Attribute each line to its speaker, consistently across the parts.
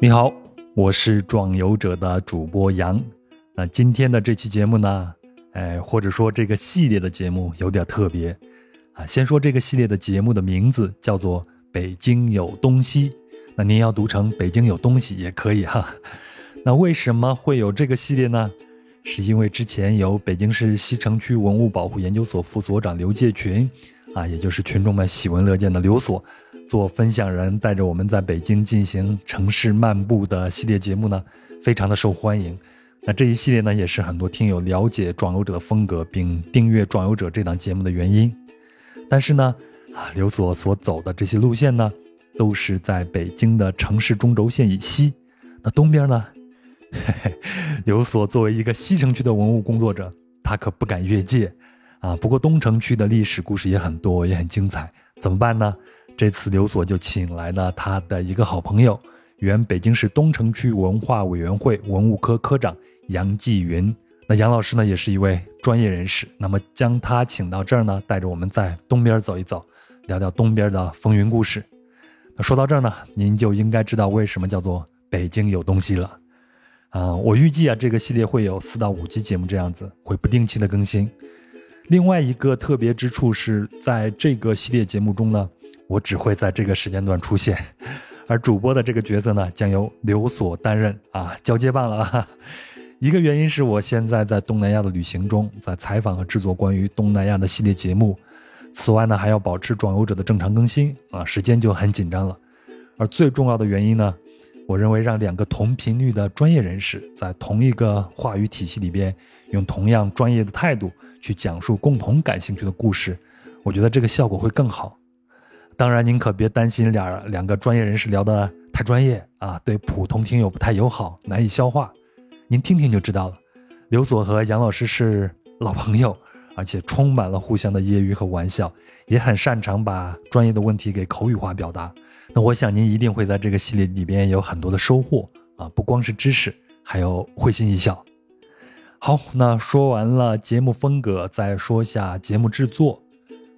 Speaker 1: 你好，我是壮游者的主播杨。那今天的这期节目呢，哎，或者说这个系列的节目有点特别啊。先说这个系列的节目的名字叫做《北京有东西》，那您要读成“北京有东西”也可以哈。 那为什么会有这个系列呢？是因为之前有北京市西城区文物保护研究所副所长刘介群，啊，也就是群众们喜闻乐见的刘所，做分享人，带着我们在北京进行城市漫步的系列节目呢，非常的受欢迎。那这一系列呢，也是很多听友了解壮游者的风格并订阅《壮游者》这档节目的原因。但是呢， 啊，刘所所走的这些路线呢，都是在北京的城市中轴线以西。那东边呢， 嘿嘿，刘所作为一个西城区的文物工作者，他可不敢越界啊。不过东城区的历史故事也很多，也很精彩，怎么办呢？这次刘所就请来了他的一个好朋友，原北京市东城区文化委员会文物科科长杨继云。那杨老师呢，也是一位专业人士。那么将他请到这儿呢，带着我们在东边走一走，聊聊东边的风云故事。那说到这儿呢，您就应该知道为什么叫做北京有东西了。啊，我预计啊，这个系列会有四到五期节目这样子，会不定期的更新。另外一个特别之处是在这个系列节目中呢，我只会在这个时间段出现， 而主播的这个角色呢，将由刘所担任啊，交接棒了啊。 一个原因是我现在在东南亚的旅行中，在采访和制作关于东南亚的系列节目。此外呢，还要保持壮游者的正常更新啊，时间就很紧张了。而最重要的原因呢，我认为让两个同频率的专业人士在同一个话语体系里边，用同样专业的态度去讲述共同感兴趣的故事，我觉得这个效果会更好。当然，您可别担心俩两个专业人士聊得太专业啊，对普通听友不太友好，难以消化。您听听就知道了。刘所和杨老师是老朋友，而且充满了互相的揶揄和玩笑，也很擅长把专业的问题给口语化表达。那我想您一定会在这个系列里边有很多的收获啊，不光是知识，还有会心一笑。好，那说完了节目风格，再说下节目制作。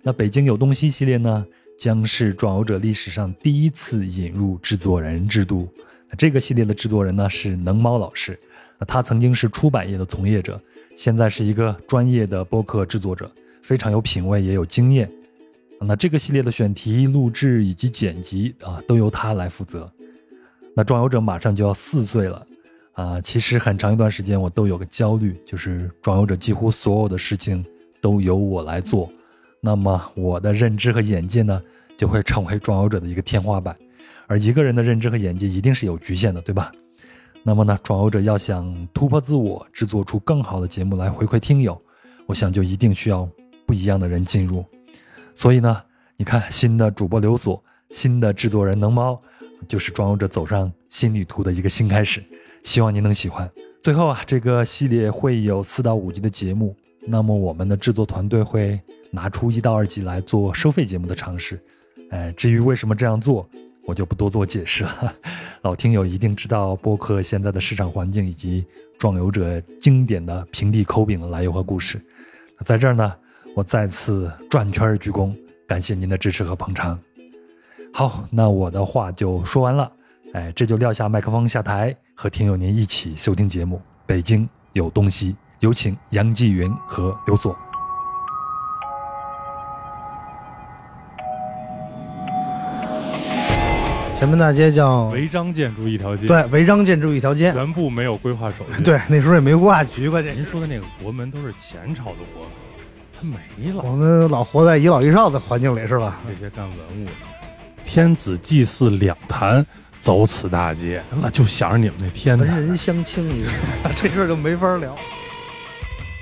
Speaker 1: 那《北京有东西》系列呢，将是壮游者历史上第一次引入制作人制度。那这个系列的制作人呢是能猫老师，那他曾经是出版业的从业者，现在是一个专业的播客制作者，非常有品味，也有经验。那这个系列的选题、录制以及剪辑啊，都由他来负责。那壮游者马上就要四岁了啊，其实很长一段时间我都有个焦虑，就是壮游者几乎所有的事情都由我来做，那么我的认知和眼界呢，就会成为壮游者的一个天花板。而一个人的认知和眼界一定是有局限的，对吧？那么呢，壮游者要想突破自我，制作出更好的节目来回馈听友，我想就一定需要不一样的人进入。所以呢，你看新的主播刘所，新的制作人能猫，就是装游者走上新旅途的一个新开始。希望您能喜欢。最后啊，这个系列会有四到五集的节目，那么我们的制作团队会拿出一到二集来做收费节目的尝试。哎，至于为什么这样做，我就不多做解释了。 老听友一定知道播客现在的市场环境以及壮游者经典的平地抠饼的来由和故事。那在这儿呢。我再次转圈鞠躬，感谢您的支持和捧场。好，那我的话就说完了，哎，这就撂下麦克风下台，和听友您一起收听节目《北京有东西》，有请杨继云和刘所。
Speaker 2: 前门大街叫
Speaker 3: 违章建筑一条街，，
Speaker 2: 对违章建筑一条街，
Speaker 3: 全部没有规划手续。，
Speaker 2: 对那时候也没挂局，关键
Speaker 3: 您说的那个国门都是前朝的国门，它没了。
Speaker 2: 我们老活在一老一少的环境里是吧？
Speaker 3: 这些干文物的，天子祭祀两坛，走此大街，那就想着你们那天
Speaker 2: 文
Speaker 3: 坛
Speaker 2: 人，相轻，你知道吗？ 这事儿就没法聊。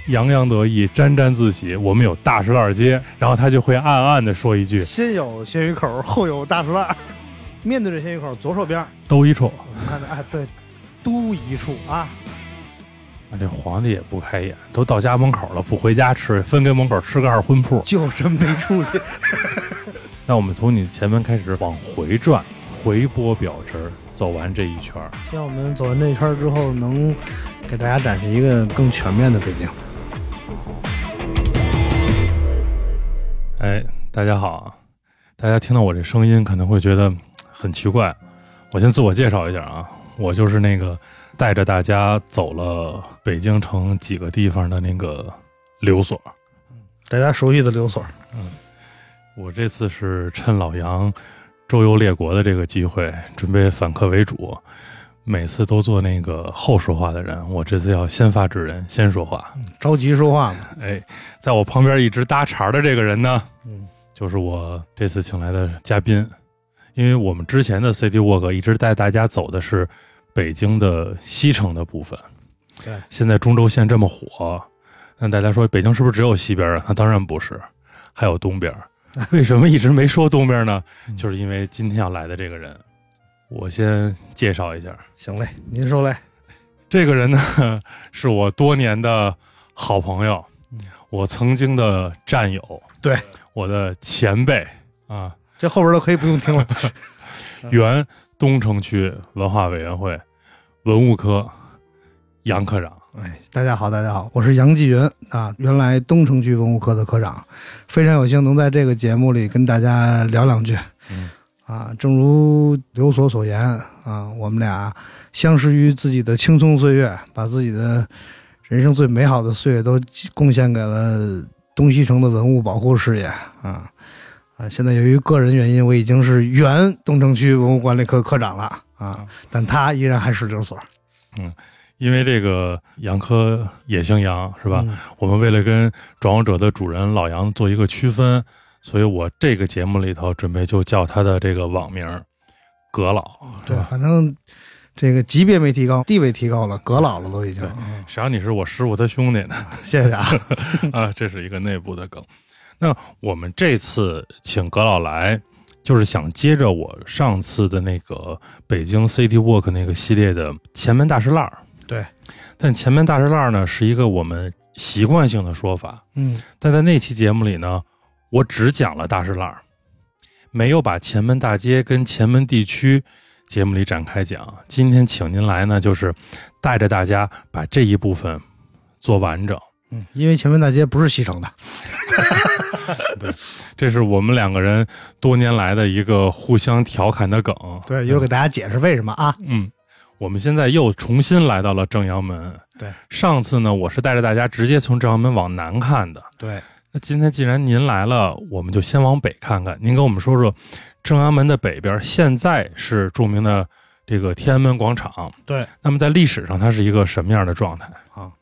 Speaker 3: 洋洋得意，沾沾自喜。我们有大石栏街，然后他就会暗暗的说一句
Speaker 2: 先有鲜鱼口，后有大石栏。面对着鲜鱼口，左手边儿
Speaker 3: “都一处
Speaker 2: 我们看着，哎，对，都一处啊，”，
Speaker 3: 那这皇帝也不开眼，都到家门口了，不回家吃，分给门口吃个二荤铺。
Speaker 2: 就是没出去。
Speaker 3: 那我们从你前门开始往回转，回拨表侄儿，走完这一圈儿。
Speaker 2: 希望我们走完这一圈儿之后，能给大家展示一个更全面的北京。
Speaker 3: 哎，大家好，啊！大家听到我这声音可能会觉得嗯很奇怪，我先自我介绍一下啊，我就是那个带着大家走了北京城几个地方的那个刘所。
Speaker 2: 大家熟悉的刘所，
Speaker 3: 我这次是趁老杨周游列国的这个机会，准备反客为主。每次都做那个后说话的人，我这次要先发制人，先说话。
Speaker 2: 着急说话嘛，
Speaker 3: 哎，在我旁边一直搭茬儿的这个人呢，
Speaker 2: 嗯，
Speaker 3: 就是我这次请来的嘉宾，因为我们之前的 City Walk 一直带大家走的是北京的西城的部分。
Speaker 2: 对，
Speaker 3: 现在中轴线这么火，那大家说北京是不是只有西边啊？那当然不是，还有东边。为什么一直没说东边呢？
Speaker 2: 嗯
Speaker 3: 就是因为今天要来的这个人，我先介绍一下。
Speaker 2: 行嘞，您说嘞，
Speaker 3: 这个人呢， 是我多年的好朋友
Speaker 2: 嗯，
Speaker 3: 我曾经的战友，
Speaker 2: 对，
Speaker 3: 我的前辈啊，
Speaker 2: 这后边都可以不用听了，
Speaker 3: 原东城区文化委员会文物科杨科长。
Speaker 2: 哎，大家好，大家好，我是杨继云啊，原来东城区文物科的科长，非常有幸能在这个节目里跟大家聊两句。
Speaker 3: 嗯
Speaker 2: 啊，正如刘所所言啊，我们俩相识于自己的青葱岁月，把自己的人生最美好的岁月都贡献给了东西城的文物保护事业啊啊！现在由于个人原因，我已经是原东城区文物管理科科长了啊，
Speaker 3: 嗯
Speaker 2: 但他依然还是刘所，
Speaker 3: 因为这个杨科也姓杨，是
Speaker 2: 是
Speaker 3: 吧？？我们为了跟《转网者》的主人老杨做一个区分，所以我这个节目里头准备就叫他的这个网名儿葛老，是
Speaker 2: 对，
Speaker 3: 吧？
Speaker 2: 反正这个级别没提高，地位提高了，阁老了都已经
Speaker 3: 对。谁让你是我师傅他兄弟呢？
Speaker 2: 谢谢啊，
Speaker 3: 啊，这是一个内部的梗。那我们这次请葛老来，就是想接着我上次的那个北京 City Walk 那个系列的前门大石烂儿。
Speaker 2: 对，
Speaker 3: 但前门大石烂儿呢是一个我们习惯性的说法，
Speaker 2: 嗯，
Speaker 3: 但在那期节目里呢，我只讲了大石烂儿，没有把前门大街跟前门地区节目里展开讲。今天请您来呢，就是带着大家把这一部分做完整。
Speaker 2: 嗯，因为前门大街不是西城的，
Speaker 3: 这是我们两个人多年来的一个互相调侃的梗。
Speaker 2: 对，一会儿给大家解释为什么啊。
Speaker 3: 嗯，我们现在又重新来到了正阳门。
Speaker 2: 对，
Speaker 3: 上次呢，我是带着大家直接从正阳门往南看的。
Speaker 2: 对，
Speaker 3: 那今天既然您来了，我们就先往北看看。您给我们说说正阳门的北边，现在是著名的这个天安门广场。
Speaker 2: 对，
Speaker 3: 那么在历史上它是一个什么样的状态？
Speaker 2: 啊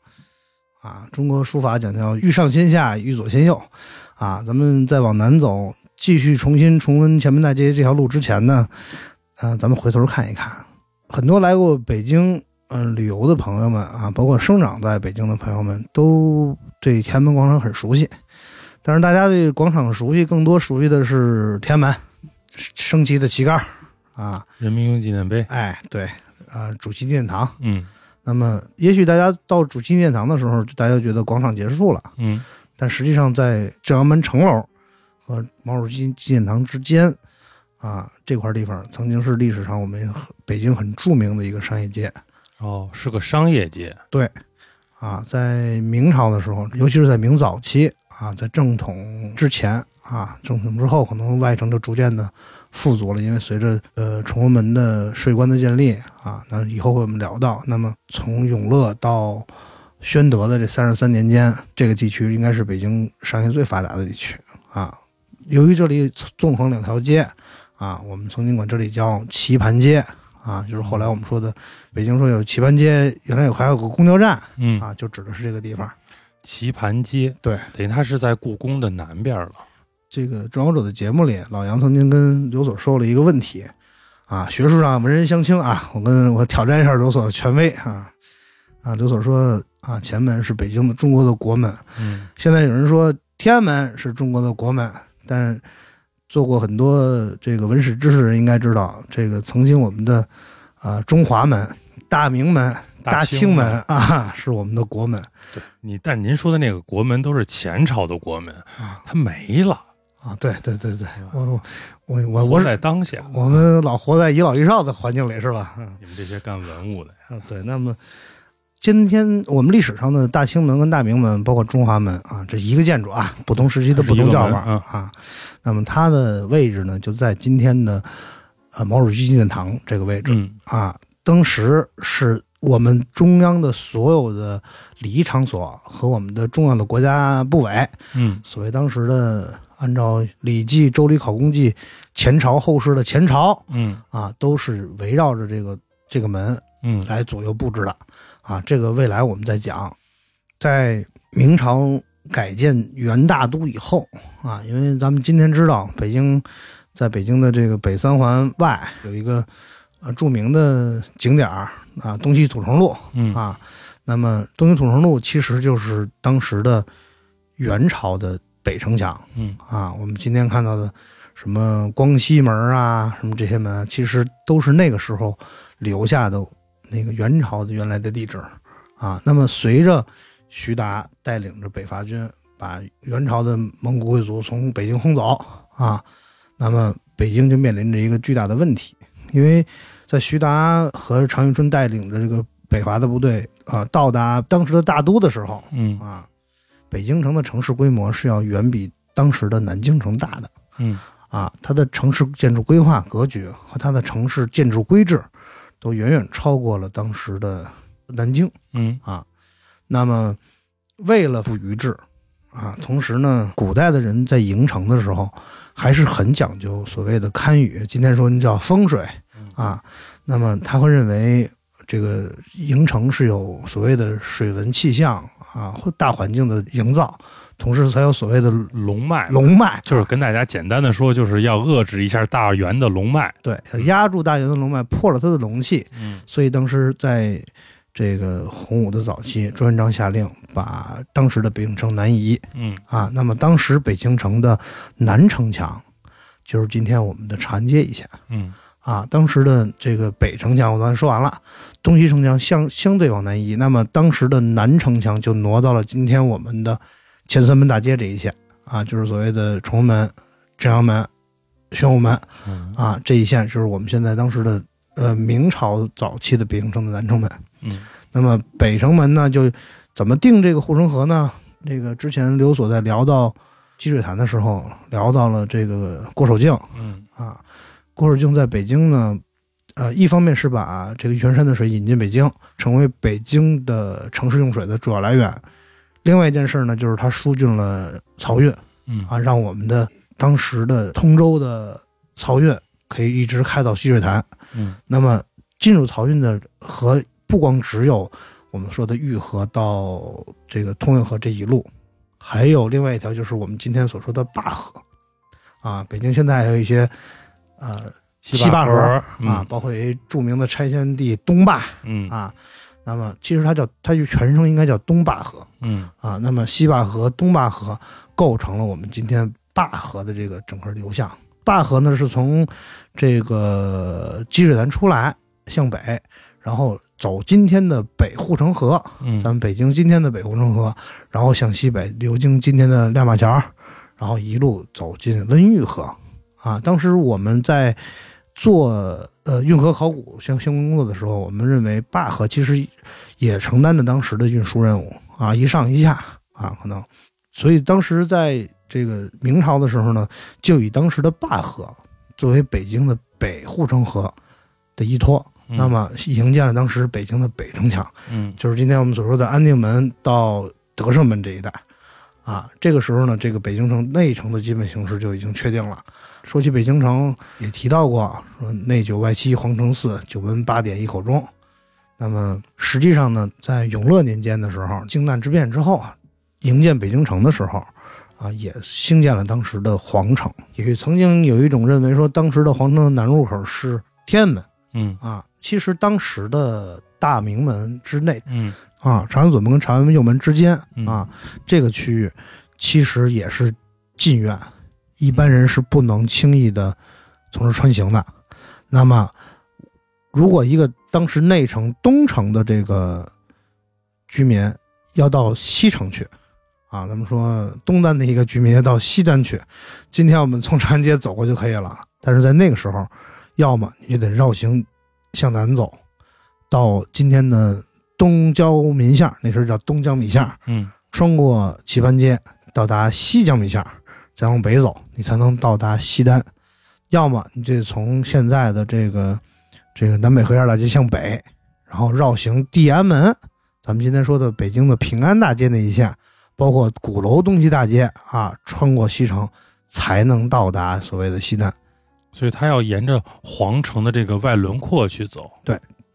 Speaker 2: 啊！中国书法讲究欲上先下，欲左先右啊。咱们再往南走，继续重新重温前门大街这条路之前呢，嗯、咱们回头看一看，很多来过北京嗯、呃旅游的朋友们啊，包括生长在北京的朋友们，都对天安门广场很熟悉。但是大家对广场熟悉，更多熟悉的是天安门升旗的旗杆儿啊，
Speaker 3: 人民英雄纪念碑。
Speaker 2: 哎，对，啊，主席纪念堂。
Speaker 3: 嗯
Speaker 2: 那么，也许大家到主纪念堂的时候，大家觉得广场结束了，
Speaker 3: 嗯
Speaker 2: 但实际上在正阳门城楼和毛主席纪念堂之间，啊，这块地方曾经是历史上我们很北京很著名的一个商业街
Speaker 3: 哦，是个商业街。
Speaker 2: 啊。在明朝的时候，尤其是在明早期啊，在正统之前啊，正统之后，可能外城就逐渐的富足了，因为随着呃崇文门的税关的建立啊，那以后会我们聊到。那么从永乐到宣德的这三十三年间，这个地区应该是北京商业最发达的地区啊。由于这里纵横两条街啊，我们曾经管这里叫棋盘街啊，就是后来我们说的北京说有棋盘街，原来有还有个公交站
Speaker 3: 嗯，
Speaker 2: 啊，就指的是这个地方。
Speaker 3: 棋盘街。
Speaker 2: 对，
Speaker 3: 等于它是在故宫的南边了。
Speaker 2: 这个《转网者》的节目里，老杨曾经跟刘所说了一个问题，啊，学术上文人相轻啊，我跟我挑战一下刘所的权威啊，啊，刘所说啊，前门是北京的中国的国门，
Speaker 3: 嗯
Speaker 2: 现在有人说天安门是中国的国门，但是做过很多这个文史知识的人应该知道，这个曾经我们的啊、中华门、大明门、大清
Speaker 3: 清
Speaker 2: 门啊是我们的国门
Speaker 3: 你，但是您说的那个国门都是前朝的国门，
Speaker 2: 啊
Speaker 3: 它没了，
Speaker 2: 啊，对对对对
Speaker 3: 吧，
Speaker 2: 我我我我我
Speaker 3: 活
Speaker 2: 是
Speaker 3: 在当下。
Speaker 2: 我们老活在一老一少的环境里是吧？嗯
Speaker 3: 你们这些干文物的，
Speaker 2: 啊，对。那么今天我们历史上的大清门跟大明门，包括中华门啊，这一个建筑啊，不同时期的不同叫法
Speaker 3: 它是一个门
Speaker 2: 啊。那么它的位置呢，就在今天的呃毛主席纪念堂这个位置
Speaker 3: 嗯
Speaker 2: 啊。当时是我们中央的所有的礼仪场所和我们的重要的国家部委，
Speaker 3: 嗯
Speaker 2: 所谓当时的按照《礼记·周礼考公记》前朝后世的前朝
Speaker 3: 嗯
Speaker 2: 啊，都是围绕着这个这个门
Speaker 3: 嗯
Speaker 2: 来左右布置的啊。这个未来我们再讲，在明朝改建元大都以后啊，因为咱们今天知道北京，在北京的这个北三环外有一个呃著名的景点儿啊，东西土城路
Speaker 3: 嗯
Speaker 2: 啊。那么东西土城路其实就是当时的元朝的北城墙
Speaker 3: 嗯
Speaker 2: 啊，我们今天看到的。什么光熙门啊，什么这些门啊，其实都是那个时候留下的那个元朝的原来的地址啊。那么随着徐达带领着北伐军把元朝的蒙古贵族从北京轰走啊，那么北京就面临着一个巨大的问题，因为在徐达和常遇春带领着这个北伐的部队啊到达当时的大都的时候
Speaker 3: 嗯
Speaker 2: 啊，北京城的城市规模是要远比当时的南京城大的。
Speaker 3: 嗯
Speaker 2: 啊，它的城市建筑规划格局和它的城市建筑规制都远远超过了当时的南京
Speaker 3: 嗯
Speaker 2: 啊。那么，为了不愚制啊，同时呢，古代的人在营城的时候还是很讲究所谓的堪舆，今天说那叫风水
Speaker 3: 嗯
Speaker 2: 啊。那么他会认为这个营城是有所谓的水文气象啊，或大环境的营造，同时才有所谓的
Speaker 3: 龙脉
Speaker 2: 龙脉，
Speaker 3: 就是跟大家简单的说，就是要遏制一下大元的龙脉。
Speaker 2: 对，压住大元的龙脉，破了他的龙气，
Speaker 3: 嗯
Speaker 2: 所以当时在这个洪武的早期，朱元璋下令把当时的北京城南移
Speaker 3: 嗯
Speaker 2: 啊。那么当时北京城的南城墙，就是今天我们的长安街以前
Speaker 3: 嗯
Speaker 2: 啊。当时的这个北城墙我刚才说完了，东西城墙相相对往南移，那么当时的南城墙就挪到了今天我们的前三门大街这一线啊，就是所谓的崇文门、正阳门、宣武门。
Speaker 3: 嗯
Speaker 2: 啊，这一线就是我们现在当时的呃明朝早期的北京城的南城门。
Speaker 3: 嗯
Speaker 2: 那么北城门呢，就怎么定这个护城河呢？这个之前刘所在聊到积水潭的时候，聊到了这个郭守敬
Speaker 3: 嗯
Speaker 2: 啊。郭守敬在北京呢，呃，一方面是把这个玉泉山的水引进北京，成为北京的城市用水的主要来源；另外一件事呢，就是他疏浚了漕运。
Speaker 3: 嗯
Speaker 2: 啊，让我们的当时的通州的漕运可以一直开到积水潭。
Speaker 3: 嗯
Speaker 2: 那么进入漕运的河，不光只有我们说的御河到这个通运河这一路，还有另外一条就是我们今天所说的灞河。啊，北京现在还有一些，呃西坝
Speaker 3: 坝
Speaker 2: 河啊，
Speaker 3: 嗯
Speaker 2: 包括一著名的拆迁地东坝
Speaker 3: 嗯
Speaker 2: 啊，那么其实它叫它就全称应该叫东坝河。
Speaker 3: 嗯
Speaker 2: 啊，那么西坝河、东坝河构成了我们今天坝河的这个整个流向。坝河呢是从这个积水潭出来向北，然后走今天的北护城河，
Speaker 3: 嗯
Speaker 2: 咱们北京今天的北护城河，然后向西北流经今天的亮马桥，然后一路走进温榆河。啊，当时我们在做呃运河考古相相关工作的时候，我们认为灞河其实也承担着当时的运输任务啊，一上一下啊，可能，所以当时在这个明朝的时候呢，就以当时的灞河作为北京的北护城河的依托，
Speaker 3: 嗯
Speaker 2: 那么营建了当时北京的北城墙。
Speaker 3: 嗯
Speaker 2: 就是今天我们所说的安定门到德胜门这一带，啊，这个时候呢，这个北京城内城的基本形式就已经确定了。说起北京城，也提到过说内九外七，皇城四，九门八点一口钟。那么实际上呢，在永乐年间的时候，靖难之变之后啊，营建北京城的时候，啊，也兴建了当时的皇城。也曾经有一种认为说，当时的皇城的南入口是天安门
Speaker 3: 嗯
Speaker 2: 啊，其实当时的大明门之内
Speaker 3: 嗯
Speaker 2: 啊，长安左门跟长安右门之间
Speaker 3: 嗯
Speaker 2: 啊，这个区域其实也是禁苑，一般人是不能轻易的从这穿行的。那么，如果一个当时内城东城的这个居民要到西城去，啊，咱们说东单的一个居民要到西单去，今天我们从长安街走过就可以了。但是在那个时候，要么你就得绕行向南走，到今天的东郊民巷，那时候叫东江米巷，
Speaker 3: 嗯
Speaker 2: 穿过棋盘街，到达西江米巷，再往北走，你才能到达西单。要么你就从现在的这个这个南北河沿大街向北，然后绕行地安门，咱们今天说的北京的平安大街那一线，包括鼓楼东西大街啊，穿过西城才能到达所谓的西单。
Speaker 3: 所以它要沿着皇城的这个外轮廓去走。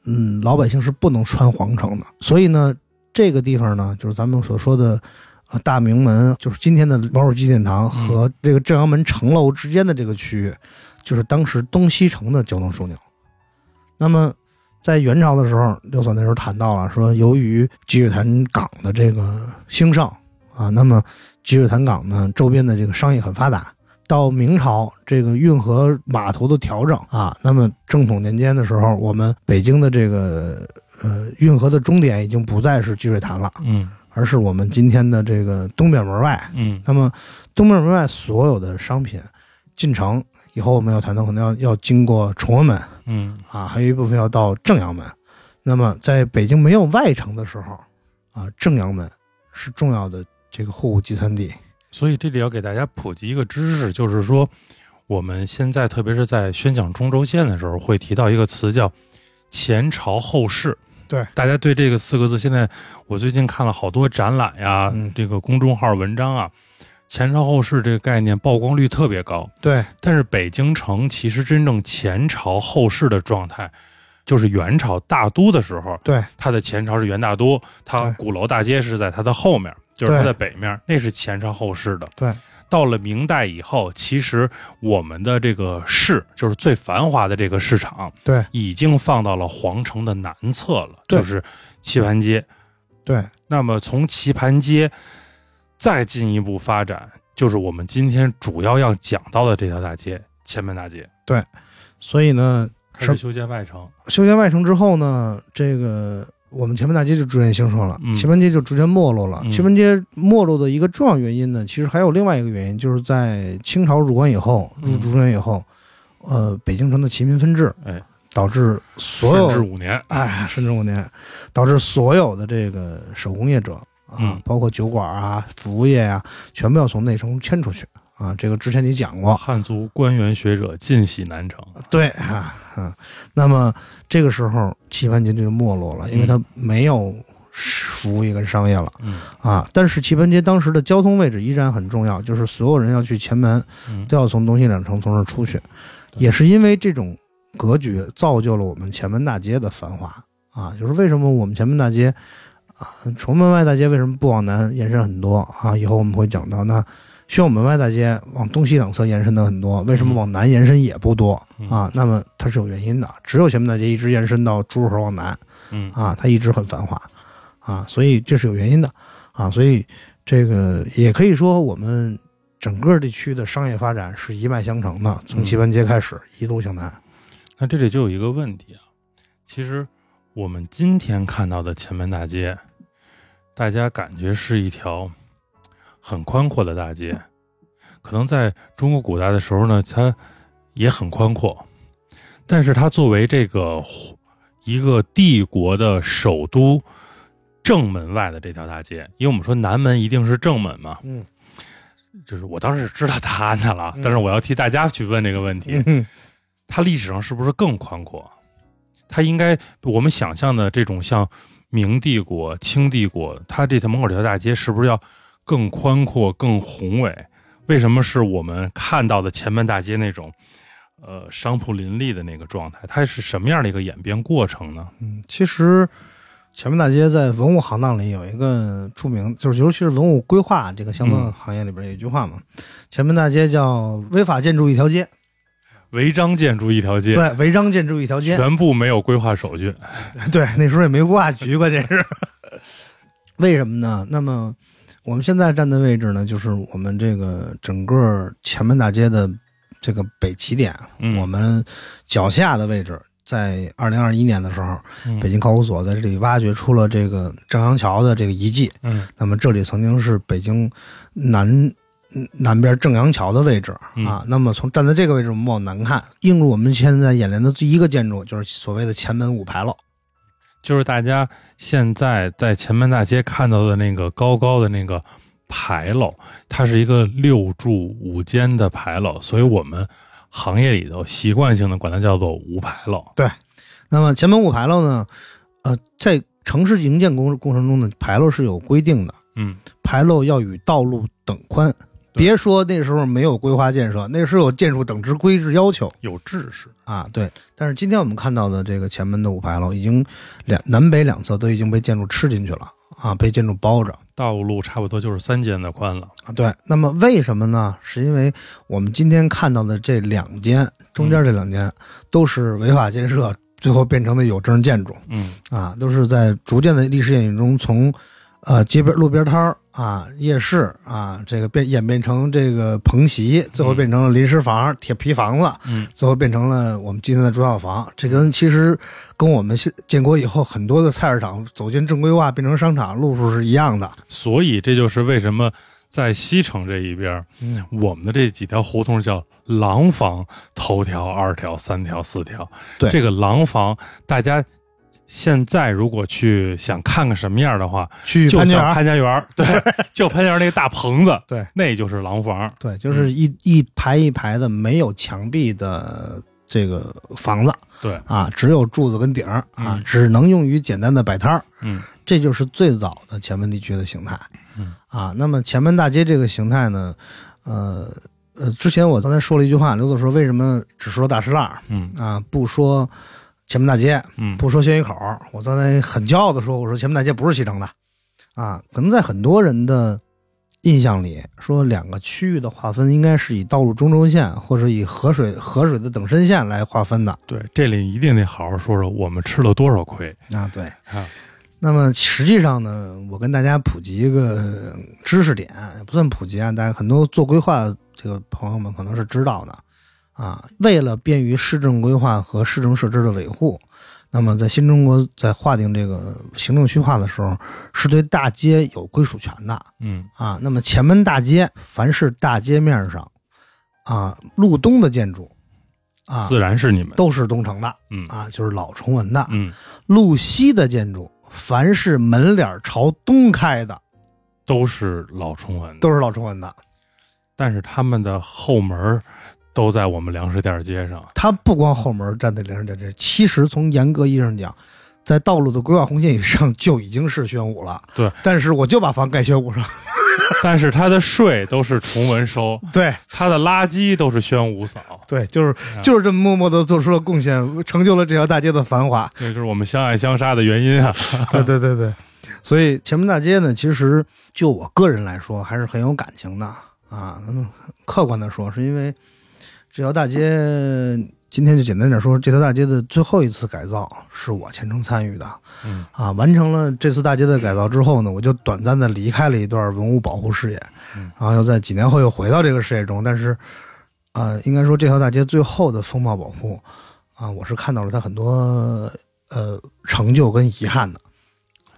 Speaker 2: 嗯，老百姓是不能穿皇城的。所以呢，这个地方呢，就是咱们所说的呃大明门，就是今天的王府纪念堂和这个正阳门城楼之间的这个区域，就是当时东西城的交通枢纽。那么在元朝的时候，六嫂那时候谈到了说，由于积水潭港的这个兴盛啊，那么积水潭港呢周边的这个商业很发达。到明朝这个运河码头的调整啊，那么正统年间的时候，我们北京的这个呃运河的终点已经不再是积水潭了，
Speaker 3: 嗯
Speaker 2: 而是我们今天的这个东边门外。
Speaker 3: 嗯
Speaker 2: 那么东边门外所有的商品进城以后，我们要谈到可能要要经过崇文门，
Speaker 3: 嗯
Speaker 2: 啊，还有一部分要到正阳门。那么在北京没有外城的时候，啊，正阳门是重要的这个货物集散地。
Speaker 3: 所以这里要给大家普及一个知识，就是说我们现在特别是在宣讲中轴线的时候，会提到一个词叫前朝后世。
Speaker 2: 对，
Speaker 3: 大家对这个四个字，现在我最近看了好多展览呀、
Speaker 2: 嗯
Speaker 3: 这个公众号文章啊，前朝后世这个概念曝光率特别高。
Speaker 2: 对，
Speaker 3: 但是北京城其实真正前朝后世的状态，就是元朝大都的时候，
Speaker 2: 对，
Speaker 3: 它的前朝是元大都，它
Speaker 2: 对
Speaker 3: 鼓楼大街是在它的后面，就是
Speaker 2: 对
Speaker 3: 它的北面，那是前朝后世的。
Speaker 2: 对，
Speaker 3: 到了明代以后，其实我们的这个市，就是最繁华的这个市场，
Speaker 2: 对，
Speaker 3: 已经放到了皇城的南侧了，
Speaker 2: 对
Speaker 3: 就是棋盘街。
Speaker 2: 对，
Speaker 3: 那么从棋盘街再进一步发展，就是我们今天主要要讲到的这条大街——前门大街，
Speaker 2: 所以呢，
Speaker 3: 开始修建外城。
Speaker 2: 修建外城之后呢，这个我们前门大街就逐渐兴盛了，
Speaker 3: 嗯
Speaker 2: 前门街就逐渐没落了。
Speaker 3: 嗯
Speaker 2: 前门街没落的一个重要原因呢，其实还有另外一个原因，就是在清朝入关以后，入
Speaker 3: 嗯
Speaker 2: 主关以后，呃，北京城的旗民分治，
Speaker 3: 哎，
Speaker 2: 导致所有
Speaker 3: 顺治五年，
Speaker 2: 哎，甚至五年，导致所有的这个手工业者啊，
Speaker 3: 嗯
Speaker 2: 包括酒馆啊、服务业啊，全部要从内城迁出去啊。这个之前你讲过，
Speaker 3: 汉族官员学者进徙南城。
Speaker 2: 对啊，嗯。那么这个时候，棋盘街就没落了，因为它没有服务业跟商业了
Speaker 3: 嗯
Speaker 2: 啊。但是棋盘街当时的交通位置依然很重要，就是所有人要去前门，
Speaker 3: 嗯，
Speaker 2: 都要从东西两城从这儿出去，
Speaker 3: 对
Speaker 2: 也是因为这种格局造就了我们前门大街的繁华啊，就是为什么我们前门大街啊，崇文门外大街为什么不往南延伸很多啊？以后我们会讲到那。宣武门外大街往东西两侧延伸的很多，为什么
Speaker 3: 嗯
Speaker 2: 往南延伸也不多、
Speaker 3: 嗯
Speaker 2: 啊？那么它是有原因的，只有前门大街一直延伸到朱河往南，
Speaker 3: 嗯
Speaker 2: 啊，它一直很繁华啊，所以这是有原因的啊，所以这个也可以说我们整个地区的商业发展是一脉相承的，从
Speaker 3: 嗯
Speaker 2: 棋盘街开始一路向南。
Speaker 3: 那这里就有一个问题啊，其实我们今天看到的前门大街，大家感觉是一条很宽阔的大街，可能在中国古代的时候呢，它也很宽阔，但是它作为这个一个帝国的首都正门外的这条大街，因为我们说南门一定是正门嘛，
Speaker 2: 嗯
Speaker 3: 就是我当时知道答案的了
Speaker 2: 嗯，
Speaker 3: 但是我要替大家去问这个问题，
Speaker 2: 嗯
Speaker 3: 它历史上是不是更宽阔？啊它应该我们想象的这种像明帝国、清帝国，它这条门口这条大街是不是要更宽阔、更宏伟？为什么是我们看到的前门大街那种，呃，商铺林立的那个状态？它是什么样的一个演变过程呢？
Speaker 2: 嗯，其实前门大街在文物行当里有一个著名，就是尤其是文物规划这个相关
Speaker 3: 嗯
Speaker 2: 行业里边有一句话嘛，前门大街叫违法建筑一条街，
Speaker 3: 违章建筑一条街，
Speaker 2: 对，违章建筑一条街，
Speaker 3: 全部没有规划手续。
Speaker 2: 对，那时候也没规划局，关键是为什么呢？那么我们现在站的位置呢，就是我们这个整个前门大街的这个北起点，啊
Speaker 3: 嗯
Speaker 2: 我们脚下的位置。在二零二一年的时候，
Speaker 3: 嗯
Speaker 2: 北京考古所在这里挖掘出了这个正阳桥的这个遗迹。
Speaker 3: 嗯
Speaker 2: 那么这里曾经是北京南南边正阳桥的位置
Speaker 3: 嗯
Speaker 2: 啊。那么从站在这个位置，我们往南看，映入我们现在眼帘的第一个建筑就是所谓的前门五牌楼。
Speaker 3: 就是大家现在在前门大街看到的那个高高的那个牌楼，它是一个六柱五间的牌楼，所以我们行业里头习惯性的管它叫做五牌楼。
Speaker 2: 那么前门户牌楼呢，呃，在城市营建工过程中呢，牌楼是有规定的，
Speaker 3: 嗯，
Speaker 2: 牌楼要与道路等宽。
Speaker 3: 对
Speaker 2: 别说那时候没有规划建设，那时候有建筑等值规制要求
Speaker 3: 有制式，
Speaker 2: 啊。对，但是今天我们看到的这个前门的五牌楼，已经两南北两侧都已经被建筑吃进去了啊，被建筑包着。
Speaker 3: 道路差不多就是三间的宽了。
Speaker 2: 啊，对。那么为什么呢？是因为我们今天看到的这两间，中间这两
Speaker 3: 嗯
Speaker 2: 间、都是违法建设，最后变成的有证建筑
Speaker 3: 嗯，
Speaker 2: 啊，都是在逐渐的历史演进中从。呃，街边路边摊儿啊，夜市啊，这个变演变成这个棚席，最后
Speaker 3: 嗯
Speaker 2: 变成了临时房、铁皮房子，
Speaker 3: 嗯，
Speaker 2: 最后变成了我们今天的中药房。这跟其实跟我们现建国以后很多的菜市场走进正规化变成商场路数是一样的。
Speaker 3: 所以这就是为什么在西城这一边，
Speaker 2: 嗯，
Speaker 3: 我们的这几条胡同叫廊坊，头条、二条、三条、四条。
Speaker 2: 对
Speaker 3: 这个廊坊，大家现在如果去想看看什么样的话，
Speaker 2: 去
Speaker 3: 就
Speaker 2: 潘家园
Speaker 3: 像潘家 园儿，对，就潘家园儿那个大棚子，
Speaker 2: 对，
Speaker 3: 那就是廊坊。
Speaker 2: 对，
Speaker 3: 嗯
Speaker 2: 就是一一排一排的没有墙壁的这个房子
Speaker 3: 对，
Speaker 2: 啊，只有柱子跟顶儿啊，
Speaker 3: 嗯
Speaker 2: 只能用于简单的摆摊儿。
Speaker 3: 嗯，
Speaker 2: 这就是最早的前门地区的形态。
Speaker 3: 嗯
Speaker 2: 啊，那么前门大街这个形态呢，呃呃，之前我刚才说了一句话，刘总说为什么只说大石栏儿
Speaker 3: 嗯
Speaker 2: 啊，不说前门大街，
Speaker 3: 嗯，
Speaker 2: 不说宣鱼口儿，我刚才很骄傲的说，我说前门大街不是西城的，啊，可能在很多人的印象里，说两个区域的划分应该是以道路中轴线或者以河水河水的等深线来划分的
Speaker 3: 对，这里一定得好好说说我们吃了多少亏
Speaker 2: 啊，对。
Speaker 3: 啊。
Speaker 2: 那么实际上呢，我跟大家普及一个知识点，也不算普及啊，大家很多做规划这个朋友们可能是知道的啊。为了便于市政规划和市政设置的维护，那么在新中国在划定这个行政区划的时候，是对大街有归属权的
Speaker 3: 嗯
Speaker 2: 啊。那么前门大街，凡是大街面上啊路东的建筑啊，
Speaker 3: 自然是你们。
Speaker 2: 都是东城的
Speaker 3: 嗯
Speaker 2: 啊，就是老崇文的。
Speaker 3: 嗯，
Speaker 2: 路西的建筑，凡是门脸朝东开的，
Speaker 3: 都是老崇文的，
Speaker 2: 都是老崇文的。
Speaker 3: 但是他们的后门儿都在我们粮食店街上。
Speaker 2: 它不光后门站在零食点这，其实从严格意义上讲，在道路的规划红线以上就已经是宣武了。
Speaker 3: 对，
Speaker 2: 但是我就把房盖宣武上。
Speaker 3: 但是他的税都是崇文收，
Speaker 2: 对
Speaker 3: 他的垃圾都是宣武扫，
Speaker 2: 对，就是
Speaker 3: 啊
Speaker 2: 就是这么默默的做出了贡献，成就了这条大街的繁华。
Speaker 3: 这就是我们相爱相杀的原因 啊。
Speaker 2: 对对对对，所以前门大街呢，其实就我个人来说，还是很有感情的啊。那么客观的说，是因为这条大街，今天就简单点说，这条大街的最后一次改造是我全程参与的
Speaker 3: 嗯
Speaker 2: 啊。完成了这次大街的改造之后呢，我就短暂的离开了一段文物保护事业，
Speaker 3: 嗯
Speaker 2: 然后又在几年后又回到这个事业中，但是。呃，应该说这条大街最后的风貌保护，啊、我是看到了它很多呃成就跟遗憾的。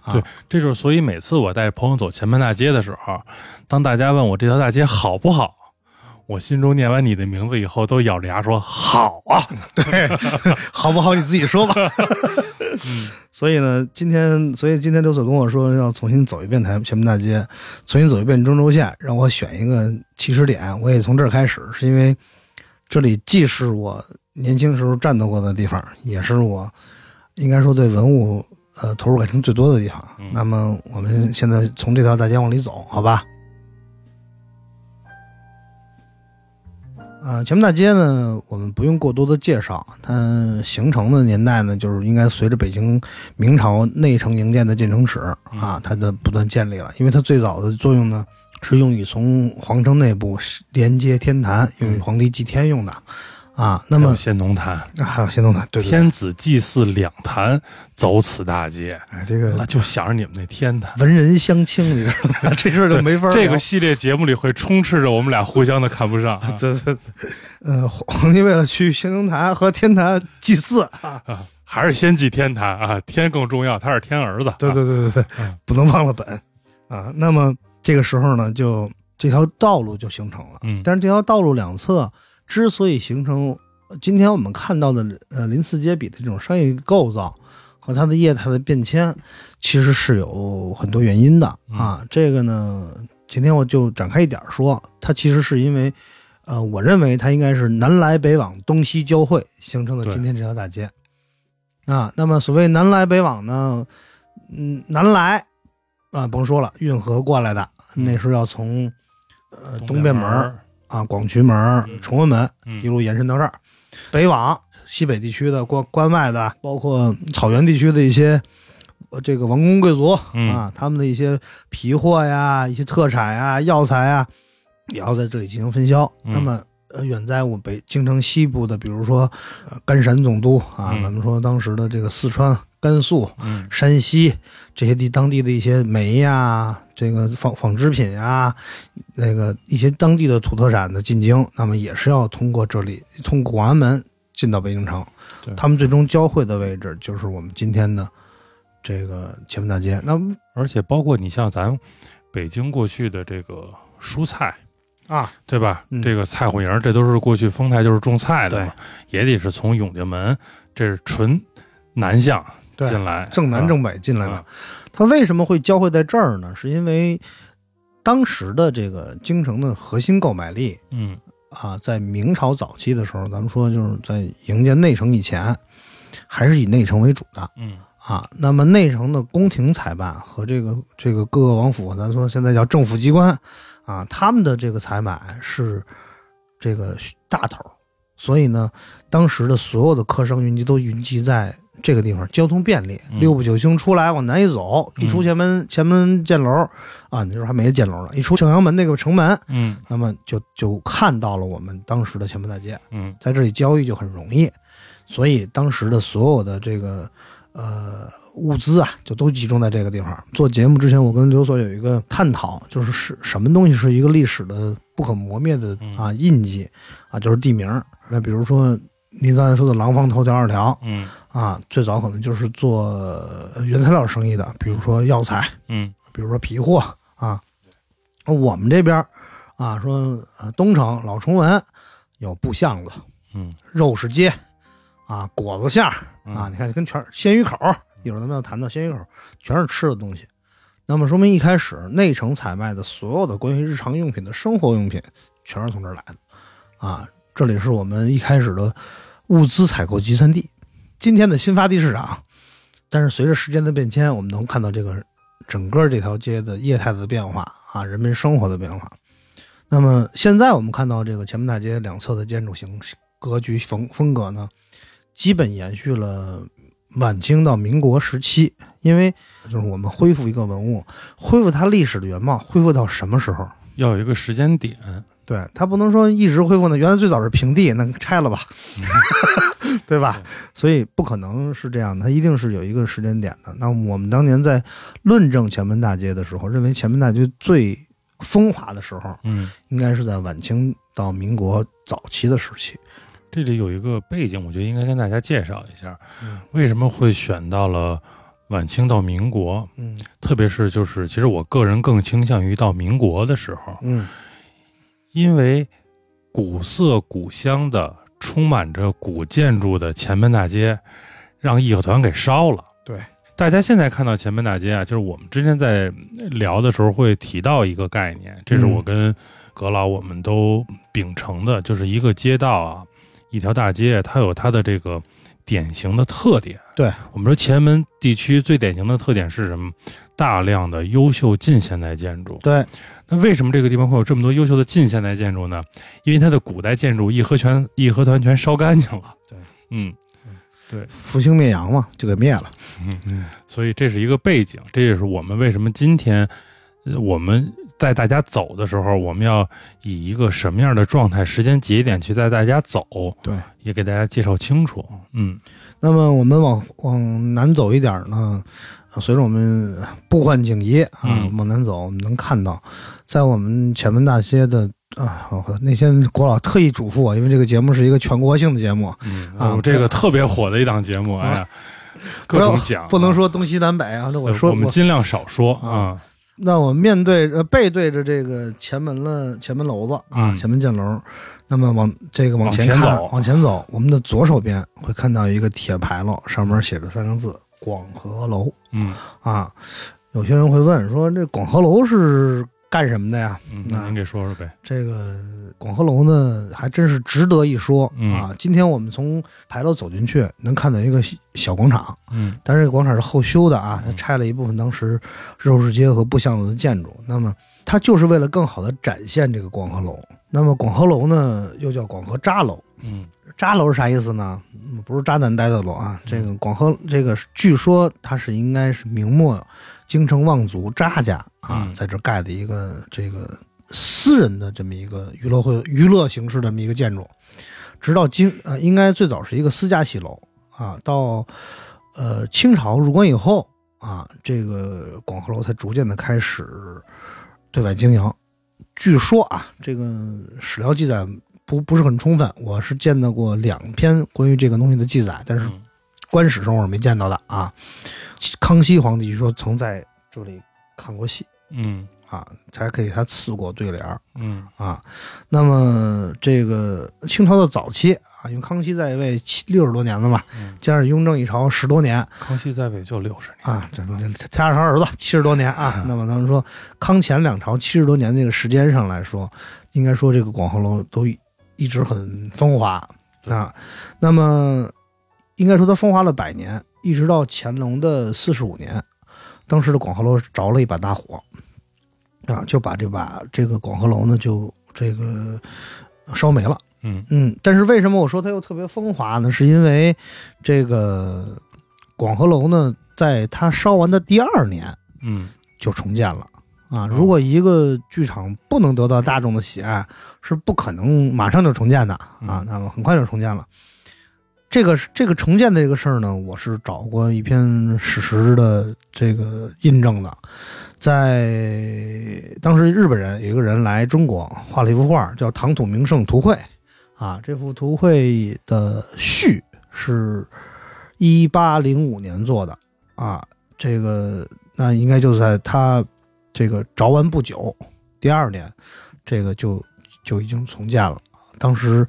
Speaker 2: 啊
Speaker 3: 对，这就是所以每次我带朋友走前门大街的时候，当大家问我这条大街好不好，我心中念完你的名字以后，都咬着牙说好啊。
Speaker 2: 好不好你自己说吧。嗯所以呢，今天，所以今天刘所跟我说要重新走一遍台前门大街，重新走一遍中轴线，让我选一个起始点，我也从这儿开始，是因为这里既是我年轻时候战斗过的地方，也是我应该说对文物呃投入感情最多的地方。
Speaker 3: 嗯
Speaker 2: 那么我们现在从这条大街往里走，好吧？呃，前门大街呢，我们不用过多的介绍，它形成的年代呢，就是应该随着北京明朝内城营建的进城史啊，它的不断建立了。因为它最早的作用呢，是用于从皇城内部连接天坛，用于皇帝祭天用的啊。那
Speaker 3: 那
Speaker 2: 么
Speaker 3: 先农坛、
Speaker 2: 啊还有先动坛，对对对，
Speaker 3: 天子祭祀两坛，走此大街，
Speaker 2: 哎，这个
Speaker 3: 那就想着你们那天坛。
Speaker 2: 文人相 轻，你知道吗？这事儿就没法儿
Speaker 3: 这
Speaker 2: 聊。
Speaker 3: 个系列节目里会充斥着我们俩互相的看不上、啊
Speaker 2: 这这，呃，皇帝为了去先农坛和天坛祭祀啊，
Speaker 3: 啊，还是先祭天坛啊，天更重要，他是天儿子。
Speaker 2: 对
Speaker 3: 啊，
Speaker 2: 对对对对，
Speaker 3: 嗯
Speaker 2: 不能忘了本啊。那么这个时候呢，就这条道路就形成了。
Speaker 3: 嗯，
Speaker 2: 但是这条道路两侧之所以形成呃今天我们看到的呃鳞次栉比的这种商业构造和它的业态的变迁，其实是有很多原因的
Speaker 3: 嗯
Speaker 2: 啊。这个呢，今天我就展开一点儿说，它其实是因为。呃，我认为它应该是南来北往、东西交汇形成的
Speaker 3: 对
Speaker 2: 今天这条大街。啊。那么所谓南来北往呢，嗯，南来啊，甭说了，运河过来的，
Speaker 3: 嗯
Speaker 2: 那时候要从呃东
Speaker 3: 边
Speaker 2: 便门儿，啊、广渠门儿、崇文门一
Speaker 3: 嗯
Speaker 2: 路延伸到这儿，北往西北地区的关关外的，包括草原地区的一些。呃这个王公贵族
Speaker 3: 嗯
Speaker 2: 啊，他们的一些皮货呀、一些特产呀、药材呀，也要在这里进行分销。
Speaker 3: 嗯
Speaker 2: 那么，呃，远在我北京城西部的，比如说、呃、甘陕总督啊，
Speaker 3: 嗯
Speaker 2: 咱们说当时的这个四川、甘肃、
Speaker 3: 嗯
Speaker 2: 山西这些地当地的一些煤呀、这个纺纺织品啊，那个一些当地的土特产的进京，那么也是要通过这里，通广安门进到北京城
Speaker 3: 对。
Speaker 2: 他们最终交汇的位置就是我们今天的这个前门大街。那么
Speaker 3: 而且包括你像咱北京过去的这个蔬菜，
Speaker 2: 啊，
Speaker 3: 对吧？
Speaker 2: 嗯
Speaker 3: 这个菜户营儿，这都是过去丰台就是种菜的嘛，也得是从永定门，这是纯南向
Speaker 2: 对
Speaker 3: 进来，
Speaker 2: 正南
Speaker 3: 啊
Speaker 2: 正北进来的
Speaker 3: 啊。
Speaker 2: 它为什么会交汇在这儿呢？是因为当时的这个京城的核心购买力
Speaker 3: 嗯
Speaker 2: 啊，在明朝早期的时候，咱们说就是在营建内城以前，还是以内城为主的
Speaker 3: 嗯
Speaker 2: 啊。那么内城的宫廷采办和这个这个各个王府，咱说现在叫政府机关啊，他们的这个采买是这个大头儿，所以呢，当时的所有的客商云集都云集在。这个地方交通便利，
Speaker 3: 嗯
Speaker 2: 六部九星出来往南一走，一出
Speaker 3: 嗯
Speaker 2: 前门前门箭楼啊，那时候还没箭楼呢，一出向阳门那个城门，
Speaker 3: 嗯
Speaker 2: 那么就就看到了我们当时的前门大街，
Speaker 3: 嗯
Speaker 2: 在这里交易就很容易，所以当时的所有的这个呃物资啊，就都集中在这个地方。做节目之前，我跟刘所有一个探讨，就是是什么东西是一个历史的不可磨灭的
Speaker 3: 嗯
Speaker 2: 啊印记啊，就是地名儿。那比如说您刚才说的廊坊头条二条
Speaker 3: 嗯
Speaker 2: 啊，最早可能就是做呃原材料生意的，比如说药材，
Speaker 3: 嗯
Speaker 2: 比如说皮货啊，我们这边儿啊，说呃东城老崇文有布巷子、
Speaker 3: 嗯
Speaker 2: 肉市街啊、果子巷儿
Speaker 3: 嗯
Speaker 2: 啊，你看跟全是鲜鱼口儿，一会儿咱们要谈到鲜鱼口儿，全是吃的东西。那么说明一开始内城采卖的所有的关于日常用品的生活用品，全是从这儿来的啊。这里是我们一开始的物资采购集散地，今天的新发地市场。但是随着时间的变迁，我们能看到这个整个这条街的业态的变化啊，人民生活的变化。那么现在我们看到这个前门大街两侧的建筑形格局风风格呢，基本延续了晚清到民国时期，因为就是我们恢复一个文物，恢复它历史的原貌，恢复到什么时候？
Speaker 3: 要有一个时间点，
Speaker 2: 对，它不能说一直恢复呢。原来最早是平地，那拆了吧，对吧？所以不可能是这样的，它一定是有一个时间点的。那我们当年在论证前门大街的时候，认为前门大街最风华的时候，
Speaker 3: 嗯，
Speaker 2: 应该是在晚清到民国早期的时期。
Speaker 3: 这里有一个背景，我觉得应该跟大家介绍一下，
Speaker 2: 嗯
Speaker 3: 为什么会选到了晚清到民国，
Speaker 2: 嗯
Speaker 3: 特别是就是，其实我个人更倾向于到民国的时候，
Speaker 2: 嗯
Speaker 3: 因为古色古香的、充满着古建筑的前门大街，让义和团给烧了。
Speaker 2: 对，
Speaker 3: 大家现在看到前门大街啊，就是我们之前在聊的时候会提到一个概念，这是我跟葛老我们都秉承的，就是一个街道啊，一条大街，它有它的这个典型的特点。
Speaker 2: 对
Speaker 3: 我们说前门地区最典型的特点是什么？大量的优秀近现代建筑。
Speaker 2: 对，
Speaker 3: 那为什么这个地方会有这么多优秀的近现代建筑呢？因为它的古代建筑义和全义和团全烧干净了。
Speaker 2: 对，
Speaker 3: 嗯，
Speaker 2: 复兴灭洋嘛，就给灭了。
Speaker 3: 所以这是一个背景，这也是我们为什么今天呃我们带大家走的时候，我们要以一个什么样的状态、时间节点去带大家走，
Speaker 2: 对，
Speaker 3: 也给大家介绍清楚。嗯
Speaker 2: 那么我们往往南走一点儿呢，呃随着我们步换景移啊，
Speaker 3: 嗯
Speaker 2: 往南走，我们能看到，在我们前门大街的啊，我那天郭老特意嘱咐我，因为这个节目是一个全国性的节目，
Speaker 3: 嗯
Speaker 2: 啊
Speaker 3: 我这个特别火的一档节目，哎呀，各
Speaker 2: 不
Speaker 3: 种
Speaker 2: 要
Speaker 3: 讲，
Speaker 2: 不能说东西南北啊。那
Speaker 3: 对。
Speaker 2: 我说
Speaker 3: 我们尽量少说
Speaker 2: 啊
Speaker 3: 啊，
Speaker 2: 那我面对呃背对着这个前门了，前门楼子啊，
Speaker 3: 嗯
Speaker 2: 前门箭楼。那么往这个往前
Speaker 3: 往前
Speaker 2: 看，
Speaker 3: 走
Speaker 2: 往前走，我们的左手边会看到一个铁牌楼，上面写着三个字“广和楼”。
Speaker 3: 嗯
Speaker 2: 啊，有些人会问说，这广和楼是干什么的呀？
Speaker 3: 嗯，
Speaker 2: 那
Speaker 3: 您给说说呗。
Speaker 2: 这个广和楼呢，还真是值得一说
Speaker 3: 嗯
Speaker 2: 啊！今天我们从牌楼走进去，能看到一个小小广场，
Speaker 3: 嗯
Speaker 2: 但是这个广场是后修的啊，它
Speaker 3: 嗯
Speaker 2: 拆了一部分当时日后市街和布巷子的建筑。那么它就是为了更好的展现这个广和楼。那么广和楼呢，又叫广和扎楼。
Speaker 3: 嗯
Speaker 2: 扎楼是啥意思呢？嗯不是渣男呆的楼啊，这个广和这个是据说它是应该是明末京城望族扎家啊
Speaker 3: 嗯，
Speaker 2: 在这儿盖的一个这个私人的这么一个娱乐会娱乐形式的这么一个建筑，直到今呃应该最早是一个私家戏楼啊，到呃清朝入关以后啊，这个广和楼才逐渐的开始对外经营。据说啊，这个史料记载不不是很充分，我是见到过两篇关于这个东西的记载，但是
Speaker 3: 嗯
Speaker 2: 官史上我是没见到的啊。康熙皇帝据说曾在这里看过戏
Speaker 3: 嗯
Speaker 2: 啊，才给他赐过对联儿
Speaker 3: 嗯
Speaker 2: 啊。那么这个清朝的早期啊，因为康熙在位七六十多年了嘛，
Speaker 3: 嗯，
Speaker 2: 加上雍正一朝十多年，
Speaker 3: 康熙在位就六十年。，
Speaker 2: 啊，这不加上他儿子七十多年啊那么咱们说康乾两朝七十多年这个时间上来说，应该说这个广和楼都一直很风华啊。那么应该说它风华了百年，一直到乾隆的四十五年，当时的广和楼着了一把大火，啊，就把这把这个广和楼呢就这个烧没了。
Speaker 3: 嗯
Speaker 2: 嗯，但是为什么我说它又特别风华呢？是因为这个广和楼呢，在它烧完的第二年
Speaker 3: 嗯
Speaker 2: 就重建了啊。如果一个剧场不能得到大众的喜爱，是不可能马上就重建的啊
Speaker 3: 嗯。
Speaker 2: 那么很快就重建了。这个这个重建的这个事儿呢，我是找过一篇史实的这个印证的，在当时日本人有一个人来中国画了一幅画，叫《唐土名胜图会》啊，这幅图会的序是一八零五年做的啊，这个那应该就在他这个着完不久，第二年这个就就已经重建了。当时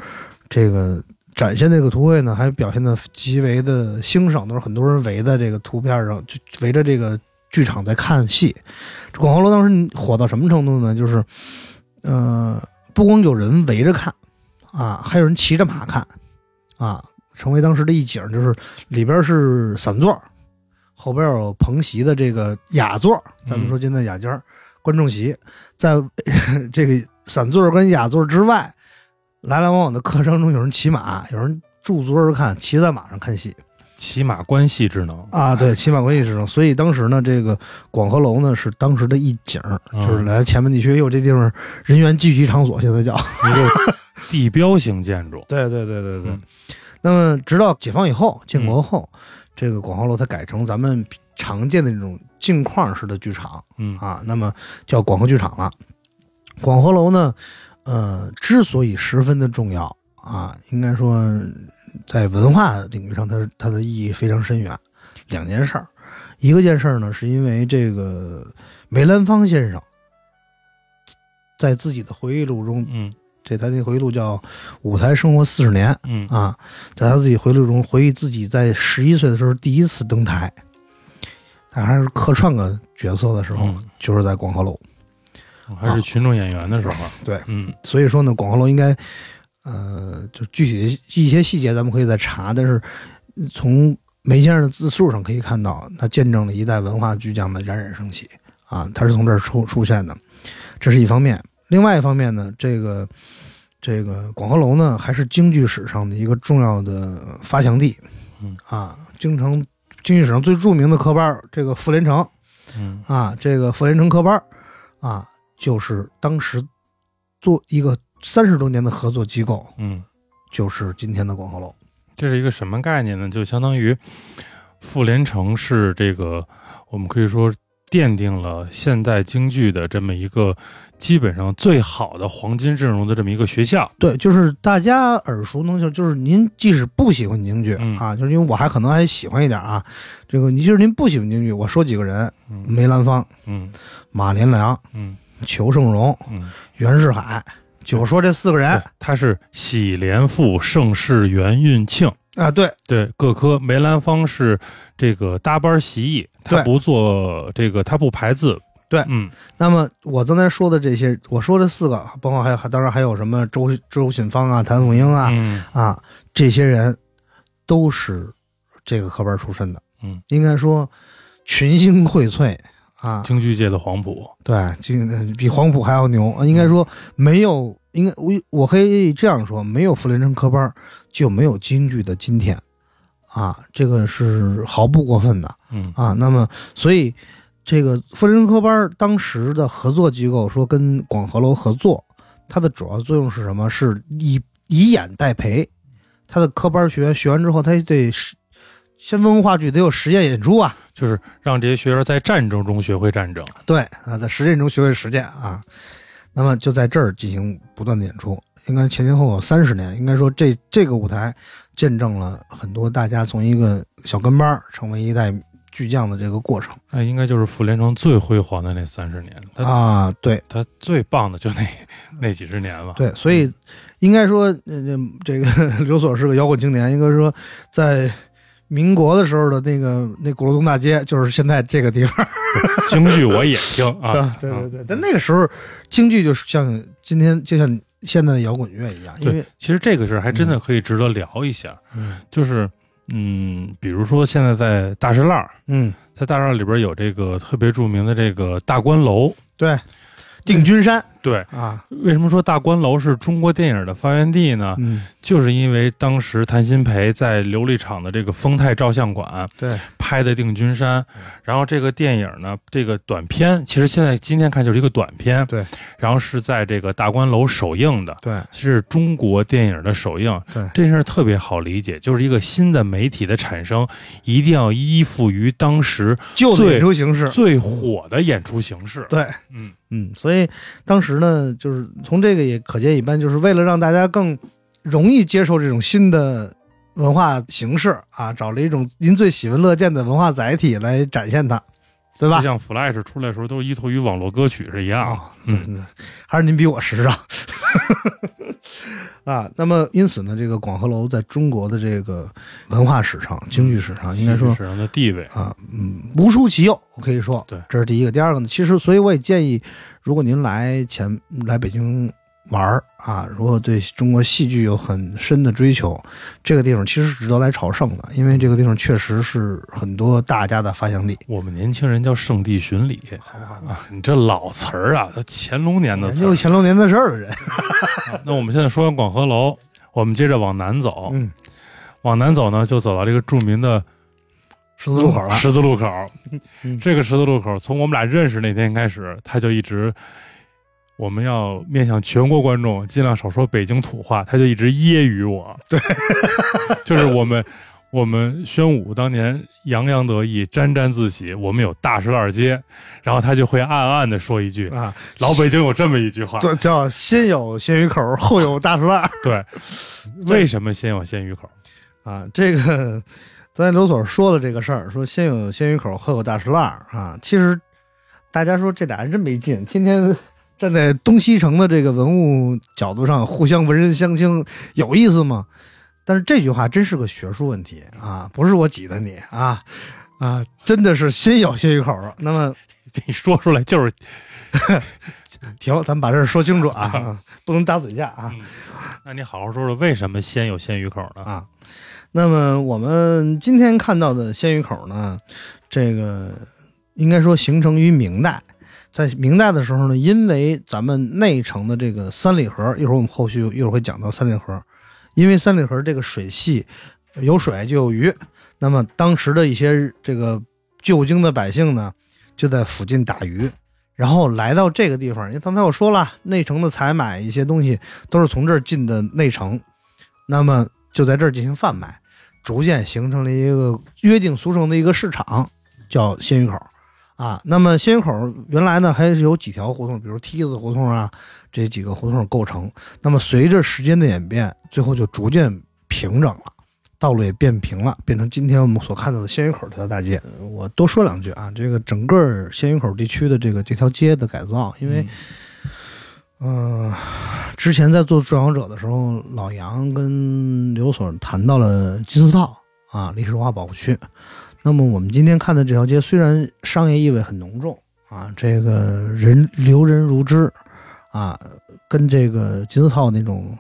Speaker 2: 这个展现这个图会呢，还表现的极为的兴盛，都是很多人围在这个图片上，就围着这个剧场在看戏。这广和楼当时火到什么程度呢？就是，呃，不光有人围着看啊，还有人骑着马看啊，成为当时的一景。就是里边是散座，后边有棚席的这个雅座，咱们说现在雅间儿、观众席，在呃这个散座跟雅座之外，来来往往的客商中，有人骑马，有人驻足而看，骑在马上看戏
Speaker 3: 骑马关系智能
Speaker 2: 啊，对，骑马关系之中。所以当时呢，这个广和楼呢是当时的一景儿，
Speaker 3: 嗯
Speaker 2: 就是来前门地区，又这地方人员聚集场所，现在叫。
Speaker 3: 一个地标型建筑。
Speaker 2: 对对对对对。
Speaker 3: 嗯
Speaker 2: 那么直到解放以后，建国后，这个广和楼它改成咱们常见的这种镜框式的剧场，
Speaker 3: 嗯
Speaker 2: 啊，那么叫广和剧场了。广和楼呢，呃，之所以十分的重要啊，应该说在文化领域上它，它的意义非常深远。两件事儿，一个件事儿呢，是因为这个梅兰芳先生在自己的回忆录中，
Speaker 3: 嗯
Speaker 2: 这他那回忆录叫《舞台生活四十年》
Speaker 3: 嗯
Speaker 2: 啊，在他自己回忆录中回忆自己在十一岁的时候第一次登台，他还是客串个角色的时候，
Speaker 3: 嗯
Speaker 2: 就是在广和楼。
Speaker 3: 还是群众演员的时候。
Speaker 2: 对
Speaker 3: 嗯
Speaker 2: 所以说呢，广和楼应该，呃，就具体的一些细节咱们可以再查，但是嗯从梅先生的自述上可以看到，他见证了一代文化巨匠的冉冉升起啊，他是从这儿出出现的，这是一方面。另外一方面呢，这个这个广和楼呢，还是京剧史上的一个重要的发祥地
Speaker 3: 嗯，
Speaker 2: 啊，京城京剧史上最著名的科班儿，这个傅连城，
Speaker 3: 嗯
Speaker 2: 啊，这个傅连城科班儿啊，就是当时做一个三十多年的合作机构，
Speaker 3: 嗯，
Speaker 2: 就是今天的广和楼。
Speaker 3: 这是一个什么概念呢？就相当于傅连城是这个，我们可以说奠定了现代京剧的这么一个基本上最好的黄金阵容的这么一个学校。
Speaker 2: 对，就是大家耳熟能详，就是您即使不喜欢京剧、
Speaker 3: 嗯
Speaker 2: 啊，就是因为我还可能还喜欢一点啊，这个你就是您不喜欢京剧，我说几个人：
Speaker 3: 嗯
Speaker 2: 梅兰芳、
Speaker 3: 嗯
Speaker 2: 马连良、
Speaker 3: 嗯
Speaker 2: 裘盛戎、
Speaker 3: 嗯，
Speaker 2: 袁世海，就说这四个人
Speaker 3: 对，他是喜连富盛世元运庆。
Speaker 2: 啊，对
Speaker 3: 对，各科梅兰芳是这个搭班习艺，他
Speaker 2: 对
Speaker 3: 不做这个，他不排字，
Speaker 2: 对，
Speaker 3: 嗯
Speaker 2: 那么我刚才说的这些，我说这四个，包括还有还当然还有什么周周信芳啊、谭凤英啊、
Speaker 3: 嗯
Speaker 2: 啊，这些人都是这个科班出身的，
Speaker 3: 嗯，
Speaker 2: 应该说群星荟萃啊，
Speaker 3: 京剧界的黄埔，
Speaker 2: 对，这个比黄埔还要牛，呃应该说没有，应该我我可以这样说，没有傅连城科班就没有京剧的今天啊，这个是毫不过分的。
Speaker 3: 嗯
Speaker 2: 啊，那么所以这个富人科班儿当时的合作机构说跟广和楼合作，它的主要作用是什么？是以以演代培，他的科班儿学员学完之后，他得实先锋话剧得有实践演出啊，
Speaker 3: 就是让这些学员在战争中学会战争。
Speaker 2: 对啊，在实践中学会实践啊，那么就在这儿进行不断的演出。应该前前后后三十年，应该说这这个舞台见证了很多大家从一个小跟班儿成为一代巨匠的这个过程
Speaker 3: 那应该就是傅连城最辉煌的那三十年，他、
Speaker 2: 啊，对，
Speaker 3: 他最棒的就那那几十年了。
Speaker 2: 对，所以应该说，呃，这个 刘所是个摇滚青年，应该说在民国的时候的那个那鼓楼东大街，就是现在这个地方。
Speaker 3: 京剧我也听啊，
Speaker 2: 对对
Speaker 3: 啊
Speaker 2: 对，但那个时候京剧就是像今天就像现在的摇滚乐一样，因为
Speaker 3: 对，嗯其实这个事儿还真的可以值得聊一下，就是嗯，比如说现在在大石烂儿，
Speaker 2: 嗯，
Speaker 3: 在大石烂儿里边有这个特别著名的这个大观楼，
Speaker 2: 对，定军山
Speaker 3: 对。
Speaker 2: 啊，
Speaker 3: 为什么说大观楼是中国电影的发源地呢？
Speaker 2: 嗯，
Speaker 3: 就是因为当时谭鑫培在琉璃厂的这个丰泰照相馆
Speaker 2: 对，
Speaker 3: 拍的《定军山》，然后这个电影呢，这个短片，其实现在今天看就是一个短片，
Speaker 2: 对，
Speaker 3: 然后是在这个大观楼首映的，
Speaker 2: 对，
Speaker 3: 是中国电影的首映，
Speaker 2: 对
Speaker 3: 这事儿特别好理解，就是一个新的媒体的产生，一定要依附于当时
Speaker 2: 旧的
Speaker 3: 最
Speaker 2: 演出形式，
Speaker 3: 最火的演出形式，
Speaker 2: 对，
Speaker 3: 嗯，
Speaker 2: 嗯，所以当时呢，就是从这个也可见一斑，就是为了让大家更容易接受这种新的文化形式啊，找了一种您最喜闻乐见的文化载体来展现它，对
Speaker 3: 就
Speaker 2: 吧？
Speaker 3: 像 Flash 出来的时候都依托于网络歌曲是一样的，
Speaker 2: 啊，对对，还是您比我时尚 啊。那么因此呢，这个广和楼在中国的这个文化史上、京剧史上，应该说
Speaker 3: 史上的地位，
Speaker 2: 啊，嗯，无出其右，我可以说，
Speaker 3: 对
Speaker 2: 这是第一个。第二个呢，其实，所以我也建议，如果您来前来北京玩儿啊，如果对中国戏剧有很深的追求，这个地方其实是值得来朝圣的，因为这个地方确实是很多大家的发祥地。
Speaker 3: 我们年轻人叫圣地 巡礼，
Speaker 2: 好不好？
Speaker 3: 啊，你这老词儿啊，都乾隆年的
Speaker 2: 研
Speaker 3: 词
Speaker 2: 究
Speaker 3: 儿。
Speaker 2: 乾隆年的事儿的人，
Speaker 3: 啊那我们现在说完广和楼，我们接着往南走，
Speaker 2: 嗯，
Speaker 3: 往南走呢，就走到这个著名的
Speaker 2: 十字路口了，
Speaker 3: 十字路口
Speaker 2: 嗯。
Speaker 3: 这个十字路口，从我们俩认识那天开始，他就一直，我们要面向全国观众，尽量少说北京土话，他就一直揶揄我。对， 就是我们。我们宣武当年洋洋得意、沾沾自喜，我们有大石烂街，然后他就会暗暗的说一句
Speaker 2: 啊，：“
Speaker 3: 老北京有这么一句话。”
Speaker 2: 对，叫先有鲜鱼口，后有大栅栏
Speaker 3: 对，为什么先有鲜鱼口？
Speaker 2: 啊，这个。刚才刘所说了这个事儿，说先有鲜鱼口，后有大石烂儿啊。其实大家说这俩人真没劲，天天站在东西城的这个文物角度上互相文人相轻，有意思吗？但是这句话真是个学术问题啊，不是我挤的你啊啊，真的是心有鲜鱼口了。那么
Speaker 3: 这一说出来就是
Speaker 2: 停，咱们把这事说清楚啊，啊不能打嘴架啊。
Speaker 3: 嗯那你好好说说为什么先有鲜鱼口呢？
Speaker 2: 啊。那么我们今天看到的鲜鱼口呢，这个应该说形成于明代。在明代的时候呢，因为咱们内城的这个三里河，一会儿我们后续一会儿会讲到三里河，因为三里河这个水系有水就有鱼，那么当时的一些这个旧京的百姓呢，就在附近打鱼，然后来到这个地方，因为刚才我说了，内城的采买一些东西都是从这儿进的内城，那么就在这儿进行贩卖，逐渐形成了一个约定俗成的一个市场，叫鲜鱼口啊。那么鲜鱼口原来呢还是有几条胡同，比如梯子胡同啊这几个胡同构成。那么随着时间的演变，最后就逐渐平整了。道路也变平了，变成今天我们所看到的鲜鱼口这条大街。呃我多说两句啊，这个整个鲜鱼口地区的这个这条街的改造，因为嗯，之前在做《壮游者》的时候，老杨跟刘所谈到了金丝套啊，历史文化保护区。那么我们今天看的这条街，虽然商业意味很浓重啊，这个人留人如织啊，跟这个金字塔那种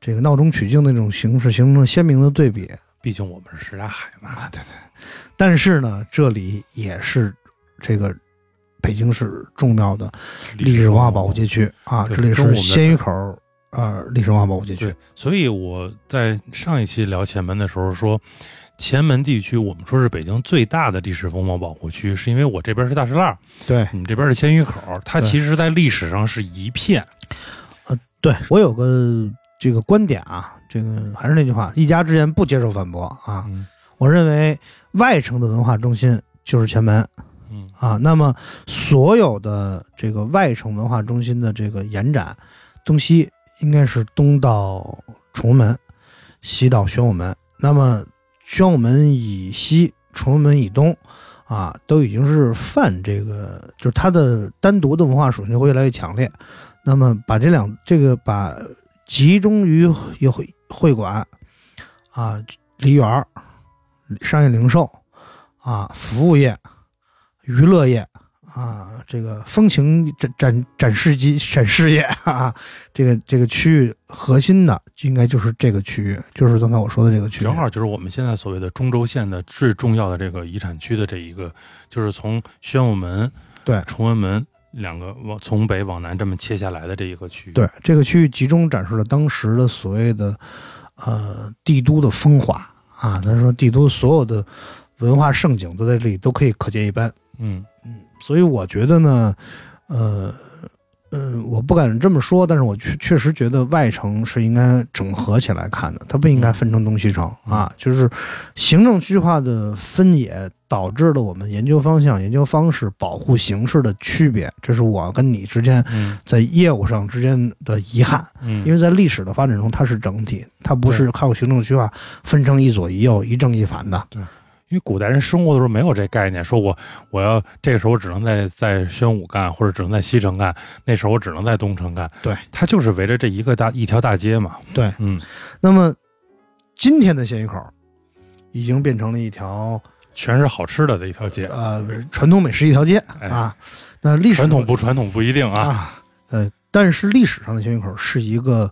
Speaker 2: 这个闹中取静的那种形式形成了鲜明的对比。
Speaker 3: 毕竟我们是石家海嘛。
Speaker 2: 啊，对对。但是呢，这里也是这个北京市重要的历史文化保护街区啊，
Speaker 3: 对
Speaker 2: 这里是
Speaker 3: 跟我们的
Speaker 2: 鲜鱼口儿呃历史文化保护街区
Speaker 3: 对。，所以我在上一期聊前门的时候说，前门地区我们说是北京最大的历史风貌保护区，是因为我这边是大石烂儿，
Speaker 2: 对
Speaker 3: 你们这边是鲜鱼口，它
Speaker 2: 对
Speaker 3: 其实在历史上是一片。
Speaker 2: 对，我有个这个观点啊，这个还是那句话，一家之言不接受反驳啊。
Speaker 3: 嗯
Speaker 2: 我认为外城的文化中心就是前门
Speaker 3: 嗯
Speaker 2: 啊，那么所有的这个外城文化中心的这个延展，东西应该是东到崇文门，西到宣武门。那么宣武门以西，崇文门以东，啊，都已经是泛这个，就是它的单独的文化属性会越来越强烈。那么把这两这个把集中于有会会馆啊、梨园儿、商业零售啊、服务业、娱乐业啊、这个风情展展展示及展示业啊， 这个这个区域核心的就应该就是这个区域，就是刚才我说的这个区域。
Speaker 3: 正好就是我们现在所谓的中轴线的最重要的这个遗产区的这一个，就是从宣武门、
Speaker 2: 对
Speaker 3: 崇文门两个往从北往南这么切下来的这一个区域。
Speaker 2: 对，这个区域集中展示了当时的所谓的呃帝都的风华啊，咱说帝都所有的文化盛景都在这里都可以可见一斑。
Speaker 3: 嗯，
Speaker 2: 所以我觉得呢，呃，嗯、我不敢这么说，但是我确确实觉得外城是应该整合起来看的，它不应该分成东西城、
Speaker 3: 嗯
Speaker 2: 啊。就是行政区划的分野导致了我们研究方向、研究方式、保护形式的区别，这是我跟你之间
Speaker 3: 嗯
Speaker 2: 在业务上之间的遗憾。
Speaker 3: 嗯，
Speaker 2: 因为在历史的发展中，它是整体，它不
Speaker 3: 对
Speaker 2: 是靠行政区划分成一左一右、一正一反的。
Speaker 3: 因为古代人生活的时候没有这概念，说我我要这个时候我只能在在宣武干，或者只能在西城干，那时候我只能在东城干。
Speaker 2: 对，
Speaker 3: 他就是围着这一个大一条大街嘛。
Speaker 2: 对
Speaker 3: 嗯，
Speaker 2: 那么，今天的咸鱼口已经变成了一条
Speaker 3: 全是好吃的的一条街。
Speaker 2: 呃传统美食一条街
Speaker 3: 哎
Speaker 2: 啊。那历史
Speaker 3: 传统不传统不一定啊。
Speaker 2: 啊，呃，但是历史上的咸鱼口是一个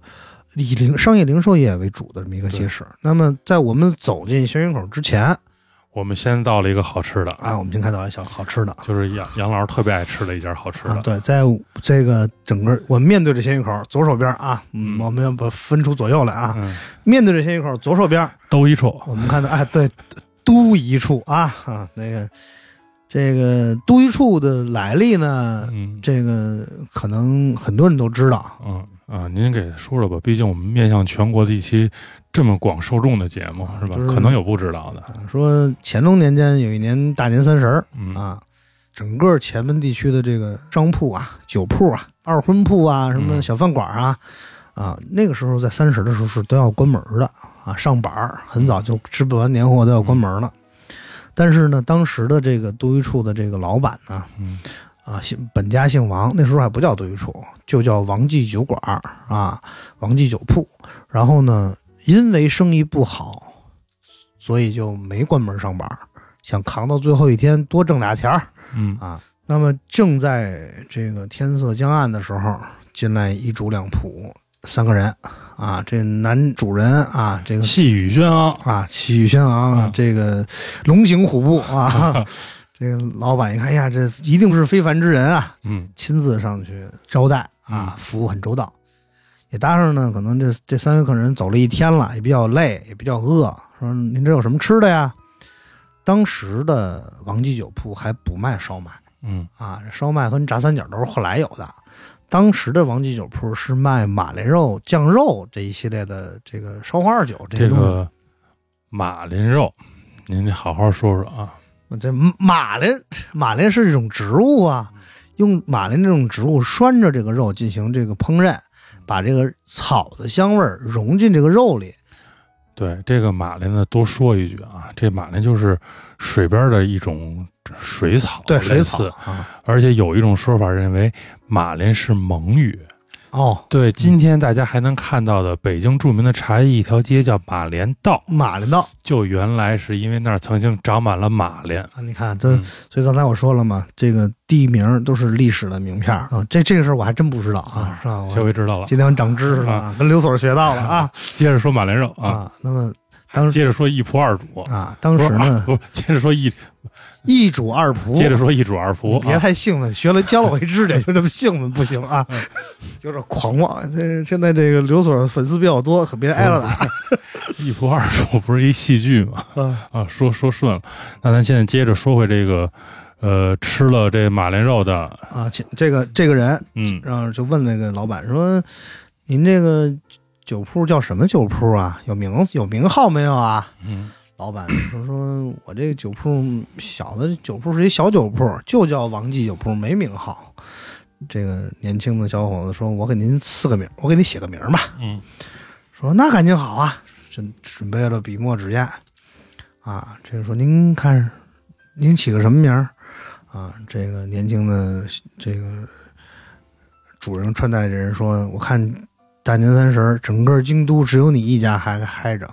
Speaker 2: 以零商业零售业为主的这么一个街市。那么，在我们走进咸鱼口之
Speaker 3: 啊
Speaker 2: 前
Speaker 3: 我们先到了一个好吃的
Speaker 2: 啊，我们先看到一小好吃的。
Speaker 3: 就是杨杨老师特别爱吃的一家好吃的。
Speaker 2: 啊，对，在这个整个我们面对着咸鱼口左手边啊，嗯，
Speaker 3: 嗯
Speaker 2: 我们要把分出左右来啊，
Speaker 3: 嗯，
Speaker 2: 面对着咸鱼口左手边，
Speaker 3: 都一处。
Speaker 2: 我们看到哎，对，都一处啊啊，那个这个都一处的来历呢，
Speaker 3: 嗯
Speaker 2: 呃这个可能很多人都知道。
Speaker 3: 嗯啊，您给说说吧，毕竟我们面向全国的一期这么广受众的节目
Speaker 2: 啊
Speaker 3: 是吧
Speaker 2: 就？是
Speaker 3: 可能有不知道的。
Speaker 2: 啊，说乾隆年间有一年大年三十儿
Speaker 3: 嗯
Speaker 2: 啊，整个前门地区的这个商铺啊、酒铺啊、二婚铺啊、什么
Speaker 3: 嗯
Speaker 2: 小饭馆啊，啊，那个时候在三十的时候是都要关门的啊，上板儿很早
Speaker 3: 嗯
Speaker 2: 就吃不完年货都要关门了。但是呢，当时的这个都一处的这个老板呢，
Speaker 3: 嗯
Speaker 2: 啊，姓本家姓王，那时候还不叫德育处，就叫王记酒馆儿啊，王记酒铺。然后呢，因为生意不好，所以就没关门上班儿，想扛到最后一天多挣俩钱儿
Speaker 3: 嗯
Speaker 2: 啊。那么正在这个天色将暗的时候，进来一主两仆三个人啊，这男主人啊，这个
Speaker 3: 细雨轩昂，
Speaker 2: 啊，气宇轩昂，
Speaker 3: 嗯
Speaker 2: 这个龙行虎步啊。这个老板一看，哎呀，这一定是非凡之人啊！
Speaker 3: 嗯
Speaker 2: 亲自上去招待啊
Speaker 3: 嗯，
Speaker 2: 服务很周到。也搭上呢，可能这这三位客人走了一天了，也比较累，也比较饿，说您这有什么吃的呀？当时的王记酒铺还不卖烧麦
Speaker 3: 嗯
Speaker 2: 啊，这烧麦和炸三角都是后来有的。当时的王记酒铺是卖马连肉、酱肉这一系列的这个烧花二酒这些
Speaker 3: 这
Speaker 2: 东西。
Speaker 3: 个马林肉，您得好好说说啊。
Speaker 2: 这马铃，马铃是一种植物啊，用马铃这种植物拴着这个肉进行这个烹饪，把这个草的香味儿融进这个肉里。
Speaker 3: 哦对这个马林呢，多说一句啊，这马林就是水边的一种水草，
Speaker 2: 对，
Speaker 3: 类
Speaker 2: 水草
Speaker 3: 似
Speaker 2: 啊，
Speaker 3: 而且有一种说法认为马林是蒙语，
Speaker 2: 哦，
Speaker 3: 对，今天大家还能看到的北京著名的茶叶一条街叫马连道，
Speaker 2: 马连道
Speaker 3: 就原来是因为那儿曾经长满了马连。
Speaker 2: 啊，你看这，
Speaker 3: 嗯，
Speaker 2: 所以刚才我说了嘛，这个地名都是历史的名片儿啊，这这个事儿我还真不知道啊，是吧？
Speaker 3: 嗯小
Speaker 2: 我
Speaker 3: 伟嗯知道了。
Speaker 2: 今天长知识了啊，跟刘所学到了啊
Speaker 3: 接着说马连肉啊，
Speaker 2: 啊。那么当时
Speaker 3: 接着说一仆二主，
Speaker 2: 啊，当时
Speaker 3: 不是啊
Speaker 2: 呢，
Speaker 3: 不是接嗯着说一，
Speaker 2: 一主二仆，
Speaker 3: 接着说一主二
Speaker 2: 你
Speaker 3: 仆
Speaker 2: 别
Speaker 3: 啊。
Speaker 2: 太兴奋，学了教了我一知识点，就这么兴奋不行啊，有点狂妄。这现在这个刘所粉丝比较多，可别挨了打。
Speaker 3: 一仆 二主不是一戏剧吗？
Speaker 2: 啊
Speaker 3: 啊，说说顺了。那咱现在接着说回这个，呃，吃了这马连肉的，
Speaker 2: 啊，请这个这个人，
Speaker 3: 嗯，
Speaker 2: 然后就问那个老板说：“您这个酒铺叫什么酒铺啊？有名有名号没有啊？”
Speaker 3: 嗯，
Speaker 2: 老板说：“说我这个酒铺小的酒铺是一小酒铺，就叫王记酒铺，没名号。”这个年轻的小伙子说：“我给您赐个名，我给你写个名吧。”
Speaker 3: 嗯，
Speaker 2: 说那赶紧好啊，准准备了笔墨纸砚，啊，这个说您看，您起个什么名儿啊？这个年轻的这个主人穿戴的人说，我看大年三十儿整个京都只有你一家还开着，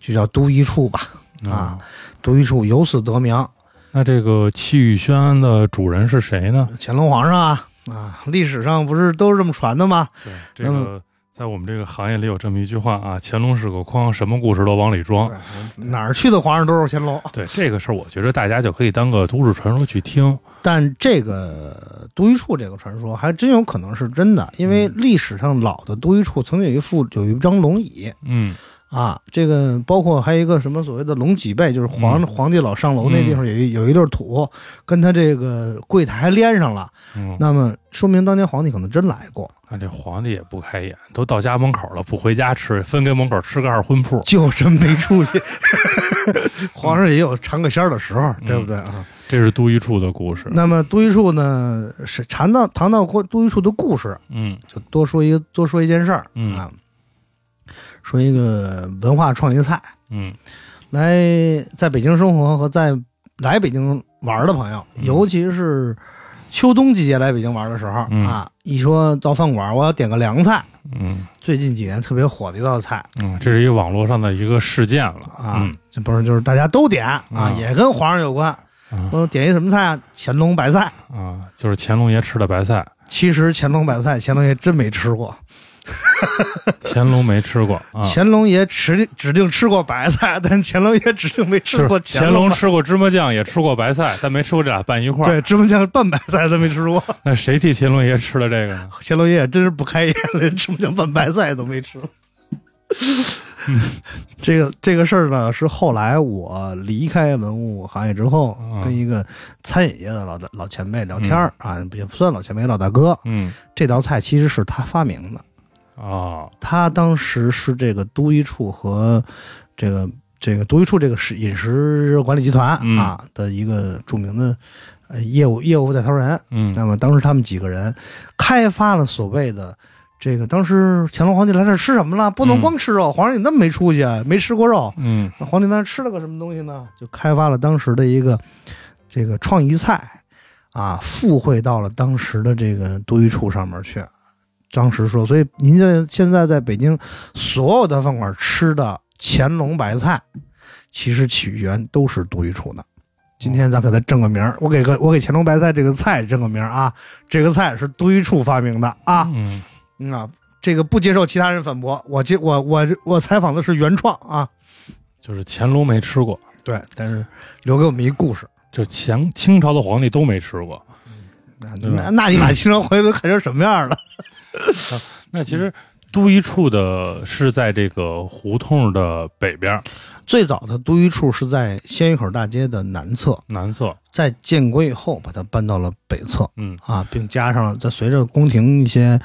Speaker 2: 就叫都一处吧，啊，都一处由此得名，
Speaker 3: 那这个气宇轩安的主人是谁呢？
Speaker 2: 乾隆皇上啊啊，历史上不是都是这么传的吗？
Speaker 3: 对，这
Speaker 2: 那
Speaker 3: 个
Speaker 2: 么
Speaker 3: 在我们这个行业里有这么一句话啊：乾隆是个筐，什么故事都往里装。
Speaker 2: 哪儿去的皇上都是乾隆。
Speaker 3: 对这个事儿，我觉得大家就可以当个都市传说去听。
Speaker 2: 但这个都一处这个传说还真有可能是真的，因
Speaker 3: 嗯
Speaker 2: 为历史上老的都一处曾有一副有一张龙椅
Speaker 3: 嗯，
Speaker 2: 啊，这个包括还有一个什么所谓的龙脊背，就是皇、
Speaker 3: 嗯
Speaker 2: 皇帝老上楼那地方有一有一段土，跟他这个柜台连上了，
Speaker 3: 嗯，
Speaker 2: 那么说明当年皇帝可能真来过，
Speaker 3: 那这皇帝也不开眼，都到家门口了，不回家吃，分给门口吃个二荤铺。
Speaker 2: 就是没出 去。皇上也有尝个鲜儿的时候，对不对啊？
Speaker 3: 这嗯是都一处的故事。
Speaker 2: 那么都一处呢，是谈到谈到过都一处的故事，
Speaker 3: 嗯
Speaker 2: 就多说一个多说一件事儿
Speaker 3: 嗯
Speaker 2: 啊，说一个文化创新菜。
Speaker 3: 嗯
Speaker 2: 来，在北京生活和在来北京玩的朋友，
Speaker 3: 嗯
Speaker 2: 尤其是秋冬季节来北京玩的时候、
Speaker 3: 嗯
Speaker 2: 啊，一说到饭馆，我要点个凉菜。
Speaker 3: 嗯
Speaker 2: 最近几年特别火的一道菜
Speaker 3: 嗯，这是一个网络上的一个事件了
Speaker 2: 啊，
Speaker 3: 嗯
Speaker 2: 这不是就是大家都点啊，
Speaker 3: 啊
Speaker 2: 也跟皇上有关。
Speaker 3: 啊
Speaker 2: 我点一什么菜啊？乾隆白菜。
Speaker 3: 啊，就是乾隆爷吃的白菜，
Speaker 2: 其实乾隆白菜，乾隆爷真没吃过。
Speaker 3: 乾隆没吃过 啊。
Speaker 2: 乾隆爷指定指定吃过白菜，但乾隆爷指定没吃
Speaker 3: 就
Speaker 2: 过
Speaker 3: 是乾隆
Speaker 2: 白菜
Speaker 3: 吃过芝麻酱，也吃过白菜，但没吃过这俩拌一块儿。
Speaker 2: 对，芝麻酱拌白菜都没吃 过，
Speaker 3: 那 谁替乾隆爷吃了这个 呢？
Speaker 2: 乾隆爷也真是不开眼，连芝麻酱拌白菜都没吃。嗯这个这个事儿呢，是后来我离开文物行业之后
Speaker 3: 啊，
Speaker 2: 跟一个餐饮业的老大老前辈聊天儿、啊，也不算老前辈，老大哥。
Speaker 3: 嗯
Speaker 2: 这道菜其实是他发明的，
Speaker 3: 啊
Speaker 2: 他当时是这个都一处和这个这个都一处这个食饮食管理集团啊、的一个著名的呃业务业务负责头人，
Speaker 3: 嗯
Speaker 2: 那么当时他们几个人开发了所谓的这个，当时乾隆皇帝来这儿吃什么了？不能光吃肉，皇上你那么没出息，啊，没吃过肉，
Speaker 3: 嗯
Speaker 2: 那皇帝在那儿吃了个什么东西呢？就开发了当时的一个这个创意菜啊，附会到了当时的这个都御处上面去。当时说，所以您在现在在北京所有的饭馆吃的乾隆白菜，其实起源都是都御处的。今天咱给它正个名儿，我给个我给乾隆白菜这个菜正个名儿啊，这个菜是都御处发明的啊。
Speaker 3: 嗯
Speaker 2: 嗯啊，这个不接受其他人反驳，我接我我我采访的是原创啊。
Speaker 3: 就是乾隆没吃过，
Speaker 2: 对，但是留给我们一故事。
Speaker 3: 就前清朝的皇帝都没吃过。
Speaker 2: 那
Speaker 3: 对吧
Speaker 2: 那那你把清朝回头看成什么样了？
Speaker 3: 那其
Speaker 2: 嗯
Speaker 3: 实都一处的是在这个胡同的北边儿
Speaker 2: 最早的都一处是在鲜鱼口大街的南侧，
Speaker 3: 南侧，
Speaker 2: 在建国以后把它搬到了北侧
Speaker 3: 嗯
Speaker 2: 啊，并加上了在随着宫廷一些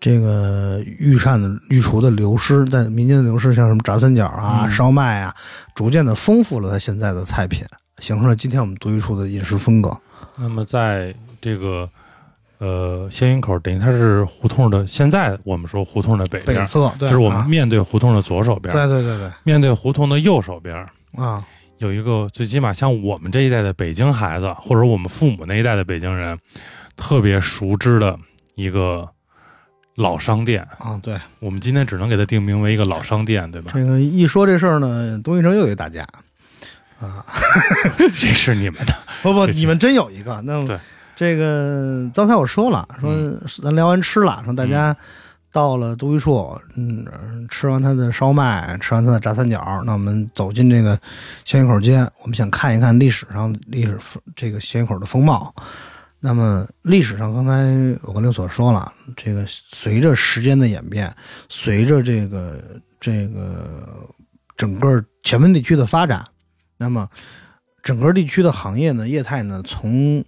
Speaker 2: 这个御膳的御厨的流失，在民间的流失，像什么炸三角啊、
Speaker 3: 嗯
Speaker 2: 烧麦啊，逐渐的丰富了它现在的菜品，形成了今天我们都一处的饮食风格。
Speaker 3: 那么在这个呃仙云口，等于它是胡同的，现在我们说胡同的北
Speaker 2: 北
Speaker 3: 边儿，
Speaker 2: 侧，对，
Speaker 3: 就是我们
Speaker 2: 啊
Speaker 3: 面对胡同的左手边
Speaker 2: 对
Speaker 3: 儿，
Speaker 2: 对对对
Speaker 3: 面对胡同的右手边儿
Speaker 2: 啊，
Speaker 3: 有一个，最起码像我们这一代的北京孩子，或者我们父母那一代的北京人，特别熟知的一个老商店，
Speaker 2: 啊，对，
Speaker 3: 我们今天只能给它定名为一个老商店， 对吧？
Speaker 2: 这个一说这事儿呢，东一城又得打架啊，
Speaker 3: 这 是你们的，
Speaker 2: 不不，
Speaker 3: 这是
Speaker 2: 你们真有一个，那
Speaker 3: 对
Speaker 2: 这个刚才我说了，说咱聊完吃了，说大家到了都一处，嗯，吃完他的烧麦，吃完他的炸三角，那我们走进这个小营口街，我们想看一看历史上历史这个小营口的风貌。那么历史上，刚才我跟刘所说了，这个随着时间的演变，随着这个这个整个前门地区的发展，那么整个地区的行业呢、业态呢，从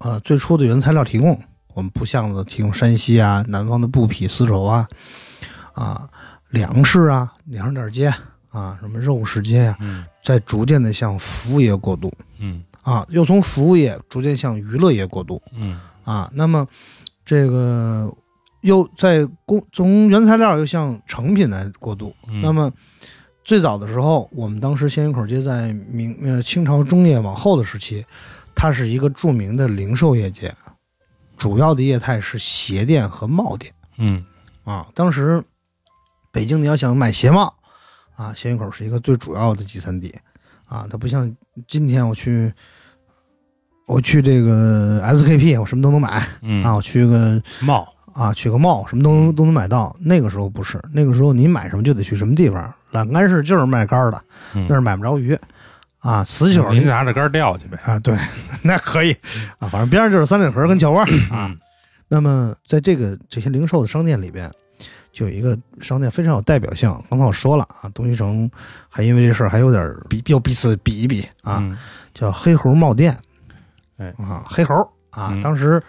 Speaker 2: 呃最初的原材料提供，我们不像的提供山西啊、南方的布匹、丝绸啊、啊粮食啊、粮食店街啊、什么肉市街啊，
Speaker 3: 嗯
Speaker 2: 在逐渐的向服务业过渡
Speaker 3: 嗯
Speaker 2: 啊，又从服务业逐渐向娱乐业过渡
Speaker 3: 嗯
Speaker 2: 啊。那么这个又在工从原材料又向成品来过渡，
Speaker 3: 嗯，
Speaker 2: 那么最早的时候，我们当时仙人口街在明呃清朝中叶往后的时期，它是一个著名的零售业界，主要的业态是鞋店和帽店
Speaker 3: 嗯
Speaker 2: 啊。当时北京你要想买鞋帽啊，仙人口是一个最主要的集散地啊，它不像今天我去。我去这个 SKP，我什么都能买
Speaker 3: 嗯
Speaker 2: 啊！我去个
Speaker 3: 帽，
Speaker 2: 啊，去个 mall 什么都
Speaker 3: 嗯
Speaker 2: 能都能买到。那个时候不是，那个时候你买什么就得去什么地方。栏杆市就是卖杆儿的，
Speaker 3: 嗯
Speaker 2: 那儿买不着鱼啊。死角
Speaker 3: 您拿着杆儿钓去呗，
Speaker 2: 啊，对， 那可以啊，反正边上就是三里河跟桥湾儿啊。
Speaker 3: 嗯
Speaker 2: 那么在这个这些零售的商店里边，就有一个商店非常有代表性。刚才我说了啊，东西城还因为这事儿还有点儿比要彼此比一比啊。，
Speaker 3: 嗯
Speaker 2: 叫黑猴帽店，
Speaker 3: 哎
Speaker 2: 啊，黑猴啊，
Speaker 3: 嗯
Speaker 2: 当时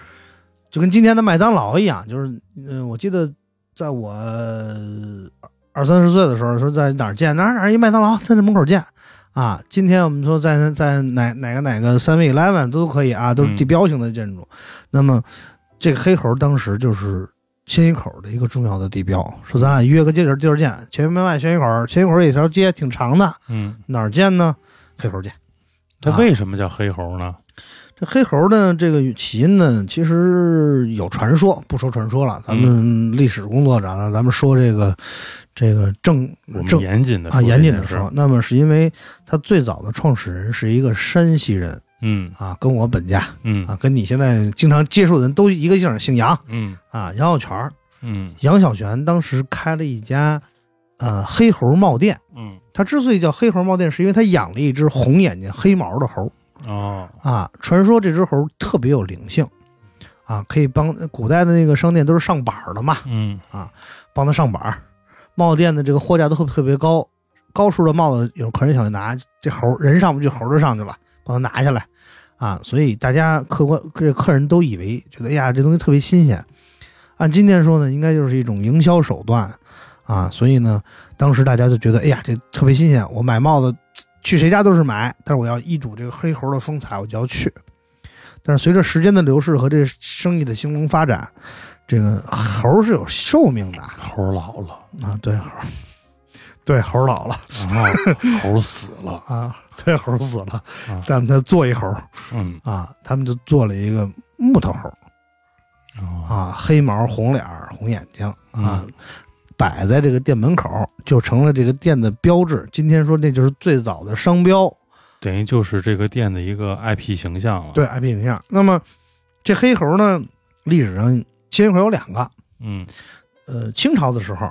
Speaker 2: 就跟今天的麦当劳一样，就是嗯、呃我记得在我呃二三十岁的时候，说在哪儿见哪儿哪儿一麦当劳，在这门口见啊。今天我们说在在哪哪个哪个三 e eleven 都可以啊，都是
Speaker 3: 嗯
Speaker 2: 地标性的建筑。那么这个黑猴当时就是。千禧口的一个重要的地标，说咱俩约个地儿地儿见，前门外千禧口，千禧口有一条街挺长的，
Speaker 3: 嗯，
Speaker 2: 哪儿见呢？黑猴见。
Speaker 3: 它
Speaker 2: 啊
Speaker 3: 为什么叫黑猴呢？
Speaker 2: 这黑猴呢，这个起因呢，其实有传说，不说传说了，咱
Speaker 3: 嗯
Speaker 2: 们历史工作者呢，咱们说这个这个正
Speaker 3: 我们
Speaker 2: 正
Speaker 3: 严谨的
Speaker 2: 啊严谨的
Speaker 3: 说
Speaker 2: 说，，那么是因为他最早的创始人是一个山西人
Speaker 3: 嗯
Speaker 2: 啊，跟我本家
Speaker 3: 嗯
Speaker 2: 啊，跟你现在经常接触的人都一个姓儿，姓杨
Speaker 3: 嗯
Speaker 2: 啊，杨小泉儿，
Speaker 3: 嗯
Speaker 2: 杨小泉当时开了一家呃黑猴帽店，
Speaker 3: 嗯，
Speaker 2: 他之所以叫黑猴帽店，是因为他养了一只红眼睛黑毛的猴。
Speaker 3: 哦，
Speaker 2: 啊，传说这只猴特别有灵性，啊，可以帮古代的那个商店都是上板儿的嘛，
Speaker 3: 嗯
Speaker 2: 帮他上板儿。帽店的这个货架都特特别高，高数的帽子有客人想去拿，这猴人上不去，猴就上去了，帮他拿下来，啊，所以大家客观这客人都以为觉得哎呀这东西特别新鲜，按今天说呢，应该就是一种营销手段，啊，所以呢，当时大家就觉得哎呀这特别新鲜，我买帽子去谁家都是买，但是我要一睹这个黑猴的风采，我就要去。但是随着时间的流逝和这生意的兴隆发展，这个猴是有寿命的，
Speaker 3: 猴儿老了，
Speaker 2: 啊，对猴儿，对猴儿老了
Speaker 3: 然后猴儿死了，
Speaker 2: 啊，对猴儿死了
Speaker 3: 啊，
Speaker 2: 咱们就做一猴儿
Speaker 3: 嗯
Speaker 2: 啊，他们就做了一个木头猴儿
Speaker 3: 哦
Speaker 2: 啊，黑毛红脸儿红眼睛啊
Speaker 3: 嗯，
Speaker 2: 摆在这个店门口儿就成了这个店的标志。今天说这就是最早的商标，
Speaker 3: 等于就是这个店的一个 IP 形象了，
Speaker 2: 对 IP 形象。那么这黑猴儿呢，历史上其实会有两个，
Speaker 3: 嗯
Speaker 2: 呃，清朝的时候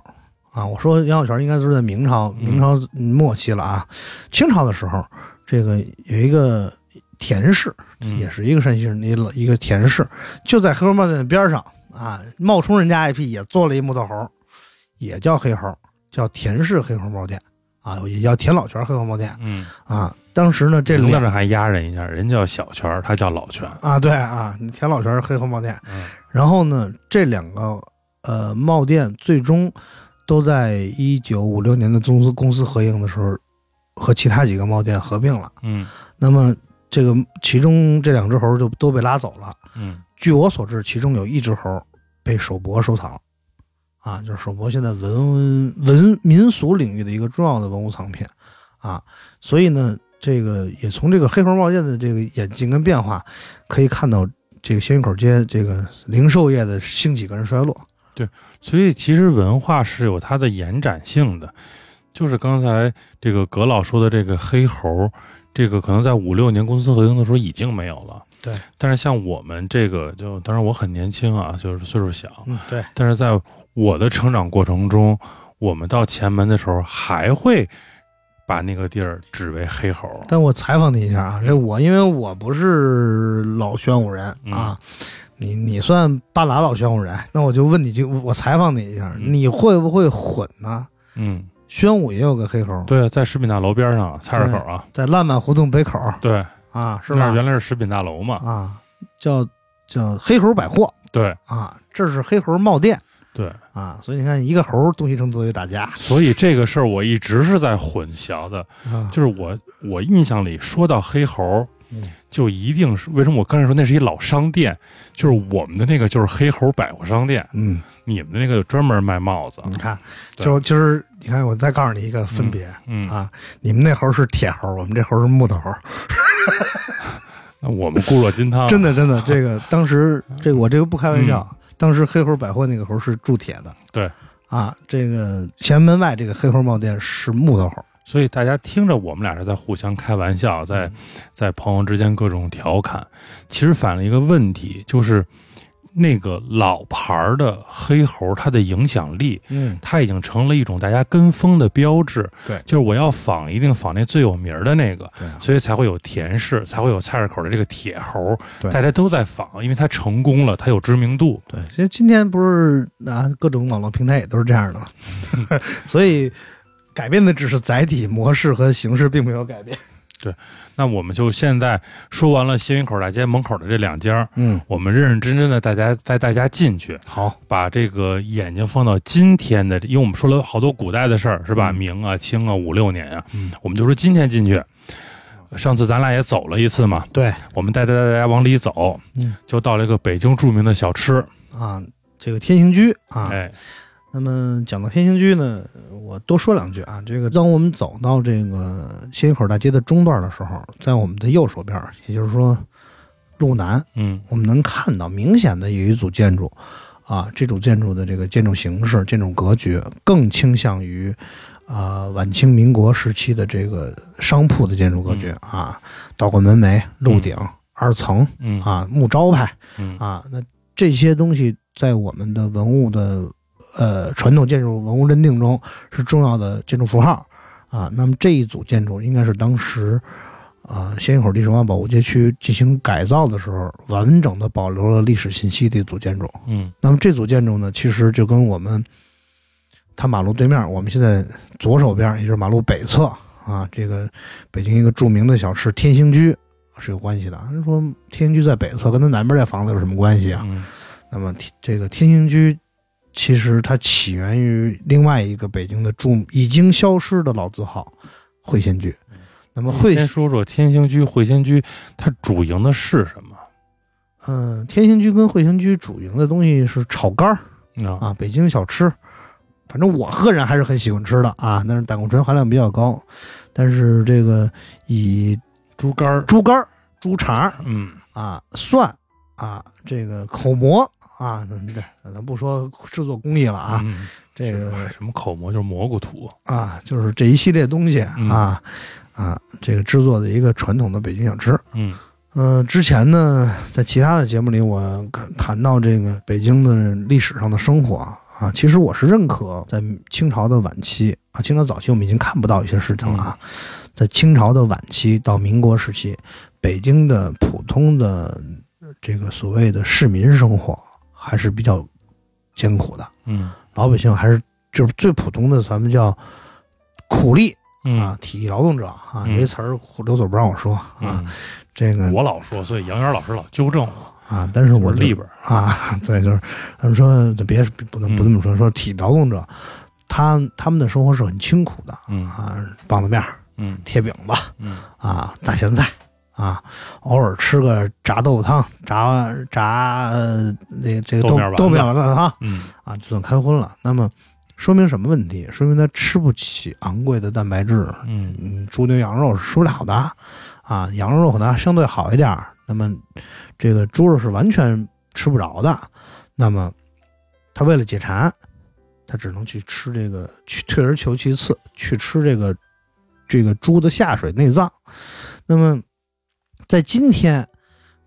Speaker 2: 啊，我说杨小泉应该是在明朝，
Speaker 3: 嗯
Speaker 2: 明朝末期了啊。清朝的时候，这个有一个田氏，
Speaker 3: 嗯
Speaker 2: 也是一个山西人的一个一个田氏，就在黑猴帽店的边上啊，冒充人家 IP 也做了一木头猴，也叫黑猴，叫田氏黑猴帽店啊，也叫田老泉黑猴帽店
Speaker 3: 嗯，
Speaker 2: 啊。当时呢，这
Speaker 3: 名字
Speaker 2: 两
Speaker 3: 上还压人一下，人叫小泉儿，他叫老泉，
Speaker 2: 啊，对啊，田老泉黑猴帽店。
Speaker 3: 嗯
Speaker 2: 然后呢，这两个呃帽店最终都在一九五六年的公司公司合营的时候，和其他几个帽店合并了。
Speaker 3: 嗯
Speaker 2: 那么这个其中这两只猴就都被拉走了。
Speaker 3: 嗯
Speaker 2: 据我所知，其中有一只猴被首博收藏，啊，就是首博现在文文民俗领域的一个重要的文物藏品，啊，所以呢，这个也从这个黑猴帽店的这个演进跟变化，可以看到这个仙人口街这个零售业的兴起跟衰落，
Speaker 3: 所以其实文化是有它的延展性的，就是刚才这个葛老说的这个黑猴，这个可能在五六年公私合营的时候已经没有了。
Speaker 2: 对，
Speaker 3: 但是像我们这个，就当然我很年轻啊，就是岁数小，
Speaker 2: 嗯，对，
Speaker 3: 但是在我的成长过程中，我们到前门的时候还会把那个地儿指为黑猴。
Speaker 2: 但我采访你一下啊，这我因为我不是老宣武人啊，你你算半拉老宣武人，那我就问你就我采访你一下，
Speaker 3: 嗯
Speaker 2: 你会不会混呢？
Speaker 3: 嗯，
Speaker 2: 宣武也有个黑猴，
Speaker 3: 对，啊在食品大楼边上，菜市口啊，
Speaker 2: 在烂漫胡同北口
Speaker 3: 对，
Speaker 2: 啊，是
Speaker 3: 那
Speaker 2: 吧
Speaker 3: 儿？原来是食品大楼嘛，
Speaker 2: 啊，叫叫黑猴百货
Speaker 3: 对
Speaker 2: 啊，这是黑猴帽店
Speaker 3: 对，
Speaker 2: 啊，所以你看一个猴东西城左右打架
Speaker 3: 所以这个事儿我一直是在混淆的，
Speaker 2: 啊，
Speaker 3: 就是我我印象里说到黑猴
Speaker 2: 嗯。
Speaker 3: 就一定是为什么我刚才说那是一老商店，就是我们的那个就是黑猴百货商店，
Speaker 2: 嗯，
Speaker 3: 你们的那个专门卖帽子，
Speaker 2: 你看，
Speaker 3: 对
Speaker 2: 就就是你看，我再告诉你一个分别。
Speaker 3: 嗯，
Speaker 2: 啊，你们那猴是铁猴，我们这猴是木头猴。
Speaker 3: 那我们固若金汤，
Speaker 2: 真的真 的，这个当时这个我这个不开玩笑，当时黑猴百货那个猴是铸铁的，
Speaker 3: 嗯对
Speaker 2: 啊，这个前门外这个黑猴帽店是木头猴，
Speaker 3: 所以大家听着，我们俩是在互相开玩笑，
Speaker 2: 嗯
Speaker 3: 在在朋友之间各种调侃。其实反映一个问题，就是那个老牌儿的黑猴，它的影响力，
Speaker 2: 嗯，
Speaker 3: 它已经成了一种大家跟风的标志。
Speaker 2: 对
Speaker 3: 就是我要仿，一定仿那最有名儿的那个，
Speaker 2: 对啊
Speaker 3: 所以才会有田氏，才会有菜市口的这个铁猴，
Speaker 2: 对
Speaker 3: 大家都在仿，因为它成功了，它有知名度。
Speaker 2: 对，其实今天不是啊，各种网络平台也都是这样 的嘛，所以改变的只是载体模式和形式，并没有改变。
Speaker 3: 那我们就现在说完了新云口大街门口的这两家儿，
Speaker 2: 嗯，
Speaker 3: 我们认认真真的大家带大家进去。
Speaker 2: 好，
Speaker 3: 把这个眼睛放到今天的，因为我们说了好多古代的事儿，是吧？
Speaker 2: 嗯
Speaker 3: 明啊、清啊、五六年啊，
Speaker 2: 嗯
Speaker 3: 我们就说今天进去。上次咱俩也走了一次嘛，
Speaker 2: 对
Speaker 3: 我们带着大家往里走，
Speaker 2: 嗯
Speaker 3: 就到了一个北京著名的小吃，
Speaker 2: 啊，这个天行居啊，
Speaker 3: 哎，
Speaker 2: 那么讲到天兴居呢，我多说两句啊。这个当我们走到这个新街口大街的中段的时候，在我们的右手边，也就是说路南，
Speaker 3: 嗯
Speaker 2: 我们能看到明显的有一组建筑啊，这组建筑的这个建筑形式、建筑格局更倾向于呃晚清民国时期的这个商铺的建筑格局、啊，倒挂门楣、露顶、二层
Speaker 3: 嗯
Speaker 2: 啊、木招牌。
Speaker 3: 嗯
Speaker 2: 啊，那这些东西在我们的文物的呃传统建筑文物认定中是重要的建筑符号啊。那么这一组建筑应该是当时啊仙峪口历史文化保护街区进行改造的时候完整的保留了历史信息的一组建筑。
Speaker 3: 嗯
Speaker 2: 那么这组建筑呢，其实就跟我们它马路对面，我们现在左手边，也就是马路北侧啊，这个北京一个著名的小吃天兴居是有关系的。人说天兴居在北侧，跟它南边这房子有什么关系啊？
Speaker 3: 嗯
Speaker 2: 那么天这个天兴居，其实它起源于另外一个北京的著已经消失的老字号汇贤居。那么汇
Speaker 3: 先说说嗯天兴居、会仙居，它主营的是什么？
Speaker 2: 嗯、天兴居跟汇贤居主营的东西是炒肝儿
Speaker 3: 啊，
Speaker 2: 啊，北京小吃。反正我个人还是很喜欢吃的啊，但是胆固醇含量比较高。但是这个以
Speaker 3: 猪肝儿，
Speaker 2: 猪肝儿、猪肠儿
Speaker 3: 嗯，
Speaker 2: 啊、蒜啊、这个口蘑啊，咱咱咱不说制作工艺了啊，
Speaker 3: 嗯，
Speaker 2: 这个
Speaker 3: 是什么口蘑就是蘑菇土，
Speaker 2: 啊，就是这一系列东西
Speaker 3: 嗯
Speaker 2: 啊、啊，这个制作的一个传统的北京小吃。
Speaker 3: 嗯
Speaker 2: 嗯、之前呢，在其他的节目里，我谈谈到这个北京的历史上的生活啊，其实我是认可，在清朝的晚期啊，清朝早期我们已经看不到一些事情了啊，
Speaker 3: 嗯
Speaker 2: 在清朝的晚期到民国时期，北京的普通的这个所谓的市民生活还是比较艰苦的，
Speaker 3: 嗯
Speaker 2: 老百姓还是就是最普通的，咱们叫苦力
Speaker 3: 嗯
Speaker 2: 啊，体力劳动者啊，
Speaker 3: 嗯
Speaker 2: 有一词儿刘总不让我说啊，
Speaker 3: 嗯，
Speaker 2: 这个
Speaker 3: 我老说，所以杨元老师老纠正我，
Speaker 2: 啊，但是我
Speaker 3: 我里边儿，
Speaker 2: 啊， 对，就是他们说别不能不这么
Speaker 3: 嗯
Speaker 2: 说，说体力劳动者，他他们的生活是很清苦的
Speaker 3: 嗯
Speaker 2: 啊，棒子面儿、
Speaker 3: 嗯
Speaker 2: 贴饼子
Speaker 3: 嗯
Speaker 2: 啊，大咸菜。啊，偶尔吃个炸豆腐汤、炸炸呃那这个豆
Speaker 3: 豆面丸子
Speaker 2: 豆面丸子汤，
Speaker 3: 嗯
Speaker 2: 啊，就算开荤了。那么说明什么问题？说明他吃不起昂贵的蛋白质，
Speaker 3: 嗯
Speaker 2: 嗯，猪牛羊肉是吃不了的，啊，羊肉可能相对好一点儿，那么这个猪肉是完全吃不着的。那么他为了解馋，他只能去吃这个，去退而求其次，去吃这个这个猪的下水内脏。那么，在今天，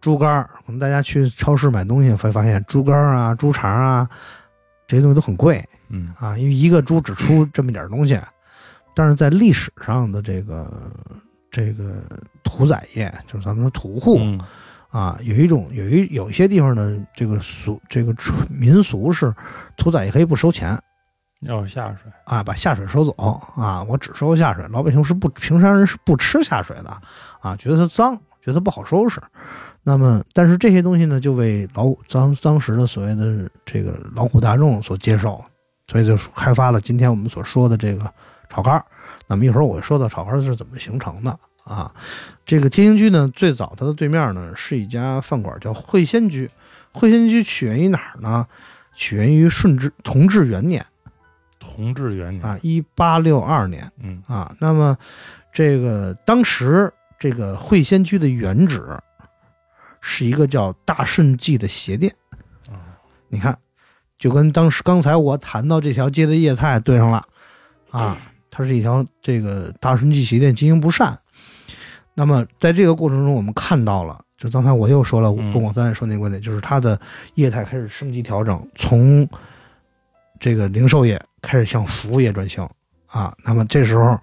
Speaker 2: 猪肝儿，可能大家去超市买东西会发现，猪肝儿啊、猪肠啊这些东西都很贵
Speaker 3: 嗯
Speaker 2: 啊，因为一个猪只出这么点儿东西。但是在历史上的这个这个屠宰业，就是咱们说屠户，
Speaker 3: 嗯
Speaker 2: 啊，有一种有一有一些地方的这个俗这个传民俗是屠宰也可以不收钱
Speaker 3: 要下水，
Speaker 2: 啊，把下水收走啊，我只收下水，老百姓是不平常人是不吃下水的啊，觉得它脏，觉得它不好收拾。那么，但是这些东西呢，就为老古当当时的所谓的这个劳苦大众所接受，所以就开发了今天我们所说的这个炒肝儿。那么一会儿我会说到炒肝儿是怎么形成的啊。这个天兴居呢，最早它的对面呢是一家饭馆叫会仙居，会仙居起源于哪儿呢？起源于顺治同治元年
Speaker 3: 同治元年，
Speaker 2: 啊，一八六二年。
Speaker 3: 嗯
Speaker 2: 啊。那么这个当时这个会仙居的原址是一个叫大顺记的鞋店，
Speaker 3: 啊
Speaker 2: 你看，就跟当时刚才我谈到这条街的业态对上了啊，它是一条这个大顺记鞋店经营不善。那么在这个过程中，我们看到了，就刚才我又说了，
Speaker 3: 嗯
Speaker 2: 跟我刚才说那个观点，就是它的业态开始升级调整，从这个零售业开始向服务业转型啊。那么这时候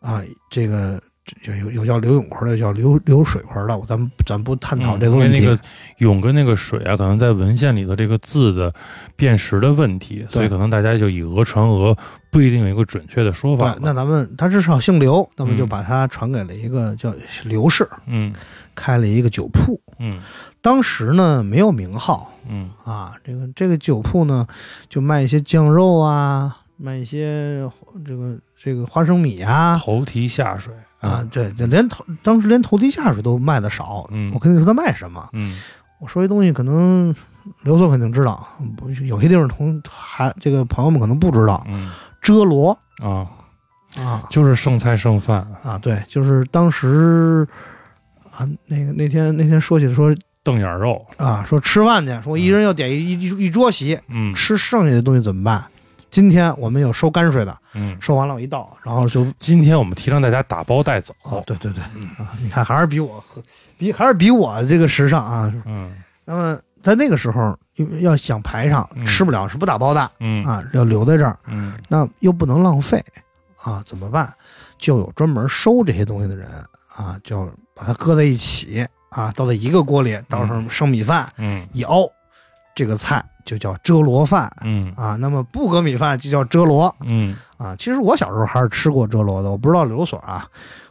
Speaker 2: 啊，这个有有有叫流泳盆的，有叫流流水盆的，我咱们咱不探讨这个
Speaker 3: 嗯因
Speaker 2: 问
Speaker 3: 为
Speaker 2: 题。
Speaker 3: 那个泳跟那个水啊，可能在文献里头这个字的辨识的问题，所以可能大家就以讹传讹，不一定有一个准确的说法
Speaker 2: 对
Speaker 3: 吧。，
Speaker 2: 那咱们他至少姓刘，那么
Speaker 3: 嗯
Speaker 2: 就把他传给了一个叫刘氏，
Speaker 3: 嗯
Speaker 2: 开了一个酒铺。
Speaker 3: 嗯
Speaker 2: 当时呢没有名号
Speaker 3: 嗯
Speaker 2: 啊，这个这个酒铺呢就卖一些酱肉啊，卖一些这个这个花生米啊
Speaker 3: 头蹄下水
Speaker 2: 啊，，对，就连头当时连头蹄下水都卖的少。
Speaker 3: 嗯
Speaker 2: 我跟你说他卖什么？
Speaker 3: 嗯
Speaker 2: 我说一东西可能刘总肯定知道，不有些地方同还这个朋友们可能不知道
Speaker 3: 嗯
Speaker 2: 遮罗
Speaker 3: 啊，
Speaker 2: 啊
Speaker 3: 就是剩菜剩饭，
Speaker 2: 啊，对，就是当时啊，那个那天那天说起来说
Speaker 3: 瞪眼肉，
Speaker 2: 啊，说吃饭去，说我一人要点一、一一一桌席，
Speaker 3: 嗯
Speaker 2: 吃剩下的东西怎么办？今天我们有收泔水的，
Speaker 3: 嗯。
Speaker 2: 收完了我一倒，然后就
Speaker 3: 今天我们提倡大家打包带走，
Speaker 2: 哦，对对对
Speaker 3: 嗯
Speaker 2: 啊，你看还是比我比还是比我这个时尚啊。
Speaker 3: 嗯
Speaker 2: 那么在那个时候，因为要想排场，
Speaker 3: 嗯
Speaker 2: 吃不了是不打包的
Speaker 3: 嗯
Speaker 2: 啊，要留在这儿，
Speaker 3: 嗯
Speaker 2: 那又不能浪费啊，怎么办？就有专门收这些东西的人啊，就把它搁在一起啊，倒在一个锅里，倒上生米饭
Speaker 3: 嗯
Speaker 2: 一熬，这个菜就叫遮罗饭
Speaker 3: 嗯
Speaker 2: 啊。那么不搁米饭就叫遮罗
Speaker 3: 嗯
Speaker 2: 啊。其实我小时候还是吃过遮罗的，我不知道留所啊。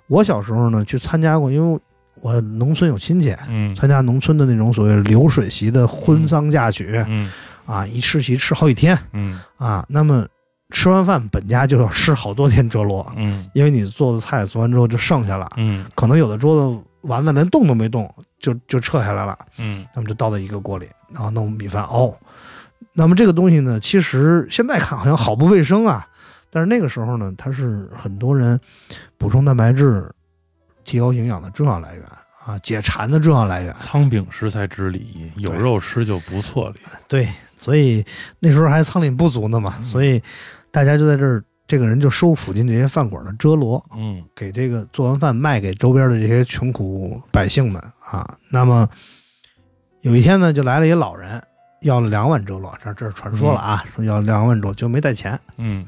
Speaker 2: 我小时候呢去参加过，因为我农村有亲戚，
Speaker 3: 嗯
Speaker 2: 参加农村的那种所谓流水席的婚丧嫁娶
Speaker 3: 嗯
Speaker 2: 啊，一吃席吃好几天。
Speaker 3: 嗯
Speaker 2: 啊，那么吃完饭本家就要吃好多天折罗，
Speaker 3: 嗯
Speaker 2: 因为你做的菜做完之后就剩下了，
Speaker 3: 嗯
Speaker 2: 可能有的桌子丸子连动都没动就就撤下来了，
Speaker 3: 嗯
Speaker 2: 那么就倒在一个锅里，然后弄米饭熬。那么这个东西呢，其实现在看好像好不卫生啊，但是那个时候呢，它是很多人补充蛋白质、提高营养的重要来源啊，解馋的重要来源。
Speaker 3: 仓廪实才知礼，有
Speaker 2: 对
Speaker 3: 肉吃就不错礼。
Speaker 2: 对，所以那时候还仓廪不足呢嘛，所以大家就在这儿，这个人就收附近这些饭馆的遮罗，
Speaker 3: 嗯
Speaker 2: 给这个做完饭卖给周边的这些穷苦百姓们啊。那么有一天呢，就来了一老人，要了两碗遮罗，这这是传说了啊，说要两碗遮罗就没带钱。
Speaker 3: 嗯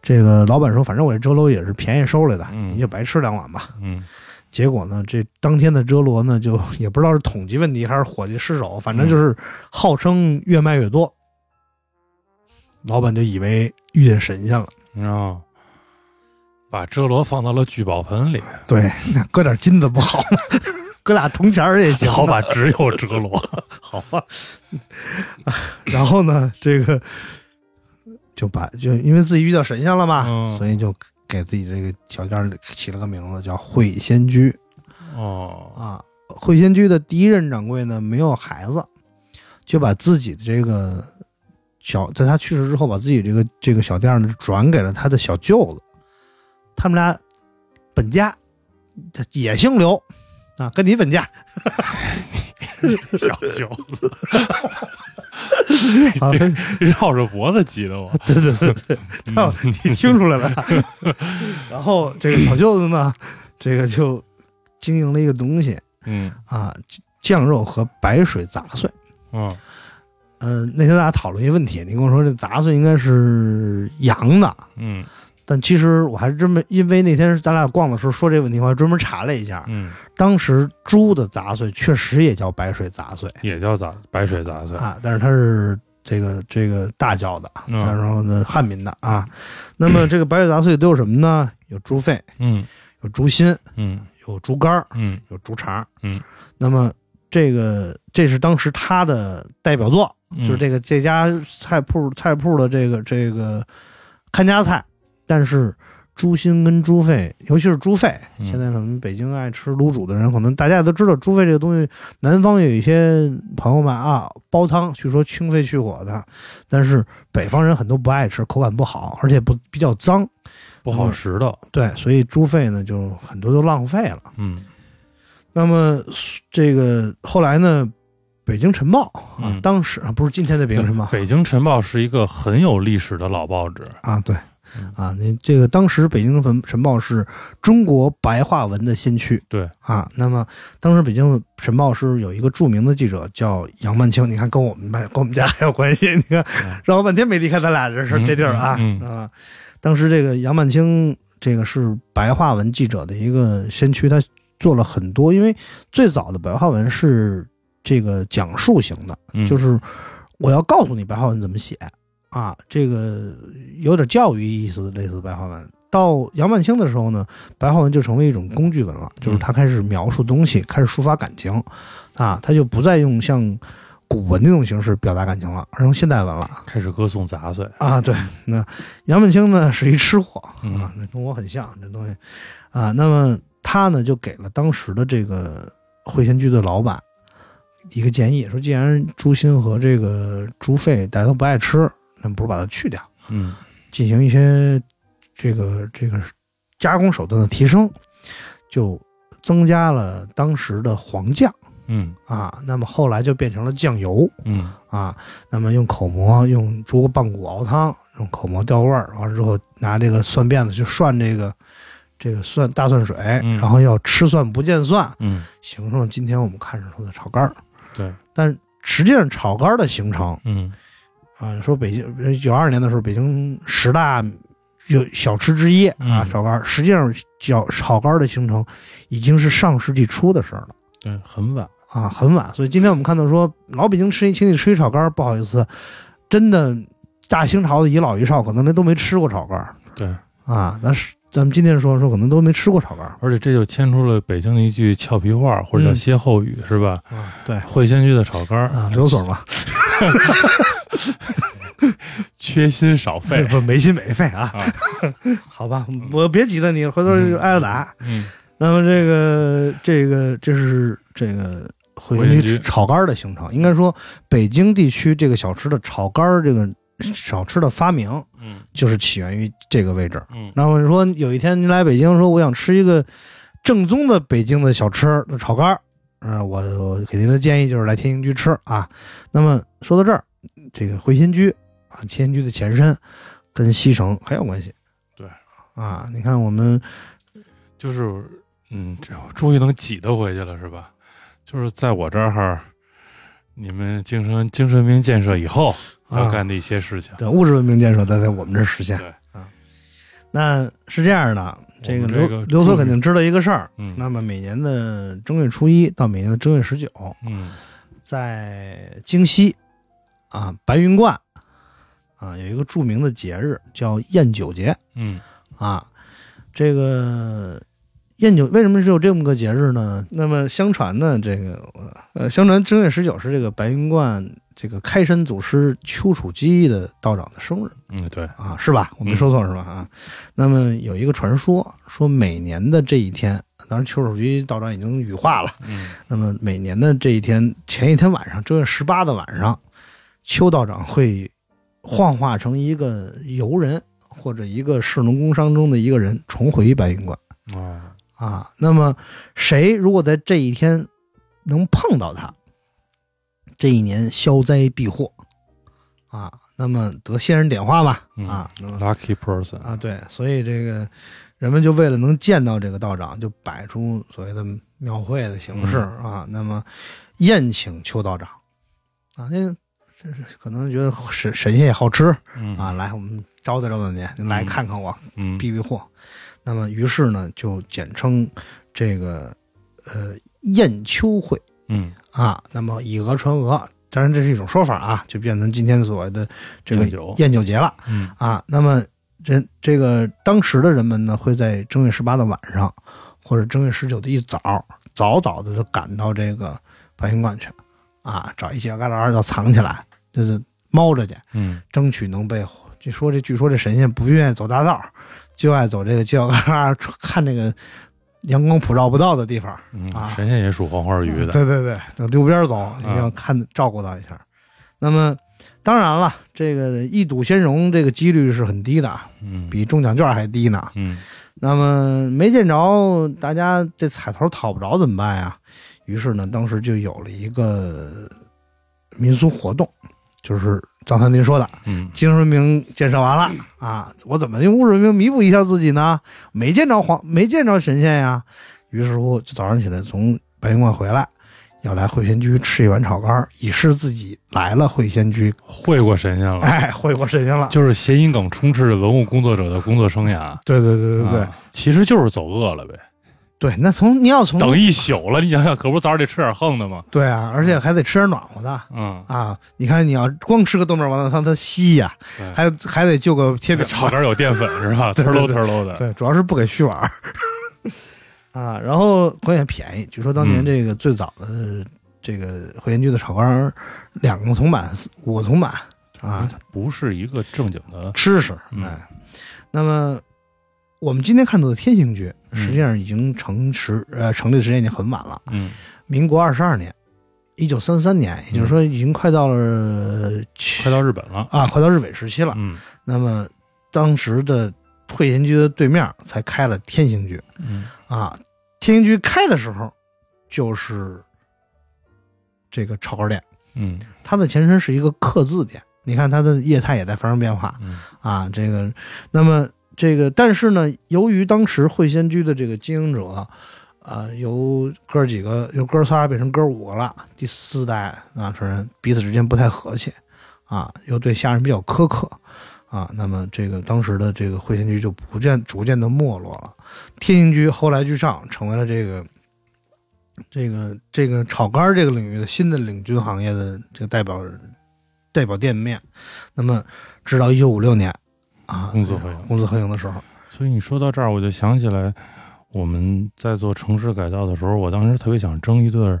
Speaker 2: 这个老板说，反正我这遮罗也是便宜收来的，
Speaker 3: 嗯
Speaker 2: 你就白吃两碗吧。
Speaker 3: 嗯
Speaker 2: 结果呢，这当天的遮罗呢，就 也不知道是统计问题还是伙计失手，
Speaker 3: 嗯
Speaker 2: 反正就是号称越卖越多。老板就以为遇见神仙了，
Speaker 3: 然后啊把遮罗放到了聚宝盆 里，
Speaker 2: 对，那 搁点金子不好吗？ 搁俩铜钱儿也行。
Speaker 3: 好吧，只有遮罗。
Speaker 2: 好啊。然后呢，这个就把就因为自己遇到神仙了嘛，
Speaker 3: 嗯
Speaker 2: 所以就给自己这个小店儿起了个名字叫会仙居。
Speaker 3: 哦，
Speaker 2: 啊，会仙居的第一任掌柜呢没有孩子，就把自己的这个小，在他去世之后，把自己这个这个小店儿呢转给了他的小舅子，他们俩本家他也姓刘 啊，跟你本家
Speaker 3: 小舅子，
Speaker 2: 啊，
Speaker 3: 绕着脖子急的我。
Speaker 2: 对对对对，那你听出来了。然后这个小舅子呢，这个就经营了一个东西
Speaker 3: 嗯
Speaker 2: 啊，酱肉和白水杂碎。
Speaker 3: 嗯
Speaker 2: 嗯、那天大家讨论一个问题，你跟我说这杂碎应该是羊的，
Speaker 3: 嗯
Speaker 2: 但其实我还真没，因为那天咱俩逛的时候说这个问题，我还专门查了一下，
Speaker 3: 嗯，
Speaker 2: 当时猪的杂碎确实也叫白水杂碎
Speaker 3: 也叫杂白水杂碎。
Speaker 2: 啊，但是它是这个这个大叫的，
Speaker 3: 嗯
Speaker 2: 然后呢汉民的啊。那么这个白水杂碎都有什么呢？有猪肺，
Speaker 3: 嗯
Speaker 2: 有猪心，
Speaker 3: 嗯
Speaker 2: 有猪肝儿，
Speaker 3: 嗯
Speaker 2: 有猪肠儿。
Speaker 3: 嗯，
Speaker 2: 那么这个这是当时他的代表作，
Speaker 3: 嗯，
Speaker 2: 就是这个这家菜铺菜铺的这个这个看家菜，但是猪心跟猪肺，尤其是猪肺，
Speaker 3: 嗯
Speaker 2: 现在可能北京爱吃卤煮的人，可能大家也都知道猪肺这个东西，南方有一些朋友们啊煲汤，据说清肺去火的，但是北方人很多不爱吃，口感不好，而且不比较脏，
Speaker 3: 不
Speaker 2: 嗯
Speaker 3: 好拾掇。
Speaker 2: 对，所以猪肺呢就很多都浪费了。
Speaker 3: 嗯
Speaker 2: 那么这个后来呢，北京晨报啊，
Speaker 3: 嗯
Speaker 2: 当时啊不是今天的北京晨报，
Speaker 3: 北京晨报是一个很有历史的老报纸。
Speaker 2: 啊，对
Speaker 3: 嗯，
Speaker 2: 啊，您这个当时北京晨晨报是中国白话文的先驱，
Speaker 3: 对
Speaker 2: 啊，那么当时北京晨报是有一个著名的记者叫杨曼青，你看跟我们班跟我们家还有关系，你看
Speaker 3: 嗯
Speaker 2: 绕了半天没离开咱俩这事儿
Speaker 3: 嗯
Speaker 2: 这地儿啊、
Speaker 3: 嗯
Speaker 2: 啊，当时这个杨曼青这个是白话文记者的一个先驱，他做了很多，因为最早的白话文是这个讲述型的，
Speaker 3: 嗯
Speaker 2: 就是我要告诉你白话文怎么写啊，这个有点教育意思，类似白话文。到杨万清的时候呢，白话文就成为一种工具文了，就是他开始描述东西，开始抒发感情，啊，他就不再用像古文那种形式表达感情了，而用现代文了
Speaker 3: 开始歌颂杂碎。
Speaker 2: 啊。对，那杨万清呢是一吃货
Speaker 3: 嗯
Speaker 2: 啊，那跟我很像这东西啊。那么他呢就给了当时的这个会仙居的老板一个建议，说既然猪心和这个猪肺大家都不爱吃，那不如把它去掉，
Speaker 3: 嗯
Speaker 2: 进行一些这个这个加工手段的提升，就增加了当时的黄酱
Speaker 3: 嗯
Speaker 2: 啊。那么后来就变成了酱油
Speaker 3: 嗯
Speaker 2: 啊。那么用口蘑，用猪棒骨熬汤，用口蘑调味儿，完了之后拿这个蒜辫子去涮这个。这个蒜大蒜水，
Speaker 3: 嗯
Speaker 2: 然后要吃蒜不见蒜，
Speaker 3: 嗯，
Speaker 2: 形成了今天我们看上说的炒肝儿。
Speaker 3: 对，
Speaker 2: 但实际上炒肝儿的形成
Speaker 3: 嗯
Speaker 2: 啊，说北京九二年的时候，北京十大有小吃之一啊
Speaker 3: 嗯，
Speaker 2: 炒肝儿。实际上，炒炒肝儿的形成已经是上世纪初的事儿了
Speaker 3: 对，很晚。
Speaker 2: 啊，很晚。所以今天我们看到说，老北京吃一请你吃一炒肝儿，不好意思，真的大清朝的遗老遗少可能那都没吃过炒肝儿
Speaker 3: 对，
Speaker 2: 啊。咱是咱们今天说说，可能都没吃过炒肝儿
Speaker 3: 而且这就牵出了北京的一句俏皮话儿，或者叫
Speaker 2: 嗯
Speaker 3: 歇后语，是吧？
Speaker 2: 啊，对
Speaker 3: 会仙居的炒肝儿
Speaker 2: 啊，刘所嘛，
Speaker 3: 缺心少肺。
Speaker 2: 不 没心没肺啊
Speaker 3: 哎啊。
Speaker 2: 好吧，我别急着你，回头就挨着打。
Speaker 3: 嗯
Speaker 2: 那么这个这个这是这个回
Speaker 3: 回
Speaker 2: 民
Speaker 3: 民居
Speaker 2: 炒肝儿的形成，应该说北京地区这个小吃的炒肝儿这个小吃的发明
Speaker 3: 嗯
Speaker 2: 就是起源于这个位置。
Speaker 3: 嗯
Speaker 2: 那么说有一天您来北京，说我想吃一个正宗的北京的小吃那炒肝儿，嗯、我我给您的建议就是来天兴居吃啊。那么说到这儿，这个回新居啊，天兴居的前身跟西城很有关系。
Speaker 3: 对
Speaker 2: 啊，你看我们
Speaker 3: 就是嗯，这终于能挤得回去了，是吧？就是在我这儿，你们精神精神病建设以后要
Speaker 2: 啊
Speaker 3: 干的一些事情。
Speaker 2: 对，物质文明建设在在我们这儿实现。
Speaker 3: 对
Speaker 2: 啊，那是这样的，这个
Speaker 3: 我们
Speaker 2: 刘
Speaker 3: 这个
Speaker 2: 刘所
Speaker 3: 注
Speaker 2: 肯定知道一个事儿。
Speaker 3: 嗯
Speaker 2: 那么每年的正月初一到每年的正月十九，
Speaker 3: 嗯
Speaker 2: 在京西啊白云观啊有一个著名的节日叫宴酒节
Speaker 3: 嗯
Speaker 2: 啊。这个宴酒为什么只有这么个节日呢？那么相传呢，这个呃，相传正月十九是这个白云观这个开山祖师丘处机的道长的生日。
Speaker 3: 嗯，对，
Speaker 2: 啊，是吧？我没说错是吧？啊，那么有一个传说说，每年的这一天，当然丘处机道长已经羽化了。
Speaker 3: 嗯
Speaker 2: 那么每年的这一天，前一天晚上，正月十八的晚上，丘道长会幻化成一个游人或者一个士农工商中的一个人，重回白云观
Speaker 3: 哦，
Speaker 2: 啊。那么谁如果在这一天能碰到他，这一年消灾避祸啊，那么得仙人点化嘛
Speaker 3: 嗯
Speaker 2: 啊，那么
Speaker 3: ，lucky person，
Speaker 2: 啊，对，所以这个人们就为了能见到这个道长，就摆出所谓的庙会的形式、
Speaker 3: 嗯
Speaker 2: 啊，那么宴请邱道长啊，那这是可能觉得神神仙也好吃
Speaker 3: 嗯
Speaker 2: 啊，来我们招待招待您，您来
Speaker 3: 嗯
Speaker 2: 看看我，
Speaker 3: 嗯
Speaker 2: 避避祸。那么于是呢，就简称这个呃燕秋会
Speaker 3: 嗯，
Speaker 2: 啊。那么以讹传讹，当然这是一种说法啊，就变成今天所谓的这个
Speaker 3: 宴酒
Speaker 2: 燕酒节了
Speaker 3: 嗯
Speaker 2: 啊。那么这这个当时的人们呢，会在正月十八的晚上，或者正月十九的一早，早早的就赶到这个白云观去啊，找一秸秆笆要藏起来，就是猫着去。
Speaker 3: 嗯
Speaker 2: 争取能被。据说这据说这神仙不愿意走大道，就爱走这个犄角旮旯，看这个阳光普照不到的地方。
Speaker 3: 嗯，
Speaker 2: 啊
Speaker 3: 神仙也属黄花鱼的，啊
Speaker 2: 对对对，等溜边走，一定要看照顾到一下。那么，当然了，这个一睹仙容这个几率是很低的，啊
Speaker 3: 嗯
Speaker 2: 比中奖券还低呢。
Speaker 3: 嗯
Speaker 2: 那么没见着，大家这彩头讨不着怎么办呀？于是呢，当时就有了一个民俗活动，就是刚才您说的，
Speaker 3: 嗯
Speaker 2: 精神文明建设完了啊，我怎么用物质文明弥补一下自己呢？没见着黄，没见着神仙呀。于是乎，就早上起来从白云观回来，要来会仙居吃一碗炒肝，以示自己来了会仙居，
Speaker 3: 会过神仙了，
Speaker 2: 哎，会过神仙了。
Speaker 3: 就是谐音梗充斥着文物工作者的工作生涯，
Speaker 2: 对对对对对、
Speaker 3: 啊其实就是走饿了呗，
Speaker 2: 对，那从你要从
Speaker 3: 等一宿了，你想想，可不是早上得吃点横的吗？
Speaker 2: 对啊，而且还得吃点暖和的。
Speaker 3: 嗯，
Speaker 2: 啊，你看，你要光吃个豆面丸子汤，它稀呀、
Speaker 3: 对
Speaker 2: 还还得就个贴饼
Speaker 3: 炒肝有淀粉是吧？
Speaker 2: 对
Speaker 3: 呲
Speaker 2: 对
Speaker 3: 喽
Speaker 2: 对
Speaker 3: 呲喽的，
Speaker 2: 对，主要是不给虚碗儿 啊。然后关键便宜，据说当年
Speaker 3: 嗯
Speaker 2: 这个最早的、这个会员居的炒肝儿，两个铜板、四五个铜板啊，
Speaker 3: 嗯不是一个正经的，
Speaker 2: 吃食。
Speaker 3: 嗯
Speaker 2: 哎，那么我们今天看到的天兴居，
Speaker 3: 嗯
Speaker 2: 实际上已经成时呃成立的时间已经很晚了，
Speaker 3: 嗯
Speaker 2: 民国二十二年，一九三三年，也就是说已经快到了
Speaker 3: 嗯快到日本了，
Speaker 2: 啊，快到日伪时期了。
Speaker 3: 嗯
Speaker 2: 那么当时的退贤居的对面儿才开了天兴居。
Speaker 3: 嗯
Speaker 2: 啊，天兴居开的时候就是这个炒肝店，
Speaker 3: 嗯
Speaker 2: 它的前身是一个刻字店。你看它的业态也在发生变化
Speaker 3: 嗯
Speaker 2: 啊，这个，那么这个，但是呢，由于当时会仙居的这个经营者，呃，由哥几个由哥仨变成哥五个了，第四代啊传人彼此之间不太和气啊，又对下人比较苛刻啊，那么这个当时的这个会仙居就不渐逐渐的没落了。天兴居后来居上，成为了这个这个这个炒肝儿这个领域的新的领军行业的这个代表代表店面。那么，直到一九五六年啊，
Speaker 3: 工作合营
Speaker 2: 工作合营的时候，
Speaker 3: 所以你说到这儿，我就想起来，我们在做城市改造的时候，我当时特别想争一对儿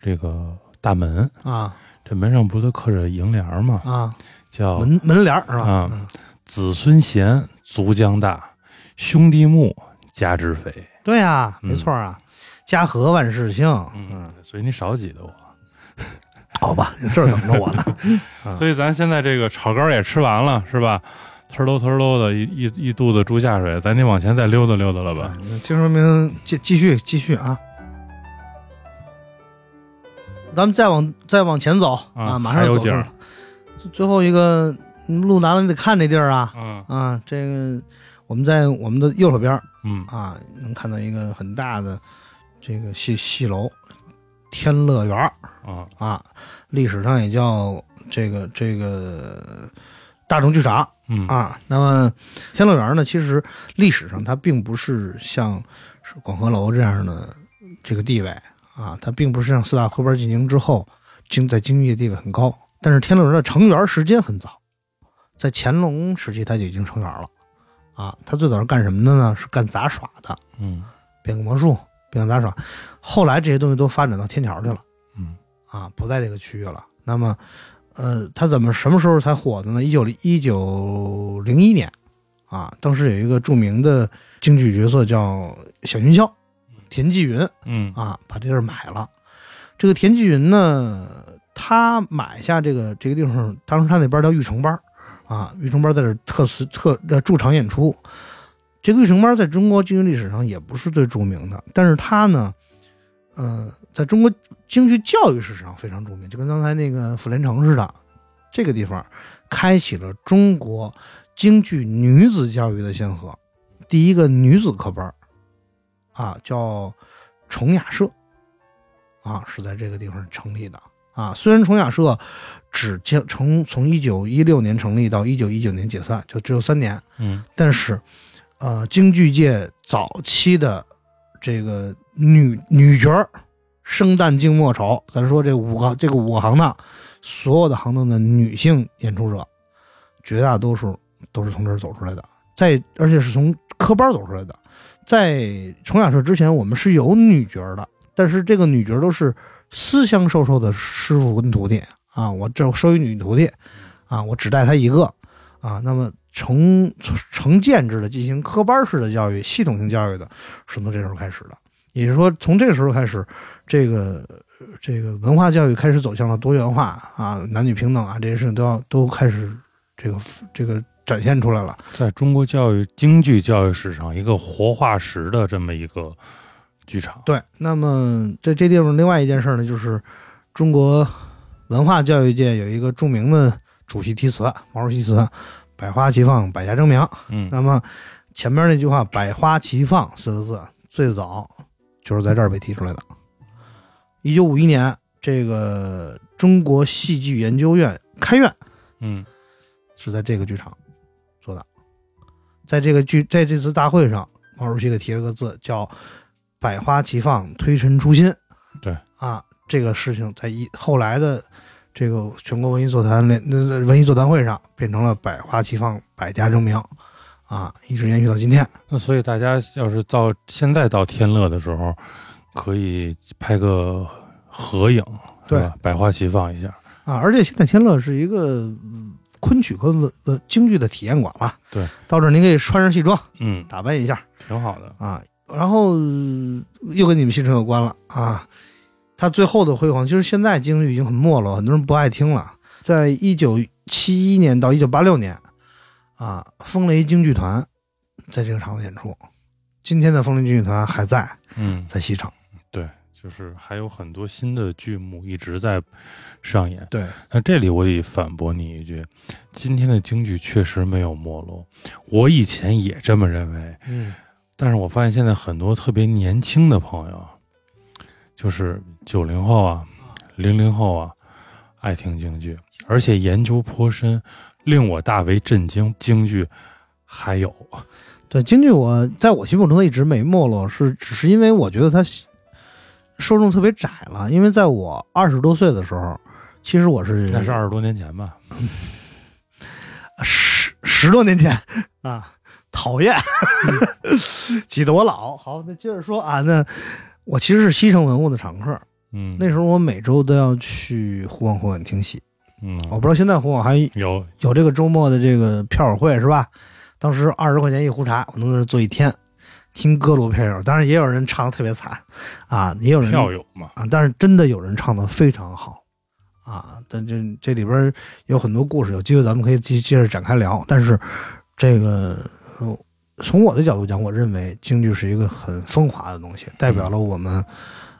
Speaker 3: 这个大门，
Speaker 2: 啊
Speaker 3: 这门上不是刻着楹联吗？
Speaker 2: 啊，
Speaker 3: 叫
Speaker 2: 门门帘儿是吧？
Speaker 3: 啊
Speaker 2: 嗯
Speaker 3: 子孙贤，族将大，兄弟睦，家之肥。
Speaker 2: 对呀，没
Speaker 3: 嗯
Speaker 2: 错啊，家和万事兴。
Speaker 3: 嗯，所以你少挤的我。
Speaker 2: 好吧，你这儿等着我 呢。
Speaker 3: 所以咱现在这个炒肝也吃完了，是吧？呲溜呲溜的，一一一肚子猪下水，咱得往前再溜达溜达了吧？
Speaker 2: 嗯听说明继继续继续啊。咱们再往再往前走
Speaker 3: 啊，
Speaker 2: 马
Speaker 3: 还
Speaker 2: 上走
Speaker 3: 有景
Speaker 2: 正
Speaker 3: 儿
Speaker 2: 了。最后一个嗯路南了，你得看这地儿啊
Speaker 3: 嗯
Speaker 2: 啊！这个我们在我们的右手边儿
Speaker 3: 嗯
Speaker 2: 啊，能看到一个很大的这个戏戏楼，天乐园儿
Speaker 3: 啊
Speaker 2: 啊，历史上也叫这个这个大众剧场。
Speaker 3: 嗯
Speaker 2: 啊，那么天乐园呢，其实历史上它并不是像是广和楼这样的这个地位啊，它并不是像四大科班进行之后经在经济地位很高，但是天乐园的成园时间很早，在乾隆时期它就已经成园了啊。它最早是干什么的呢？是干杂耍的，
Speaker 3: 嗯
Speaker 2: 变个魔术、变个杂耍，后来这些东西都发展到天桥去了。
Speaker 3: 嗯
Speaker 2: 啊，不在这个区域了。那么，呃，他怎么什么时候才火的呢？一九一九零一年，啊，当时有一个著名的京剧角色叫小云霄，田纪云
Speaker 3: 嗯
Speaker 2: 啊，把这地儿买了。这个田纪云呢，他买下这个这个地方，当时他那班叫玉成班儿啊，玉成班在这儿特此特呃驻场演出。这个玉成班在中国京剧历史上也不是最著名的，但是他呢，呃，在中国京剧教育史上非常著名，就跟刚才那个傅连城似的，这个地方开启了中国京剧女子教育的先河，第一个女子科班儿啊，叫崇雅社啊，是在这个地方成立的啊。虽然崇雅社只经从从一九一六年成立到一九一九年解散，就只有三年，
Speaker 3: 嗯
Speaker 2: 但是，呃，京剧界早期的这个女女角儿，生旦净末丑，咱说这五个这个五个行当，所有的行当的女性演出者，绝大多数都是从这儿走出来的，在而且是从科班走出来的。在重雅社之前，我们是有女角儿的，但是这个女角儿都是私相授受的师傅跟徒弟啊，我这收一女徒弟啊，我只带她一个啊，那么。成成建制的进行科班式的教育、系统性教育的，是从这时候开始的。也就是说，从这时候开始，这个呃这个文化教育开始走向了多元化啊，男女平等啊，这些事情都要都开始这个这个展现出来了。
Speaker 3: 在中国教育京剧教育史上一个活化石的这么一个剧场。
Speaker 2: 对，那么在这地方另外一件事呢，就是中国文化教育界有一个著名的主席题词——毛主席题词“百花齐放，百家争鸣”。
Speaker 3: 嗯
Speaker 2: 那么前面那句话“百花齐放”四个字，最早就是在这儿被提出来的。一九五一年，这个中国戏剧研究院开院
Speaker 3: 嗯
Speaker 2: 是在这个剧场做的。在这个剧，在这次大会上，毛主席给提了个字，叫“百花齐放，推陈出新”。
Speaker 3: 对
Speaker 2: 啊，这个事情在一后来的这个全国文艺座谈联呃文艺座谈会上，变成了“百花齐放，百家争鸣”，啊，一直延续到今天。
Speaker 3: 那所以大家要是到现在到天乐的时候，可以拍个合影，是
Speaker 2: 对
Speaker 3: 吧？百花齐放一下。
Speaker 2: 啊，而且现在天乐是一个嗯昆曲和文文京剧的体验馆了。
Speaker 3: 对，
Speaker 2: 到这儿您可以穿上戏装
Speaker 3: 嗯，
Speaker 2: 打扮一下
Speaker 3: 挺好的。
Speaker 2: 啊，然后呃又跟你们新城有关了啊。它最后的辉煌，就是现在京剧已经很没落，很多人不爱听了。在一九七一年到一九八六年，啊，风雷京剧团在这个场子演出。今天的风雷京剧团还在，
Speaker 3: 嗯，
Speaker 2: 在西城。
Speaker 3: 就是还有很多新的剧目一直在上演。
Speaker 2: 对，
Speaker 3: 那这里我得反驳你一句，今天的京剧确实没有没落，我以前也这么认为，
Speaker 2: 嗯，
Speaker 3: 但是我发现现在很多特别年轻的朋友，就是九零后啊、零零后啊，爱听京剧，而且研究颇深，令我大为震惊。京剧还有，
Speaker 2: 对，京剧我在我心目中它一直没没落，是只是因为我觉得它受众特别窄了。因为在我二十多岁的时候，其实我是
Speaker 3: 那是二十多年前吧？
Speaker 2: 十十多年前啊，讨厌， 挤得我老。好，那接着说啊，那我其实是西城文物的常客，
Speaker 3: 嗯，
Speaker 2: 那时候我每周都要去湖广会馆听戏。
Speaker 3: 嗯
Speaker 2: 我不知道现在湖广还
Speaker 3: 有
Speaker 2: 有这个周末的这个票友会是吧？当时二十块钱一壶茶，我能在这坐一天，听各路票友。当然也有人唱的特别惨，啊，也有人
Speaker 3: 票友嘛？
Speaker 2: 啊，但是真的有人唱的非常好，啊，但这这里边有很多故事，有机会咱们可以继接着展开聊。但是这个、呃从我的角度讲，我认为京剧是一个很风华的东西，代表了我们。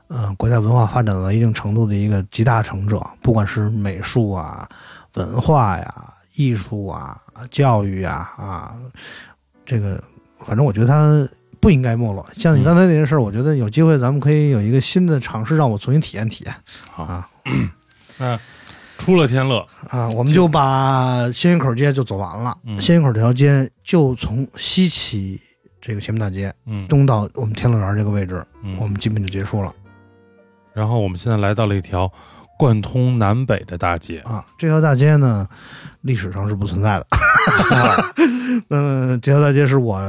Speaker 2: 呃，国家文化发展到一定程度的一个集大成者，不管是美术啊、文化呀、艺术啊、教育啊啊，这个反正我觉得它不应该没落。像你刚才
Speaker 3: 嗯
Speaker 2: 那件事儿，我觉得有机会咱们可以有一个新的尝试，让我重新体验体验
Speaker 3: 好
Speaker 2: 啊，
Speaker 3: 那出了天乐，
Speaker 2: 啊！我们就把新源口街就走完了，
Speaker 3: 嗯
Speaker 2: 新源口这条街就从西起这个前门大街
Speaker 3: 嗯
Speaker 2: 东到我们天乐园这个位置，我
Speaker 3: 嗯，
Speaker 2: 们基本就结束了
Speaker 3: 然后我们现在来到了一条贯通南北的大街，
Speaker 2: 啊。这条大街呢，历史上是不存在的。啊 那么这条大街是我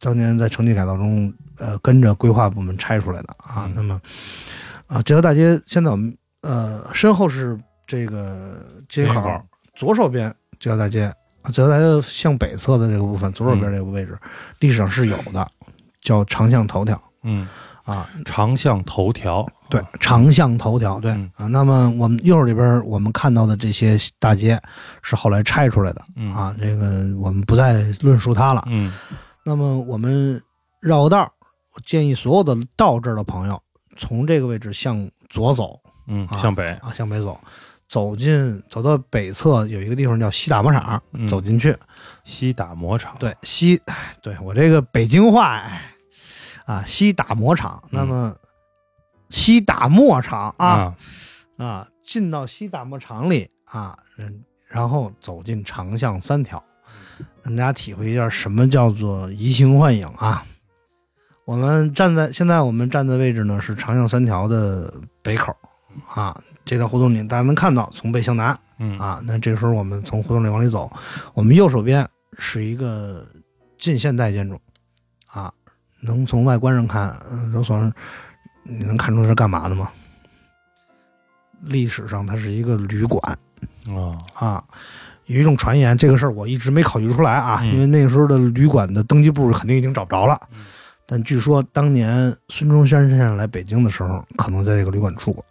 Speaker 2: 当年在城际改造中，呃，跟着规划部门拆出来的啊
Speaker 3: 嗯。
Speaker 2: 那么，啊，这条大街现在我们呃身后是这个街
Speaker 3: 街
Speaker 2: 口
Speaker 3: 口，
Speaker 2: 左手边这条大街，啊，这条大街向北侧的这个部分，左手边这个位置，历史上是有的，叫长巷头条
Speaker 3: 嗯，
Speaker 2: 啊，
Speaker 3: 长巷头条，
Speaker 2: 对，长巷头条，对、
Speaker 3: 嗯
Speaker 2: 啊。那么我们右手里边我们看到的这些大街是后来拆出来的
Speaker 3: 嗯
Speaker 2: 啊，这个我们不再论述它了。
Speaker 3: 嗯
Speaker 2: 那么我们绕道，我建议所有的到这儿的朋友，从这个位置向左走
Speaker 3: 嗯，
Speaker 2: 啊
Speaker 3: 向北，
Speaker 2: 啊，向北走，走进走到北侧有一个地方叫西打磨厂，
Speaker 3: 嗯
Speaker 2: 走进去，
Speaker 3: 西打磨厂，
Speaker 2: 对西，哎对我这个北京话哎啊，西打磨厂，那么西打磨厂啊
Speaker 3: 嗯啊，
Speaker 2: 啊，进到西打磨厂里啊，嗯然后走进长巷三条，让大家体会一下什么叫做移形换影啊。我们站在现在我们站的位置呢是长巷三条的北口啊，这条胡同里大家能看到从北向南，
Speaker 3: 嗯
Speaker 2: 啊，那这时候我们从胡同里往里走，我们右手边是一个近现代建筑，啊，能从外观上看，嗯，刘所你能看出是干嘛的吗？历史上它是一个旅馆
Speaker 3: 啊，
Speaker 2: 啊，有一种传言，这个事儿我一直没考虑出来啊，
Speaker 3: 嗯
Speaker 2: 因为那个时候的旅馆的登记簿肯定已经找不着了。但据说当年孙中山先生来北京的时候，可能在这个旅馆住过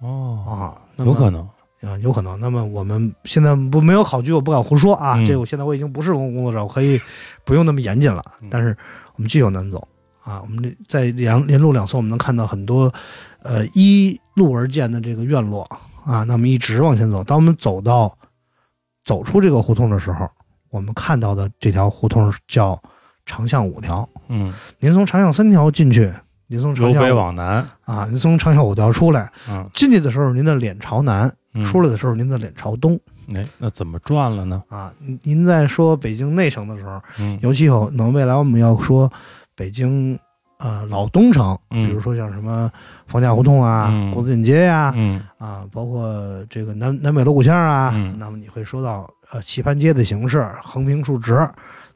Speaker 3: 哦，
Speaker 2: 啊，那
Speaker 3: 有
Speaker 2: 么
Speaker 3: 可能，
Speaker 2: 啊，有可能。那么我们现在不没有考据，我不敢胡说啊。
Speaker 3: 嗯
Speaker 2: 这个我现在我已经不是文工作者，我可以不用那么严谨了
Speaker 3: 嗯。
Speaker 2: 但是我们继续往南走啊，我们这在两连路两侧，我们能看到很多呃依路而建的这个院落啊。那么一直往前走，当我们走到走出这个胡同的时候，我们看到的这条胡同叫长巷五条。
Speaker 3: 嗯，
Speaker 2: 您从长巷三条进去，您从
Speaker 3: 由
Speaker 2: 长
Speaker 3: 北
Speaker 2: 巷
Speaker 3: 往南，
Speaker 2: 啊，您从长巷五条出来，
Speaker 3: 嗯，
Speaker 2: 进去的时候您的脸朝南，
Speaker 3: 嗯
Speaker 2: 出来的时候您的脸朝东。
Speaker 3: 哎，那怎么转了呢？
Speaker 2: 啊，您您在说北京内城的时候，
Speaker 3: 嗯，
Speaker 2: 尤其有能未来我们要说北京呃老东城，比
Speaker 3: 嗯
Speaker 2: 如说像什么房家胡同啊、
Speaker 3: 嗯
Speaker 2: 国子监街呀、啊，
Speaker 3: 嗯
Speaker 2: 包括这个南南北锣鼓巷啊，
Speaker 3: 嗯
Speaker 2: 那么你会说到呃棋盘街的形式，横平竖直。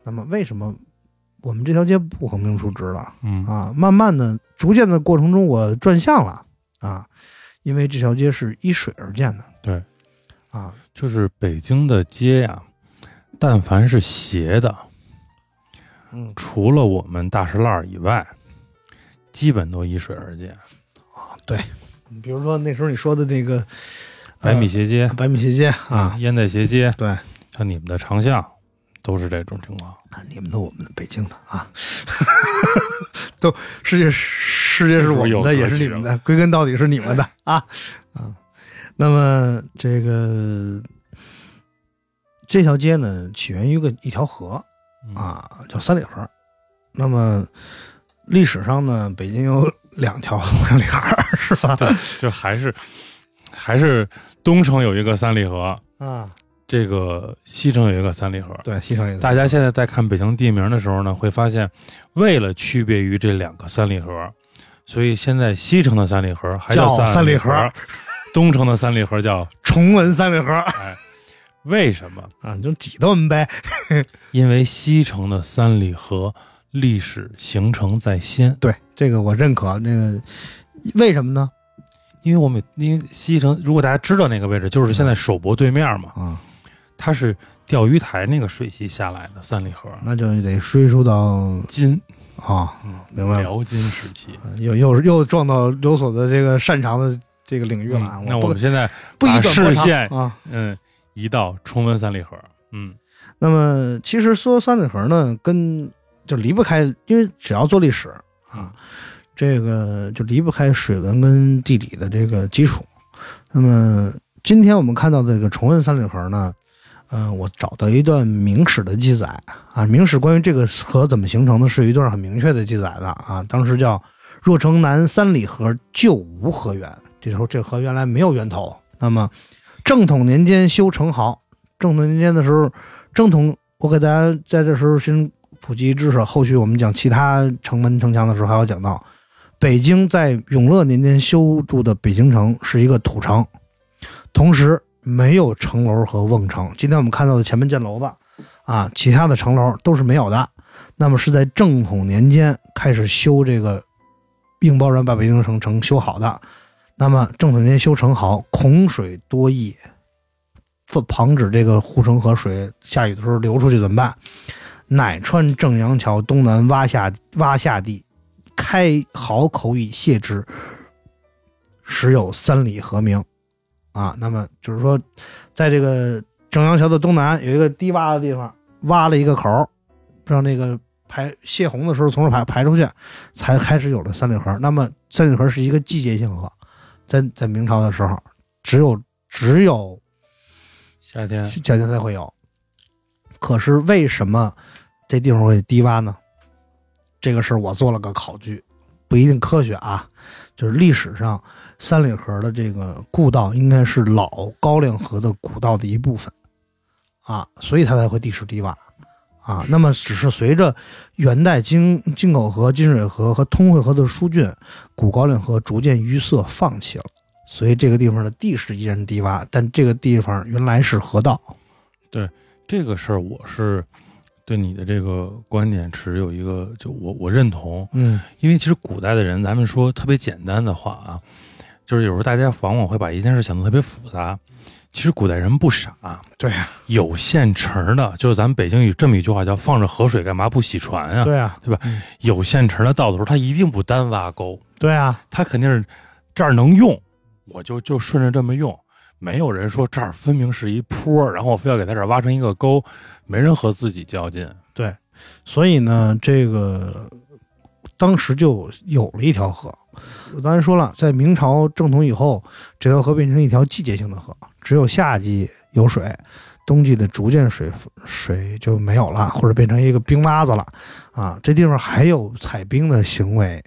Speaker 2: 那么为什么我们这条街不横平竖直了？
Speaker 3: 嗯
Speaker 2: 啊，慢慢的、逐渐的过程中，我转向了啊，因为这条街是依水而建的。
Speaker 3: 对，
Speaker 2: 啊，
Speaker 3: 就是北京的街呀、但凡是斜的，
Speaker 2: 嗯
Speaker 3: 除了我们大石烂儿以外，基本都依水而建。
Speaker 2: 比如说那时候你说的那个
Speaker 3: 百米
Speaker 2: 斜、
Speaker 3: 斜街
Speaker 2: 呃、百米斜街啊，
Speaker 3: 烟袋斜街，
Speaker 2: 对，
Speaker 3: 像你们的长巷，都是这种情况。
Speaker 2: 你们的我们的北京的啊， 都世界世界是我们的，
Speaker 3: 是有
Speaker 2: 也是你们的，归根到底是你们的啊啊。那么这个这条街呢，起源于一个一条河，
Speaker 3: 嗯，
Speaker 2: 啊，叫三里河。那么历史上呢，北京有两条三里河，是吧？
Speaker 3: 就还是还是东城有一个三里河，
Speaker 2: 啊，
Speaker 3: 这个西城有一个三里河。
Speaker 2: 对，西城也
Speaker 3: 大家现在在看北京地名的时候呢，会发现，为了区别于这两个三里河，所以现在西城的三里河还
Speaker 2: 叫
Speaker 3: 三河，
Speaker 2: 三里河
Speaker 3: 东城的三里河叫
Speaker 2: 重文三里河
Speaker 3: 为什么？
Speaker 2: 啊，你就挤兑我们呗。
Speaker 3: 因为西城的三里河历史形成在先，
Speaker 2: 对，这个我认可。这个为什么呢？
Speaker 3: 因为我们因为西城，如果大家知道那个位置，就是现在首博对面嘛，
Speaker 2: 啊，
Speaker 3: 它是钓鱼台那个水系下来的三里河，
Speaker 2: 啊那就得追溯到
Speaker 3: 金，
Speaker 2: 啊，
Speaker 3: 嗯，
Speaker 2: 明白了
Speaker 3: 辽金时期。
Speaker 2: 又又又撞到刘所的这个擅长的这个领域了啊。
Speaker 3: 嗯那
Speaker 2: 不
Speaker 3: 我们现在
Speaker 2: 不以
Speaker 3: 把
Speaker 2: 短过
Speaker 3: 视
Speaker 2: 长
Speaker 3: 线
Speaker 2: 啊，
Speaker 3: 嗯移到崇文三里河，嗯
Speaker 2: 那么其实说三里河呢，跟就离不开，因为只要做历史啊，这个就离不开水文跟地理的这个基础。那么今天我们看到的这个重温三里河呢，嗯、我找到一段明史的记载啊，明史关于这个河怎么形成的是有一段很明确的记载的啊，当时叫“若城南三里河旧无河源”，这时候这河原来没有源头。那么正统年间修城壕，正统年间的时候正统，我给大家在这时候先普及知识，后续我们讲其他城门城墙的时候还要讲到，北京在永乐年间修筑的北京城是一个土城，同时没有城楼和瓮城。今天我们看到的前门建楼子啊，其他的城楼都是没有的。那么是在正统年间开始修这个硬包软把北京城城修好的。那么正统年间修城壕，孔水多溢，防防止这个护城河水下雨的时候流出去怎么办？乃穿正阳桥东南洼下洼下地，开壕口以泄之，时有三里河名。啊，那么就是说，在这个正阳桥的东南有一个低洼的地方，挖了一个口儿，让那个排泄洪的时候从这儿排排出去，才开始有了三里河。那么三里河是一个季节性河，在在明朝的时候，只有只有
Speaker 3: 夏天
Speaker 2: 夏天才会有。可是为什么这地方会低洼呢？这个事儿我做了个考据，不一定科学啊。就是历史上三里河的这个故道应该是老高粱河的古道的一部分啊，所以它才会地势低洼啊。那么只是随着元代京京口河、金水河和通惠河的疏浚，古高粱河逐渐淤塞放弃了，所以这个地方的地势依然低洼，但这个地方原来是河道。
Speaker 3: 这个事儿，我是对你的这个观点持有一个，就我我认同，
Speaker 2: 嗯
Speaker 3: 因为其实古代的人，咱们说特别简单的话啊，就是有时候大家往往会把一件事想得特别复杂。其实古代人不傻，啊
Speaker 2: 对啊
Speaker 3: 呀，有现成的，就是咱们北京有这么一句话叫“放着河水干嘛不洗船啊
Speaker 2: 对啊，
Speaker 3: 有现成的到头，他一定不单挖沟，
Speaker 2: 对啊，
Speaker 3: 他肯定是这儿能用，我就就顺着这么用。没有人说这儿分明是一坡，然后我非要给他这儿挖成一个沟，没人和自己较劲。
Speaker 2: 所以呢，这个当时就有了一条河。我刚才说了，在明朝正统以后，这条河变成一条季节性的河，只有夏季有水，冬季的逐渐水水就没有了，或者变成一个冰洼子了。啊，这地方还有采冰的行为，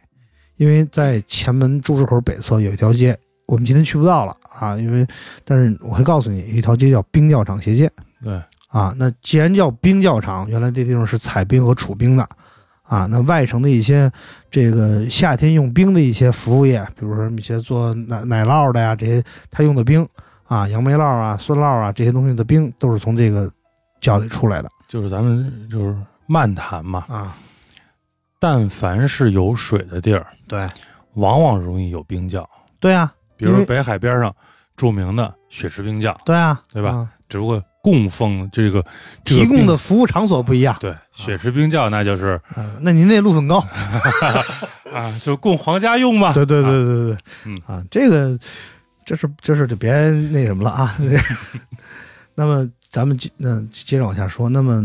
Speaker 2: 因为在前门朱市口北侧有一条街，我们今天去不到了啊，因为但是我会告诉你，有一条街叫冰窖厂斜街。
Speaker 3: 对，
Speaker 2: 啊，那既然叫冰窖厂，原来这地方是采冰和储冰的，啊，那外城的一些这个夏天用冰的一些服务业，比如说一些做奶奶酪的呀，这些他用的冰啊，杨梅酪啊、酸酪啊这些东西的冰，都是从这个窖里出来的
Speaker 3: 就是咱们就是漫谈嘛，
Speaker 2: 啊。
Speaker 3: 但凡是有水的地儿，
Speaker 2: 对，
Speaker 3: 往往容易有冰窖，
Speaker 2: 对啊，
Speaker 3: 比如
Speaker 2: 因为
Speaker 3: 说北海边上著名的雪池冰窖，
Speaker 2: 对啊，
Speaker 3: 对吧
Speaker 2: 啊
Speaker 3: 只不过供奉这个这个
Speaker 2: 提供
Speaker 3: 冰
Speaker 2: 的服务场所不一样。
Speaker 3: 对雪池冰窖，那就是
Speaker 2: 啊，那您那路很高。
Speaker 3: 啊，就供皇家用嘛。
Speaker 2: 对对
Speaker 3: 啊
Speaker 2: 对对对，
Speaker 3: 嗯
Speaker 2: 啊，这个这是这是就别那什么了啊。 那么咱们接那接着往下说，那么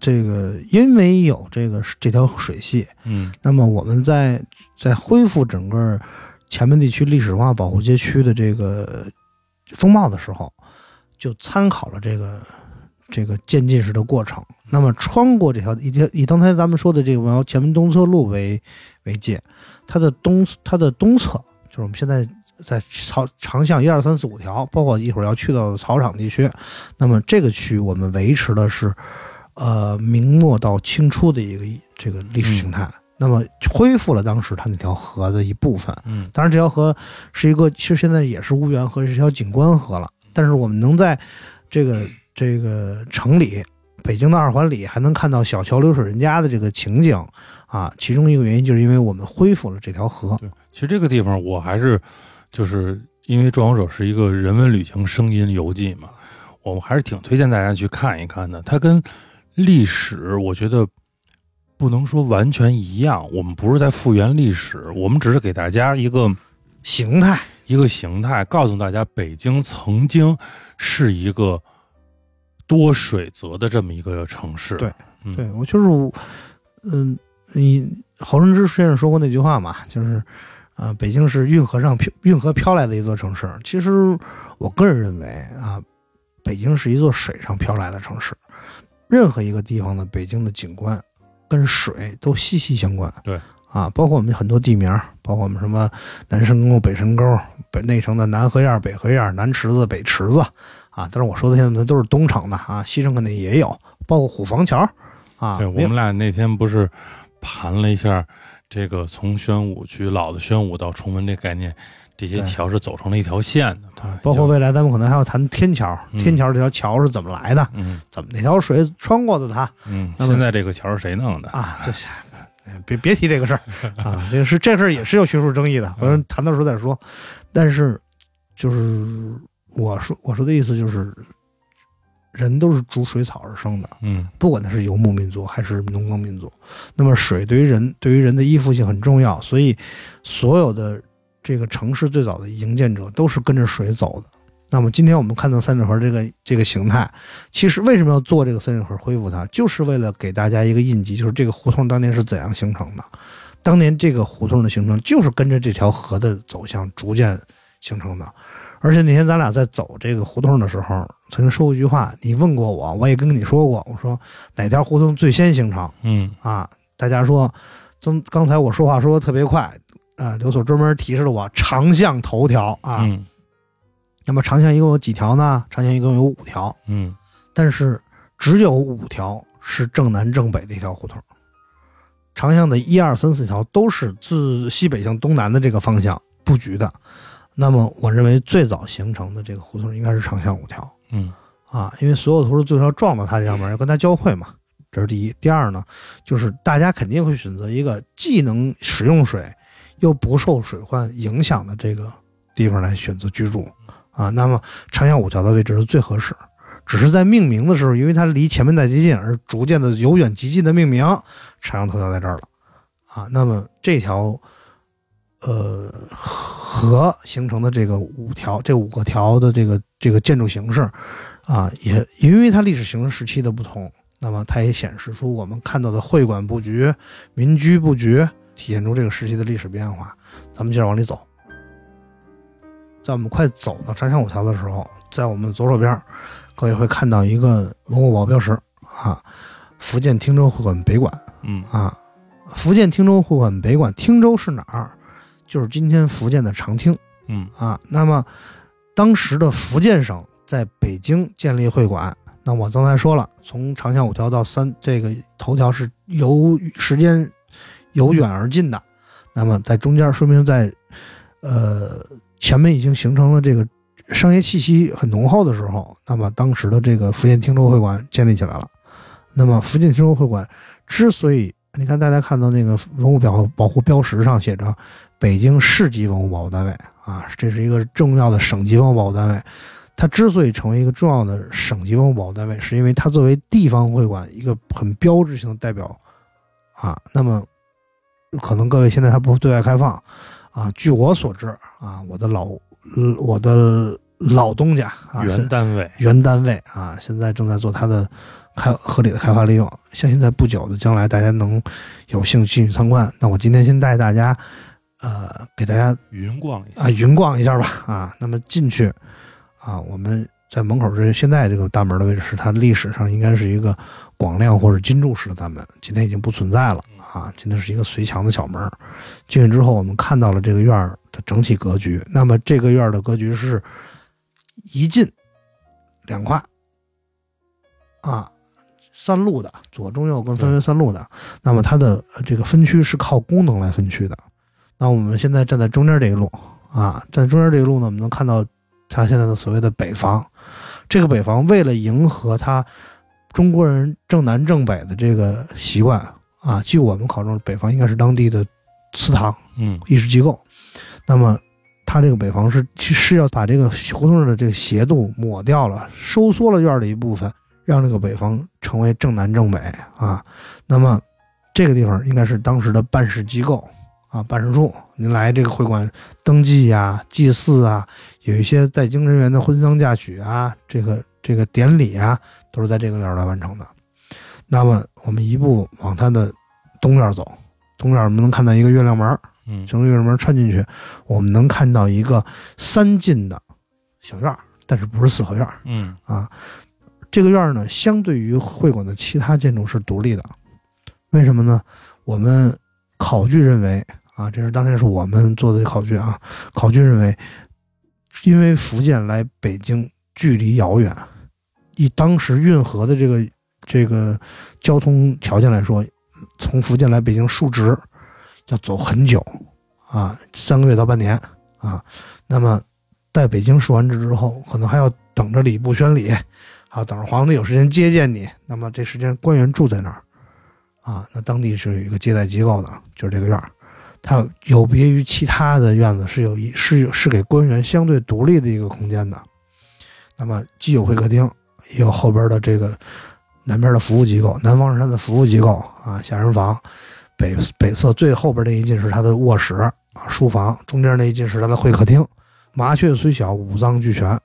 Speaker 2: 这个因为有这个这条水系，
Speaker 3: 嗯
Speaker 2: 那么我们在在恢复整个前门地区历史文化保护街区的这个风貌的时候，就参考了这个这个渐进式的过程。那么穿过这条以及以刚才咱们说的这个我要前门东侧路为为界，它的东它的东侧就是我们现在。在草长巷一二三四五条，包括一会儿要去到的草场地区，那么这个区我们维持的是，呃，明末到清初的一个这个历史形态。那么恢复了当时它那条河的一部分。
Speaker 3: 嗯，
Speaker 2: 当然，这条河是一个，其实现在也是乌源河，是一条景观河了。但是我们能在这个这个城里，北京的二环里，还能看到小桥流水人家的这个情景啊。其中一个原因就是因为我们恢复了这条河。
Speaker 3: 对，其实这个地方我还是就是因为《壮游者》是一个人文旅行声音游记嘛，我们还是挺推荐大家去看一看的。它跟历史，我觉得不能说完全一样，我们不是在复原历史，我们只是给大家一个
Speaker 2: 形态，
Speaker 3: 一个形态，告诉大家北京曾经是一个多水泽的这么一个城市。
Speaker 2: 对
Speaker 3: 嗯，
Speaker 2: 对我就是我，嗯，你侯润之先生说过那句话嘛，就是，啊、北京是运河上漂运河飘来的一座城市。其实我个人认为啊，北京是一座水上飘来的城市。任何一个地方的北京的景观跟水都息息相关。
Speaker 3: 对
Speaker 2: 啊，包括我们很多地名，包括我们什么南深沟、北深沟、北内城的南河沿、北河沿、南池子、北池子啊。但是我说的现在都是东城的啊，西城肯定也有，包括虎坊桥啊。
Speaker 3: 对，
Speaker 2: 没
Speaker 3: 我
Speaker 2: 有
Speaker 3: 们俩那天不是盘了一下这个从宣武区老的宣武到崇文这概念，这些
Speaker 2: 对
Speaker 3: 桥是走成了一条线的。
Speaker 2: 对，包括
Speaker 3: 就
Speaker 2: 未来咱们可能还要谈天桥，
Speaker 3: 嗯
Speaker 2: 天桥这条桥是怎么来的，
Speaker 3: 嗯
Speaker 2: 怎么那条水穿过的它
Speaker 3: 嗯，
Speaker 2: 那么
Speaker 3: 现在这个桥是谁弄的？
Speaker 2: 啊？这是，哎别别提这个事儿啊，这个是这事儿也是有学术争议的，我说谈到时候再说。但是就是我说我说的意思就是，人都是逐水草而生的，
Speaker 3: 嗯，
Speaker 2: 不管他是游牧民族还是农耕民族，那么水对于人对于人的依附性很重要，所以所有的这个城市最早的营建者都是跟着水走的。那么今天我们看到三里河这个这个形态，其实为什么要做这个三里河恢复它，就是为了给大家一个印记，就是这个胡同当年是怎样形成的。当年这个胡同的形成，就是跟着这条河的走向逐渐形成的。而且那天咱俩在走这个胡同的时候，曾经说过一句话，你问过我，我也跟你说过，我说哪条胡同最先形成
Speaker 3: 嗯
Speaker 2: 啊？大家说，刚刚才我说话说的特别快啊、刘所专门提示了我长巷头条啊。
Speaker 3: 嗯
Speaker 2: 那么长巷一共有几条呢？长巷一共有五条，
Speaker 3: 嗯
Speaker 2: 但是只有五条是正南正北的一条胡同。长巷的一二三四条都是自西北向东南的这个方向布局的。那么，我认为最早形成的这个胡同应该是长巷五条
Speaker 3: 嗯
Speaker 2: 啊，因为所有的胡同最后要撞到它这上面，要跟它交汇嘛。这是第一。第二呢，就是大家肯定会选择一个既能使用水，又不受水患影响的这个地方来选择居住啊。那么长巷五条的位置是最合适，只是在命名的时候，因为它离前面太接近，而逐渐的由远及近的命名长巷头条在这儿了啊。那么这条呃河形成的这个五条，这五个条的这个这个建筑形式啊，也因为它历史形成时期的不同。那么它也显示出我们看到的会馆布局、民居布局，体现出这个时期的历史变化。咱们接着往里走，在我们快走到长巷五条的时候，在我们左手边，各位会看到一个文物保标识啊，福建汀州会馆北馆
Speaker 3: 嗯
Speaker 2: 啊，福建汀州会馆北馆，汀州是哪儿？就是今天福建的长汀
Speaker 3: 嗯
Speaker 2: 啊。那么当时的福建省在北京建立会馆。那我刚才说了，从长巷五条到三这个头条是由时间由远而近的，那么在中间说明在呃前面已经形成了这个商业气息很浓厚的时候，那么当时的这个福建汀州会馆建立起来了。那么福建汀州会馆之所以你看大家看到那个文物保护保护标识上写着北京市级文物保护单位啊，这是一个重要的省级文物保护单位。它之所以成为一个重要的省级文物保护单位，是因为它作为地方会馆一个很标志性的代表啊。那么，可能各位现在还不对外开放啊。据我所知啊，我的老呃我的老东家啊，
Speaker 3: 嗯原单位
Speaker 2: 原单位啊，现在正在做它的开合理的开发利用。相信在不久的将来，大家能有兴趣去参观。那我今天先带大家，呃，给大家
Speaker 3: 云逛一下
Speaker 2: 啊云逛一下吧啊。那么进去啊，我们在门口这现在这个大门的位置是它历史上应该是一个广亮或者金柱式的大门，今天已经不存在了啊，今天是一个随墙的小门。进去之后，我们看到了这个院儿的整体格局。那么这个院儿的格局是一进两跨啊。三路的左中右跟分为三路的，那么它的呃这个分区是靠功能来分区的。那我们现在站在中间这一路啊，站中间这一路呢，我们能看到它现在的所谓的北房。这个北房为了迎合它中国人正南正北的这个习惯啊，据我们考证，北房应该是当地的祠堂
Speaker 3: 嗯
Speaker 2: 意识机构。那么，它这个北房是其实要把这个胡同的这个斜度抹掉了，收缩了院儿的一部分，让这个北房成为正南正北啊。那么，这个地方应该是当时的办事机构啊，办事处。您来这个会馆登记呀、祭祀啊，有一些在京人员的婚丧嫁娶啊，这个这个典礼啊，都是在这个院儿来完成的。那么，我们一步往它的东院儿走，东院儿我们能看到一个月亮门儿。
Speaker 3: 嗯
Speaker 2: 从月亮门穿进去，我们能看到一个三进的小院儿，但是不是四合院儿
Speaker 3: 嗯
Speaker 2: 啊。这个院儿呢，相对于会馆的其他建筑是独立的，为什么呢？我们考据认为啊，这是当然是我们做的考据啊，考据认为，因为福建来北京距离遥远，以当时运河的这个这个交通条件来说，从福建来北京述职要走很久啊，三个月到半年啊。那么在北京述完职之后，可能还要等着礼部宣礼，还要啊等着皇帝有时间接见你。那么这时间官员住在那儿啊，那当地是有一个接待机构的，就是这个院儿。它有别于其他的院子，是有一是有是给官员相对独立的一个空间的。那么既有会客厅，也有后边的这个南边的服务机构，南方是它的服务机构啊，下人房，北北侧最后边那一进是它的卧室啊，书房，中间那一进是它的会客厅。麻雀虽小，五脏俱全，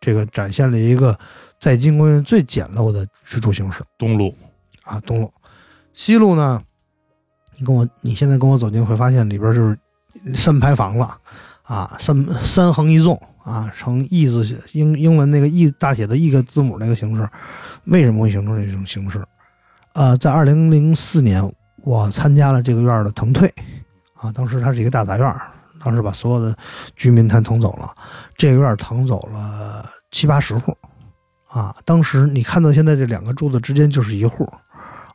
Speaker 2: 这个展现了一个在金公园最简陋的居住形式。
Speaker 3: 东路
Speaker 2: 啊，东路，西路呢，你跟我你现在跟我走进会发现里边就是三排房子啊，三三横一纵啊，呈 E 字形英英文那个 E 大写的 E 个字母那个形式，为什么会形成这种形式？呃，在二零零四年，我参加了这个院儿的腾退，啊，当时它是一个大杂院儿，当时把所有的居民全腾走了，这个院儿腾走了七八十户，啊，当时你看到现在这两个柱子之间就是一户，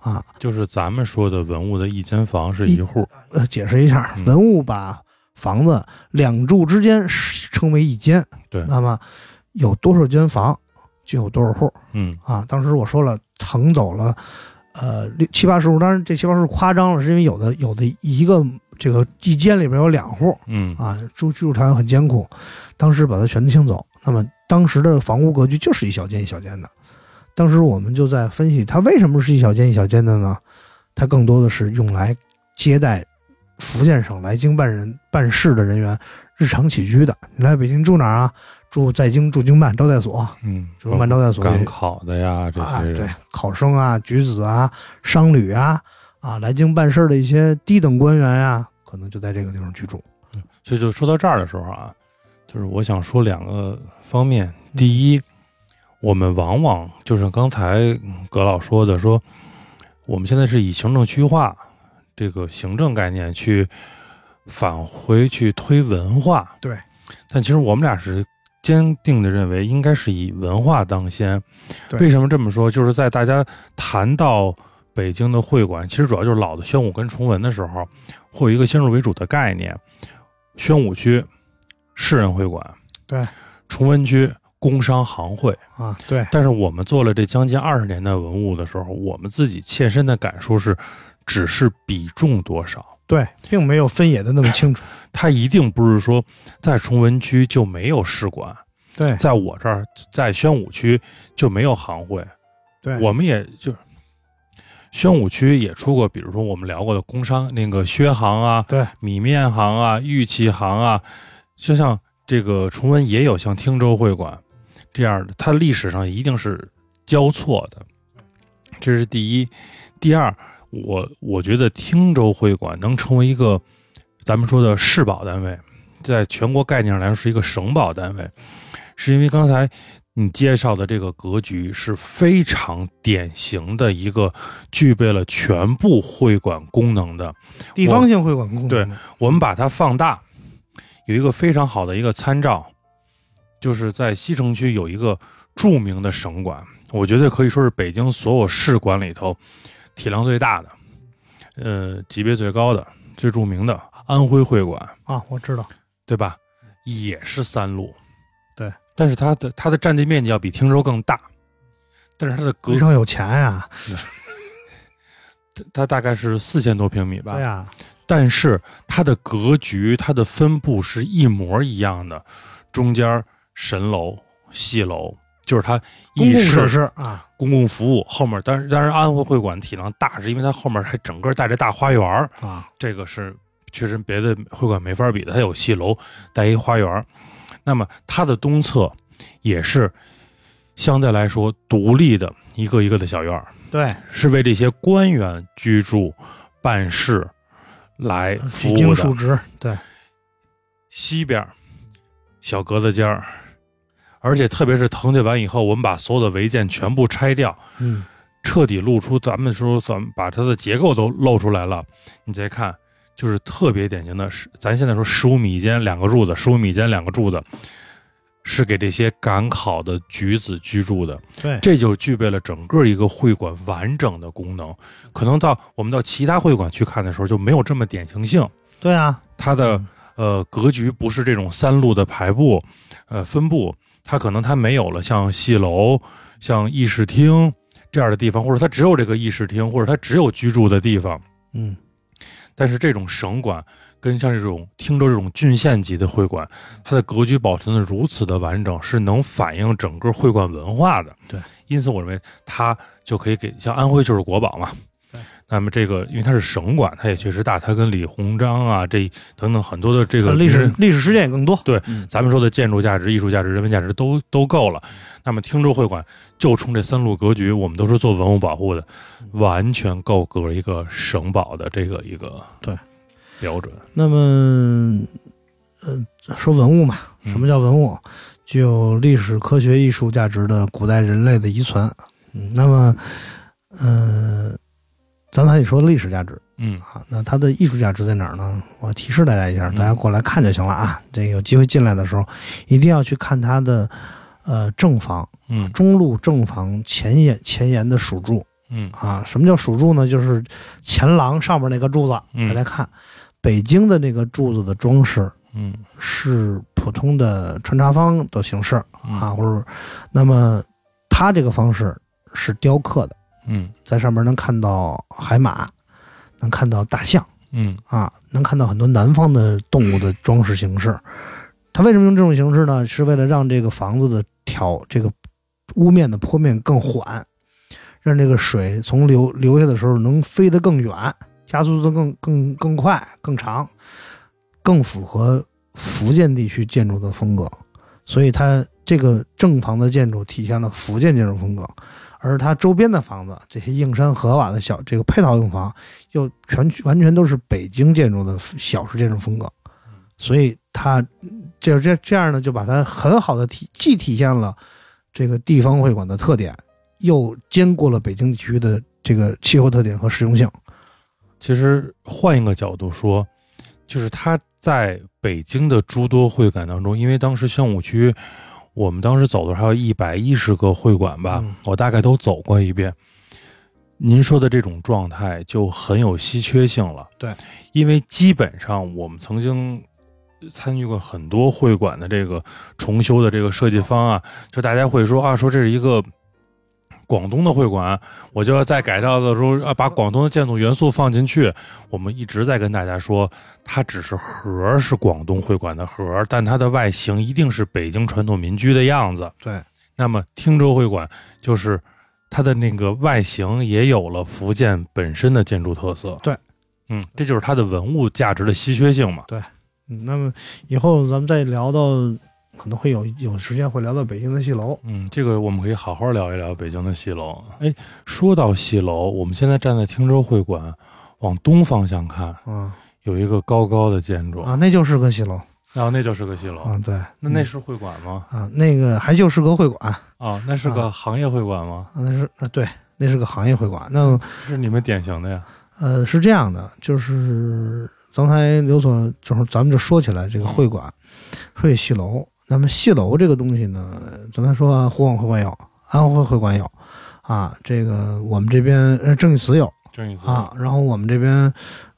Speaker 2: 啊，
Speaker 3: 就是咱们说的文物的一间房是一户，
Speaker 2: 呃，解释一下，
Speaker 3: 嗯
Speaker 2: 文物把房子两柱之间是称为一间，
Speaker 3: 对
Speaker 2: 那么有多少间房就有多少户
Speaker 3: 嗯
Speaker 2: 啊。当时我说了，腾走了，呃，六七八十户，当然这七八十户夸张了，是因为有的有的一个这个一间里边有两户
Speaker 3: 嗯
Speaker 2: 啊，住居住条件很艰苦，当时把它全清走。那么当时的房屋格局就是一小间一小间的，当时我们就在分析它为什么是一小间一小间的呢？它更多的是用来接待福建省来京办人办事的人员日常起居的。你来北京住哪儿啊？住在京驻京办招待所，
Speaker 3: 嗯，
Speaker 2: 驻京办招待所
Speaker 3: 赶考的呀这
Speaker 2: 啊，
Speaker 3: 些
Speaker 2: 对
Speaker 3: 人，，
Speaker 2: 考生啊、举子啊、商旅啊啊，来京办事的一些低等官员呀、可能就在这个地方居住。
Speaker 3: 所以就说到这儿的时候啊，就是我想说两个方面。
Speaker 2: 嗯
Speaker 3: 第一，我们往往就是刚才葛老说的，说我们现在是以行政区划这个行政概念去返回去推文化，
Speaker 2: 对。
Speaker 3: 但其实我们俩是坚定的认为，应该是以文化当先。
Speaker 2: 对
Speaker 3: 为什么这么说？就是在大家谈到北京的会馆，其实主要就是老的宣武跟崇文的时候，会有一个先入为主的概念。宣武区市人会馆，
Speaker 2: 对，
Speaker 3: 崇文区工商行会。
Speaker 2: 啊，对，
Speaker 3: 但是我们做了这将近二十年的文物的时候，我们自己切身的感受是，只是比重多少。
Speaker 2: 对，并没有分野的那么清 楚。
Speaker 3: 它一定不是说在崇文区就没有市馆，
Speaker 2: 对
Speaker 3: 在我这儿，在宣武区就没有行会，
Speaker 2: 对，
Speaker 3: 我们也就宣武区也出过，比如说我们聊过的工商那个薛行啊，
Speaker 2: 对，
Speaker 3: 米面行啊，玉器行啊，就像这个崇文也有像汀州会馆这样的，它历史上一定是交错的，这是第一。第二，我我觉得汀州会馆能成为一个咱们说的市保单位，在全国概念上来说是一个省保单位，是因为刚才你介绍的这个格局是非常典型的一个具备了全部会馆功能的。
Speaker 2: 地方性会馆功能。
Speaker 3: 对我们把它放大，有一个非常好的一个参照，就是在西城区有一个著名的省馆，我觉得可以说是北京所有市馆里头体量最大的，呃，级别最高的、最著名的安徽会馆。
Speaker 2: 啊，我知道，
Speaker 3: 对吧？也是三路，
Speaker 2: 嗯对，
Speaker 3: 但是它的它的占地面积要比汀州更大，但是它的格
Speaker 2: 非常有钱啊呀、
Speaker 3: 它大概是四千多平米吧，
Speaker 2: 对呀、啊
Speaker 3: 但是它的格局、它的分布是一模一样的，中间神楼、戏楼，就是它
Speaker 2: 公
Speaker 3: 议
Speaker 2: 共设
Speaker 3: 事、
Speaker 2: 施啊，
Speaker 3: 公共服务后面，但是当然安徽会馆体量大，是因为它后面还整个带着大花园儿
Speaker 2: 啊，
Speaker 3: 这个是确实别的会馆没法比的，它有戏楼，带一花园儿。那么它的东侧也是相对来说独立的一个一个的小院儿，
Speaker 2: 对，
Speaker 3: 是为这些官员居住、办事来服
Speaker 2: 举
Speaker 3: 务
Speaker 2: 经述
Speaker 3: 的。
Speaker 2: 职，对，
Speaker 3: 西边儿小格子间儿，而且特别是腾退完以后，我们把所有的违建全部拆掉，
Speaker 2: 嗯，
Speaker 3: 彻底露出咱们说咱们把它的结构都露出来了，你再看，就是特别典型的是，咱现在说十五米一间两个柱子，十五米一间两个柱子，是给这些赶考的举子居住的，
Speaker 2: 对，
Speaker 3: 这就具备了整个一个会馆完整的功能。可能到我们到其他会馆去看的时候就没有这么典型性，
Speaker 2: 对啊，
Speaker 3: 它的
Speaker 2: 嗯
Speaker 3: 呃格局不是这种三路的排布，呃分布，它可能它没有了像戏楼、像议事厅这样的地方，或者它只有这个议事厅，或者它只有居住的地方。
Speaker 2: 嗯，
Speaker 3: 但是这种省馆跟像这种汀州这种郡县级的会馆，它的格局保存的如此的完整，是能反映整个会馆文化的。
Speaker 2: 对，
Speaker 3: 因此我认为它就可以给像安徽就是国宝嘛
Speaker 2: 对。
Speaker 3: 那么这个，因为它是省馆，它也确实大，它跟李鸿章啊这等等很多的这个
Speaker 2: 啊历史历史事件也更多，嗯
Speaker 3: 咱们说的建筑价值、艺术价值、人文价值都都够了。那么汀州会馆就冲这三路格局，我们都是做文物保护的，
Speaker 2: 嗯
Speaker 3: 完全够格一个省保的这个一个
Speaker 2: 对
Speaker 3: 标准。
Speaker 2: 那么，呃，说文物嘛，
Speaker 3: 嗯
Speaker 2: 什么叫文物？具有历史、科学、艺术价值的古代人类的遗存。嗯，那么，呃，咱们还得说历史价值
Speaker 3: 嗯
Speaker 2: 啊。那它的艺术价值在哪儿呢？我提示大家一下，
Speaker 3: 嗯
Speaker 2: 大家过来看就行了啊。这个有机会进来的时候，一定要去看它的呃正房、
Speaker 3: 嗯
Speaker 2: 中路正房前沿前沿的属柱。
Speaker 3: 嗯
Speaker 2: 啊，什么叫属柱呢？就是前廊上面那个柱子，
Speaker 3: 嗯
Speaker 2: 大家看，北京的那个柱子的装饰
Speaker 3: 嗯
Speaker 2: 是普通的穿插方的形式啊，
Speaker 3: 嗯
Speaker 2: 或者，那么它这个方式是雕刻的，
Speaker 3: 嗯
Speaker 2: 在上面能看到海马，能看到大象
Speaker 3: 嗯
Speaker 2: 啊，能看到很多南方的动物的装饰形式。它为什么用这种形式呢？是为了让这个房子的挑这个屋面的坡面更缓，让这个水从流流下的时候能飞得更远，加速度更更更快、更长，更符合福建地区建筑的风格。所以它这个正房的建筑体现了福建建筑风格，而它周边的房子，这些硬山河瓦的小这个配套用房，又全完全都是北京建筑的小式建筑风格。所以它这这这样呢，就把它很好的体既体现了这个地方会馆的特点，又兼顾了北京地区的这个气候特点和实用性。
Speaker 3: 其实换一个角度说，就是他在北京的诸多会馆当中，因为当时宣武区，我们当时走的时候还有一百一十个会馆吧，
Speaker 2: 嗯
Speaker 3: 我大概都走过一遍。您说的这种状态就很有稀缺性了，
Speaker 2: 对，
Speaker 3: 因为基本上我们曾经参与过很多会馆的这个重修的这个设计方案，就大家会说啊，说这是一个广东的会馆，啊我就要在改造的时候啊，把广东的建筑元素放进去。我们一直在跟大家说，它只是盒儿是广东会馆的盒儿，但它的外形一定是北京传统民居的样子。
Speaker 2: 对，
Speaker 3: 那么汀州会馆就是它的那个外形也有了福建本身的建筑特色。
Speaker 2: 对，
Speaker 3: 嗯，这就是它的文物价值的稀缺性嘛。
Speaker 2: 嗯，那么以后咱们再聊到，可能会有有时间会聊到北京的戏楼。
Speaker 3: 嗯，这个我们可以好好聊一聊北京的戏楼。哎，说到戏楼，我们现在站在汀州会馆，往东方向看，
Speaker 2: 啊
Speaker 3: 有一个高高的建筑，
Speaker 2: 啊，那就是个戏楼
Speaker 3: 然后那就是个戏楼。
Speaker 2: 啊，对，
Speaker 3: 那那是会馆吗？
Speaker 2: 啊，那个还就是个会馆，啊，
Speaker 3: 啊，那是个行业会馆吗？
Speaker 2: 那是啊，对，那是个行业会馆。那
Speaker 3: 是你们典型的呀。
Speaker 2: 呃，是这样的，就是刚才刘所就是咱们就说起来这个会馆，说起戏楼，那么戏楼这个东西呢，刚才说啊湖广会馆有，安徽会馆有，啊，这个我们这边呃郑义祠有
Speaker 3: 郑义祠
Speaker 2: 啊，，然后我们这边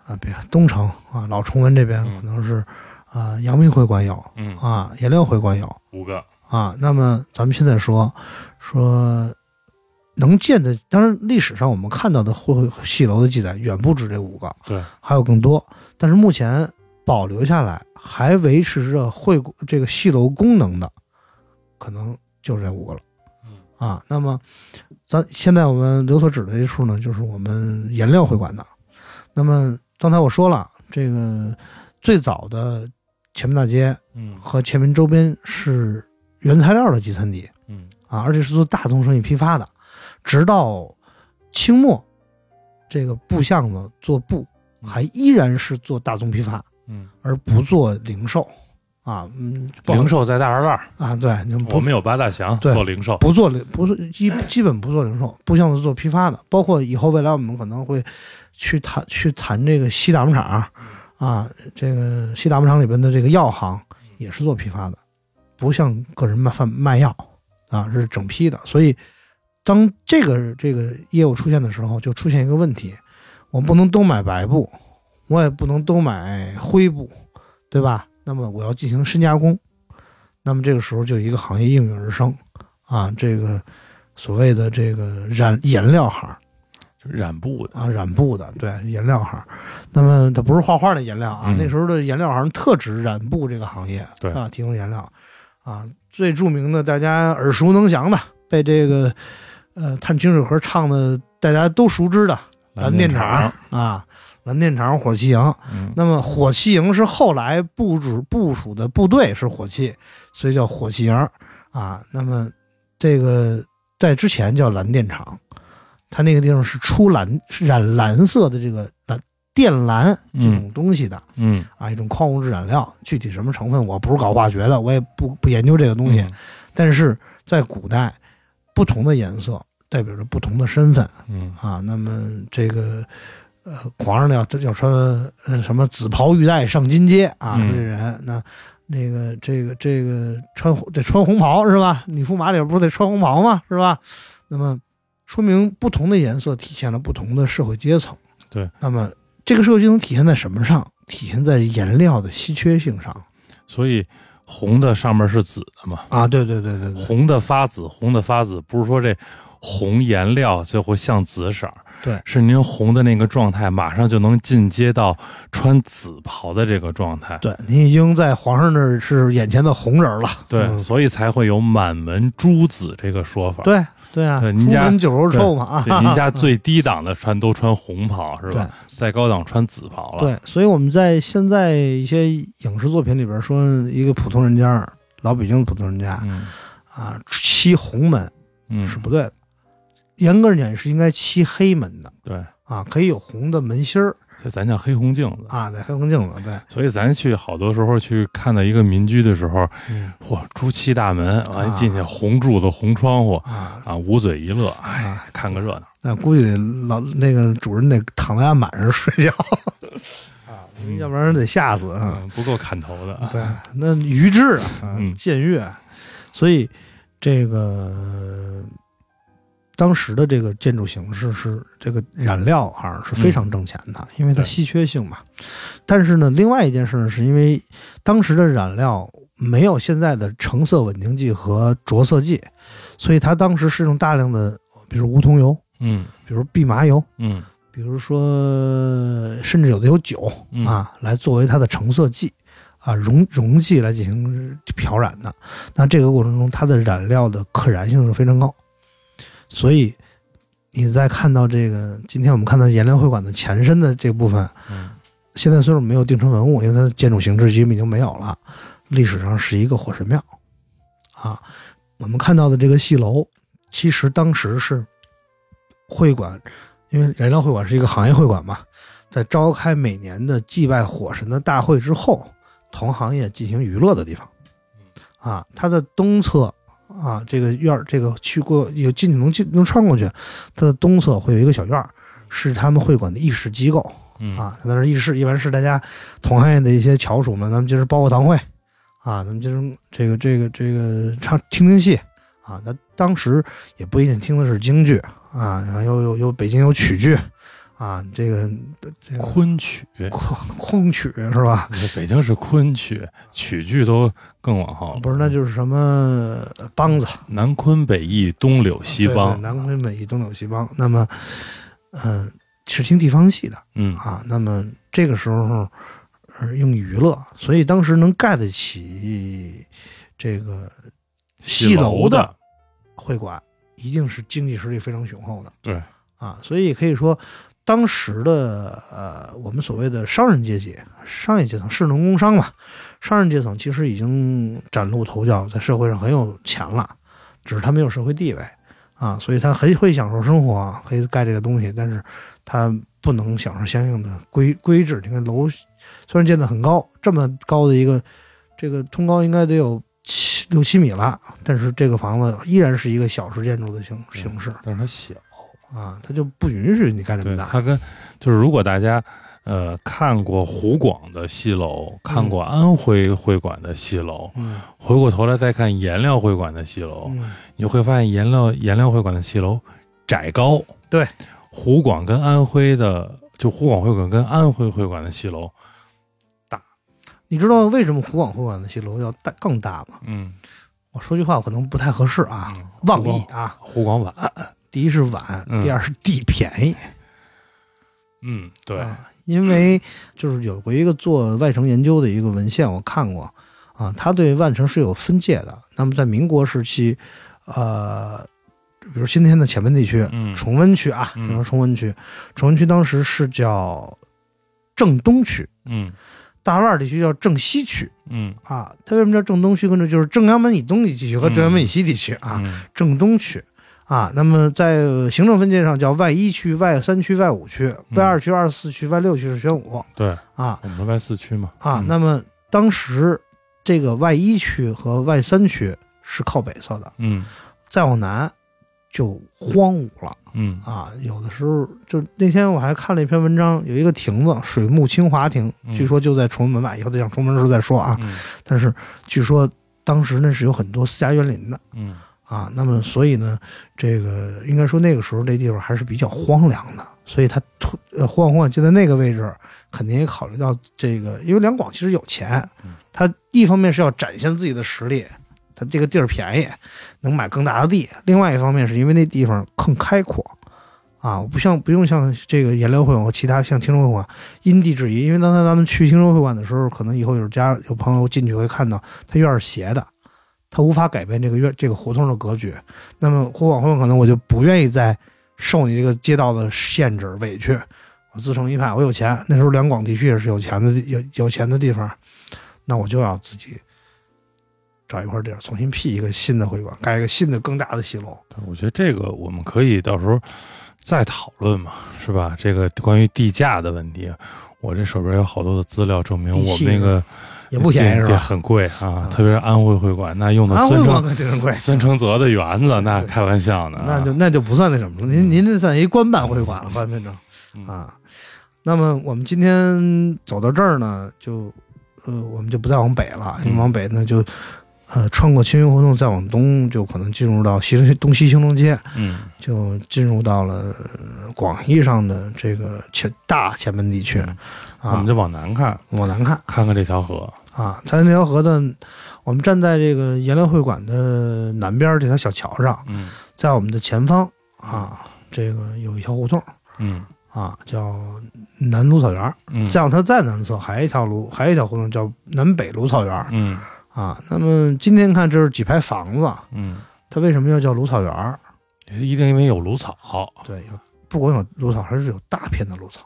Speaker 2: 啊，别东城啊，老崇文这边
Speaker 3: 嗯
Speaker 2: 可能是啊阳明会馆有
Speaker 3: 嗯，
Speaker 2: 啊，颜料会馆有
Speaker 3: 五个，
Speaker 2: 啊，那么咱们现在说说能见的，当然历史上我们看到的会戏楼的记载远不止这五个，
Speaker 3: 对，
Speaker 2: 还有更多。但是目前保留下来还维持着会这个戏楼功能的，可能就是这五个了
Speaker 3: 嗯
Speaker 2: 啊。那么咱现在我们刘所指的这处呢，就是我们颜料会馆的。那么刚才我说了，这个最早的前门大街
Speaker 3: 嗯
Speaker 2: 和前门周边是原材料的集散地
Speaker 3: 嗯
Speaker 2: 啊，而且是做大宗生意批发的。直到清末，这个布巷子做布
Speaker 3: 嗯
Speaker 2: 还依然是做大宗批发，
Speaker 3: 嗯，
Speaker 2: 而不做零售啊，嗯，不好
Speaker 3: 零售在大栅栏，
Speaker 2: 啊，对，就
Speaker 3: 我
Speaker 2: 不
Speaker 3: 们有八大祥
Speaker 2: 对
Speaker 3: 做零售。
Speaker 2: 不做零不做基基本不做零售，布巷子做批发的，包括以后未来我们可能会去谈去谈这个西大牧场啊，这个西大牧场里边的这个药行也是做批发的，不像个人卖贩卖药啊，是整批的。所以当这个这个业务出现的时候，就出现一个问题，我不能都买白布，我也不能都买灰布，对吧？那么我要进行深加工，那么这个时候就一个行业应运而生。啊，这个所谓的这个染颜料行
Speaker 3: 就是染布的，
Speaker 2: 啊，染布的，对，颜料行。那么它不是画画的颜料啊，
Speaker 3: 嗯
Speaker 2: 那时候的颜料行特指染布这个行业，
Speaker 3: 对
Speaker 2: 啊，提供颜料啊，最著名的大家耳熟能详的，被这个呃探清水河唱的大家都熟知的蓝电厂
Speaker 3: 厂，
Speaker 2: 啊，蓝电厂火器营。
Speaker 3: 嗯
Speaker 2: 那么火器营是后来部署部署的部队是火器，所以叫火器营啊。那么这个在之前叫蓝电厂，它那个地方是出蓝是染蓝色的这个蓝靛蓝这种东西的、
Speaker 3: 嗯，
Speaker 2: 啊，一种矿物质染料，具体什么成分我不是搞化学的，我也不不研究这个东
Speaker 3: 嗯
Speaker 2: 西，但是在古代，不同的颜色代表着不同的身份
Speaker 3: 嗯，
Speaker 2: 啊。那么这个呃，皇上要要穿呃什么紫袍玉带上金阶啊，
Speaker 3: 嗯
Speaker 2: 这人那那个这个这个穿红得穿红袍是吧？女驸马里边不是得穿红袍吗？是吧？那么说明不同的颜色体现了不同的社会阶层。
Speaker 3: 对，
Speaker 2: 那么这个社会阶层体现在什么上？体现在颜料的稀缺性上
Speaker 3: 嗯所以红的上面是紫的嘛，
Speaker 2: 啊！对对对对对
Speaker 3: 红的发紫，红的发紫，不是说这红颜料最后像紫色儿，
Speaker 2: 对
Speaker 3: 是您红的那个状态，马上就能进阶到穿紫袍的这个状态，
Speaker 2: 对，您已经在皇上那儿是眼前的红人了。
Speaker 3: 对，
Speaker 2: 嗯
Speaker 3: 所以才会有满门朱紫这个说法。
Speaker 2: 对对啊，
Speaker 3: 对您
Speaker 2: 出
Speaker 3: 家
Speaker 2: 门酒肉臭嘛啊！
Speaker 3: 对，您家最低档的穿都穿红袍是吧？再高档穿紫袍了。，
Speaker 2: 对，所以我们在现在一些影视作品里边说，一个普通人家，老北京的普通人家
Speaker 3: 嗯
Speaker 2: 啊，漆红门
Speaker 3: 嗯，
Speaker 2: 是不对的，严格而言是应该漆黑门的
Speaker 3: 对，
Speaker 2: 啊，可以有红的门芯儿
Speaker 3: 所以咱叫黑红镜子。
Speaker 2: 啊，在黑红镜子对，
Speaker 3: 所以咱去好多时候去看到一个民居的时候，
Speaker 2: 嗯
Speaker 3: 嚯，朱漆大门，完、
Speaker 2: 啊
Speaker 3: 进去红柱子、红窗户
Speaker 2: 啊
Speaker 3: 啊，捂嘴一乐，哎，
Speaker 2: 啊，
Speaker 3: 看个热闹。
Speaker 2: 那估计得老那个主人得躺在案板上 睡觉啊， 要不然得吓死啊。
Speaker 3: 嗯，不够砍头的。
Speaker 2: 对，那愚智啊
Speaker 3: 嗯，
Speaker 2: 僭越，所以这个当时的这个建筑形式是这个染料啊是非常挣钱的，因为它
Speaker 3: 嗯对
Speaker 2: 稀缺性嘛。但是呢，另外一件事呢，是因为当时的染料没有现在的成色稳定剂和着色剂，所以它当时是用大量的，比如梧桐油，
Speaker 3: 嗯
Speaker 2: 比如蓖麻油，
Speaker 3: 嗯
Speaker 2: 比如说甚至有的有酒，
Speaker 3: 嗯，
Speaker 2: 啊，来作为它的成色剂啊溶溶剂来进行呃漂染的。那这个过程中，它的染料的可燃性是非常高，所以你在看到这个今天我们看到颜料会馆的前身的这部分，
Speaker 3: 嗯
Speaker 2: 现在虽然没有定成文物，因为它的建筑形式基本已经没有了，历史上是一个火神庙啊。我们看到的这个戏楼，其实当时是会馆，因为燃料会馆是一个行业会馆嘛，在召开每年的祭拜火神的大会之后，同行业进行娱乐的地方。啊，它的东侧啊，这个院儿，这个去过有进去能进能穿过去，它的东侧会有一个小院儿，是他们会馆的议事机构。
Speaker 3: 嗯
Speaker 2: 啊，在那是议事，一般是大家同行业的一些翘楚们，咱们今儿包个堂会啊，咱们今儿这个这个这个唱听听戏啊。那当时也不一定听的是京剧啊，然后有有有北京有曲剧啊，这个这个
Speaker 3: 昆曲，
Speaker 2: 昆昆曲是吧？
Speaker 3: 北京是昆曲，曲剧都更往后了。
Speaker 2: 哦不是，那就是什么呃梆子、
Speaker 3: 南昆北弋，东柳
Speaker 2: 啊
Speaker 3: 西
Speaker 2: 对
Speaker 3: 梆
Speaker 2: 对。南昆北弋、东柳西梆。那么，嗯、是听地方戏的。
Speaker 3: 嗯
Speaker 2: 啊，那么这个时候，呃，用娱乐，所以当时能盖得起这个戏楼的
Speaker 3: 的，
Speaker 2: 会馆，一定是经济实力非常雄厚的
Speaker 3: 对，
Speaker 2: 啊，所以可以说，当时的呃，我们所谓的商人阶级、商业阶层、士农工商嘛，商人阶层其实已经崭露头角，在社会上很有钱了，只是他没有社会地位啊，所以他很会享受生活，啊可以盖这个东西，但是他不能享受相应的规规制。你看楼虽然建得很高，这么高的一个，这个通高应该得有七六七米了，但是这个房子依然是一个小式建筑的形形式
Speaker 3: 但是它小。
Speaker 2: 啊，它就不允许你盖这
Speaker 3: 对，
Speaker 2: 么大。
Speaker 3: 它跟就是如果大家呃看过湖广的戏楼，看过安徽会馆的戏楼，
Speaker 2: 嗯
Speaker 3: 回过头来再看颜料会馆的戏楼，
Speaker 2: 嗯，
Speaker 3: 你就会发现颜料颜料会馆的戏楼窄高。
Speaker 2: 对，
Speaker 3: 湖广跟安徽的就湖广会馆跟安徽会馆的戏楼，
Speaker 2: 你知道为什么湖广会馆的戏楼要大更大吗？
Speaker 3: 嗯，
Speaker 2: 我说句话可能不太合适啊，
Speaker 3: 嗯
Speaker 2: 妄议啊。
Speaker 3: 湖广晚，
Speaker 2: 第一是晚，
Speaker 3: 嗯
Speaker 2: 第二是地便宜。
Speaker 3: 嗯，对，
Speaker 2: 啊，因为就是有过一个做外城研究的一个文献，我看过啊，他对万城是有分界的。那么在民国时期，呃，比如今天的前门地区、
Speaker 3: 嗯
Speaker 2: 崇文区啊，
Speaker 3: 嗯
Speaker 2: 比如崇文区，崇文区当时是叫正东区，
Speaker 3: 嗯
Speaker 2: 大栅栏地区叫正西区
Speaker 3: 嗯
Speaker 2: 啊。它为什么叫正东区？跟着就是正阳门以东地区和正阳门以西地区啊。
Speaker 3: 嗯
Speaker 2: 正东区啊。那么在呃行政分界上叫 Y 一区、Y 三区、Y 五区、
Speaker 3: 嗯
Speaker 2: Y 二区、二四区、Y 六区是宣武
Speaker 3: 对，
Speaker 2: 啊
Speaker 3: 我们说外四区嘛。
Speaker 2: 啊。
Speaker 3: 嗯
Speaker 2: 那么当时这个 Y 一区和 Y 三区是靠北侧的，
Speaker 3: 嗯
Speaker 2: 再往南就荒芜了
Speaker 3: 嗯
Speaker 2: 啊。有的时候就那天我还看了一篇文章，有一个亭子，水木清华亭，
Speaker 3: 嗯
Speaker 2: 据说就在崇文门外，以后再讲崇文门的时候再说啊。
Speaker 3: 嗯
Speaker 2: 但是据说当时那是有很多私家园林的。
Speaker 3: 嗯
Speaker 2: 啊，那么所以呢，这个应该说那个时候这地方还是比较荒凉的，所以他突呃晃晃就在那个位置，肯定也考虑到这个，因为两广其实有钱
Speaker 3: 嗯，
Speaker 2: 他一方面是要展现自己的实力，他这个地儿便宜，能买更大的地；另外一方面是因为那地方更开阔。啊，我不像不用像这个颜料会馆和其他像听众会馆因地制宜，因为刚才咱们去听众会馆的时候，可能以后有家有朋友进去会看到，它院儿是斜的，他无法改变这个院这个胡同的格局。那么胡广混可能我就不愿意再受你这个街道的限制委屈，我自成一派，我有钱。那时候两广地区也是有钱的地有有钱的地方，那我就要自己找一块地儿重新辟一个新的会馆，盖一个新的更大的戏楼。
Speaker 3: 对我觉得这个我们可以到时候再讨论嘛，是吧？这个关于地价的问题，我这手边有好多的资料证明
Speaker 2: 地
Speaker 3: 我
Speaker 2: 契
Speaker 3: 们那个
Speaker 2: 也不便宜是吧？
Speaker 3: 也
Speaker 2: 嗯
Speaker 3: 很贵啊，特别是安徽会馆，那用的
Speaker 2: 安徽
Speaker 3: 孙
Speaker 2: 馆
Speaker 3: 承
Speaker 2: 可挺贵，
Speaker 3: 哎孙承泽的园子，那开玩笑呢啊，
Speaker 2: 那就那就不算那什么了。
Speaker 3: 嗯
Speaker 2: 您您这算一官办会馆了，反正。啊。那么我们今天走到这儿呢，就呃，我们就不再往北了，因为
Speaker 3: 嗯
Speaker 2: 往北呢就呃穿过青云胡同，再往东就可能进入到西东西兴隆街，
Speaker 3: 嗯
Speaker 2: 就进入到了呃广义上的这个前大前门地区
Speaker 3: 嗯我
Speaker 2: 啊
Speaker 3: 们。就往南看，
Speaker 2: 往南看
Speaker 3: 看看这条河，
Speaker 2: 啊，在那条河的，我们站在这个颜料会馆的南边这条小桥上，
Speaker 3: 嗯
Speaker 2: 在我们的前方啊，这个有一条胡同
Speaker 3: 嗯
Speaker 2: 啊，叫南芦草园。
Speaker 3: 嗯，
Speaker 2: 再往它再南侧还有一条路，还有一条胡同叫南北芦草园儿
Speaker 3: 嗯
Speaker 2: 啊。那么今天看这是几排房子，
Speaker 3: 嗯，
Speaker 2: 它为什么要叫芦草园儿？
Speaker 3: 一定因为有芦草，
Speaker 2: 对，有不光有芦草，还是有大片的芦草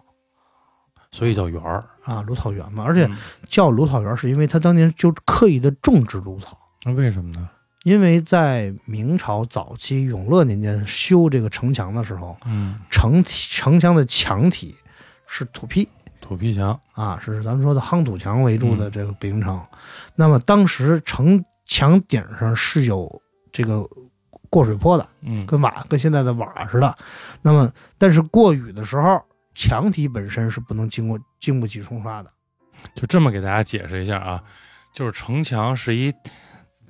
Speaker 3: 所以叫园儿，
Speaker 2: 啊，芦草园嘛。而且
Speaker 3: 嗯
Speaker 2: 叫芦草园儿是因为它当年就刻意的种植芦草，
Speaker 3: 那为什么呢？
Speaker 2: 因为在明朝早期永乐年间修这个城墙的时候，
Speaker 3: 嗯，
Speaker 2: 城体城墙的墙体是土坯，
Speaker 3: 土坯墙，
Speaker 2: 啊，是咱们说的夯土墙围住
Speaker 3: 嗯
Speaker 2: 的这个北京城。那么当时城墙顶上是有这个过水坡的，
Speaker 3: 嗯
Speaker 2: 跟瓦跟现在的瓦似的。那么但是过雨的时候，墙体本身是不能经过经不起冲刷的。
Speaker 3: 就这么给大家解释一下啊，就是城墙是一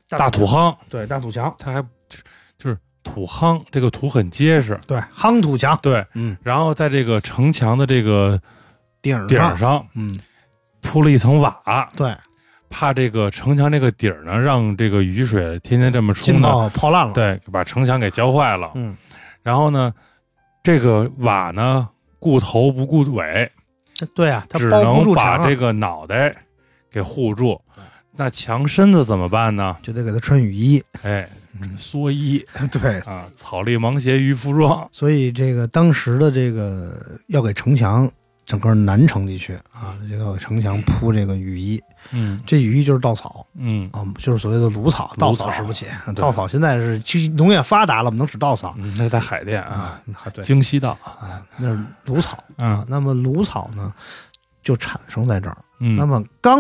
Speaker 3: 大
Speaker 2: 大
Speaker 3: 土夯，
Speaker 2: 对大土墙，
Speaker 3: 它还就是土夯，这个土很结实，
Speaker 2: 对夯土墙，
Speaker 3: 对，
Speaker 2: 嗯，
Speaker 3: 然后在这个城墙的这个
Speaker 2: 顶儿
Speaker 3: 顶儿，上
Speaker 2: 嗯，
Speaker 3: 铺了一层瓦，
Speaker 2: 对，
Speaker 3: 怕这个城墙这个底儿呢，让这个雨水天天这么
Speaker 2: 浸
Speaker 3: 冲呢，
Speaker 2: 泡泡烂了，，
Speaker 3: 对，把城墙给浇坏了。
Speaker 2: 嗯，
Speaker 3: 然后呢，这个瓦呢顾头不顾尾，
Speaker 2: 对啊，它
Speaker 3: 只
Speaker 2: 包不
Speaker 3: 能
Speaker 2: 住墙、
Speaker 3: 把
Speaker 2: 啊，嗯
Speaker 3: 这个脑袋给护住。那墙身子怎么办呢？
Speaker 2: 就得给它穿雨衣，
Speaker 3: 哎
Speaker 2: 嗯，
Speaker 3: 蓑衣
Speaker 2: 对。
Speaker 3: 啊，草笠芒鞋渔夫装。
Speaker 2: 所以这个当时的这个要给城墙，整个南城地区啊，要给城墙铺这个雨衣，
Speaker 3: 嗯
Speaker 2: 这雨衣就是稻草
Speaker 3: 嗯
Speaker 2: 啊，就是所谓的芦草，稻
Speaker 3: 芦草
Speaker 2: 草使不起，
Speaker 3: 对
Speaker 2: 稻草现在是其实农业发达了，我们能使稻草
Speaker 3: 嗯，那在海淀啊，
Speaker 2: 啊，啊对
Speaker 3: 京西道
Speaker 2: 啊，那是芦草啊
Speaker 3: 啊。，
Speaker 2: 那么芦草呢，就产生在这儿。
Speaker 3: 嗯，
Speaker 2: 那么刚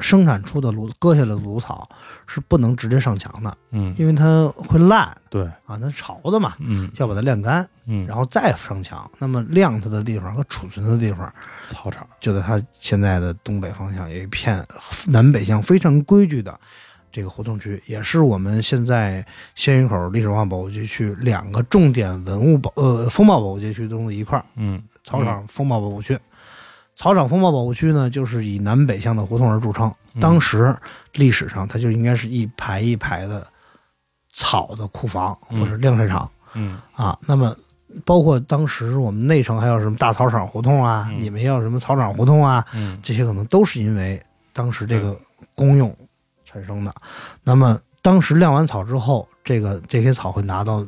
Speaker 2: 生产出的芦割下来的芦草是不能直接上墙的，
Speaker 3: 嗯，
Speaker 2: 因为它会烂
Speaker 3: 对，
Speaker 2: 啊，它潮的嘛，
Speaker 3: 嗯
Speaker 2: 要把它晾干。
Speaker 3: 嗯，
Speaker 2: 然后再上墙。那么晾它的地方和储存它的地方，
Speaker 3: 操场，
Speaker 2: 就在它现在的东北方向有一片南北向非常规矩的这个胡同区，也是我们现在鲜鱼口历史文化保护街区两个重点文物保呃风貌保护街区中的一块儿
Speaker 3: 嗯
Speaker 2: 草场风貌保护区。草场风貌保护区呢，就是以南北向的胡同而著称。
Speaker 3: 嗯
Speaker 2: 当时历史上，它就应该是一排一排的草的库房或者晾晒场。
Speaker 3: 嗯
Speaker 2: 啊，那么包括当时我们内城还有什么大草场胡同啊，
Speaker 3: 嗯
Speaker 2: 你们也有什么草场胡同啊，
Speaker 3: 嗯
Speaker 2: 这些可能都是因为当时这个公用产生的。那么当时晾完草之后，这个这些草会拿到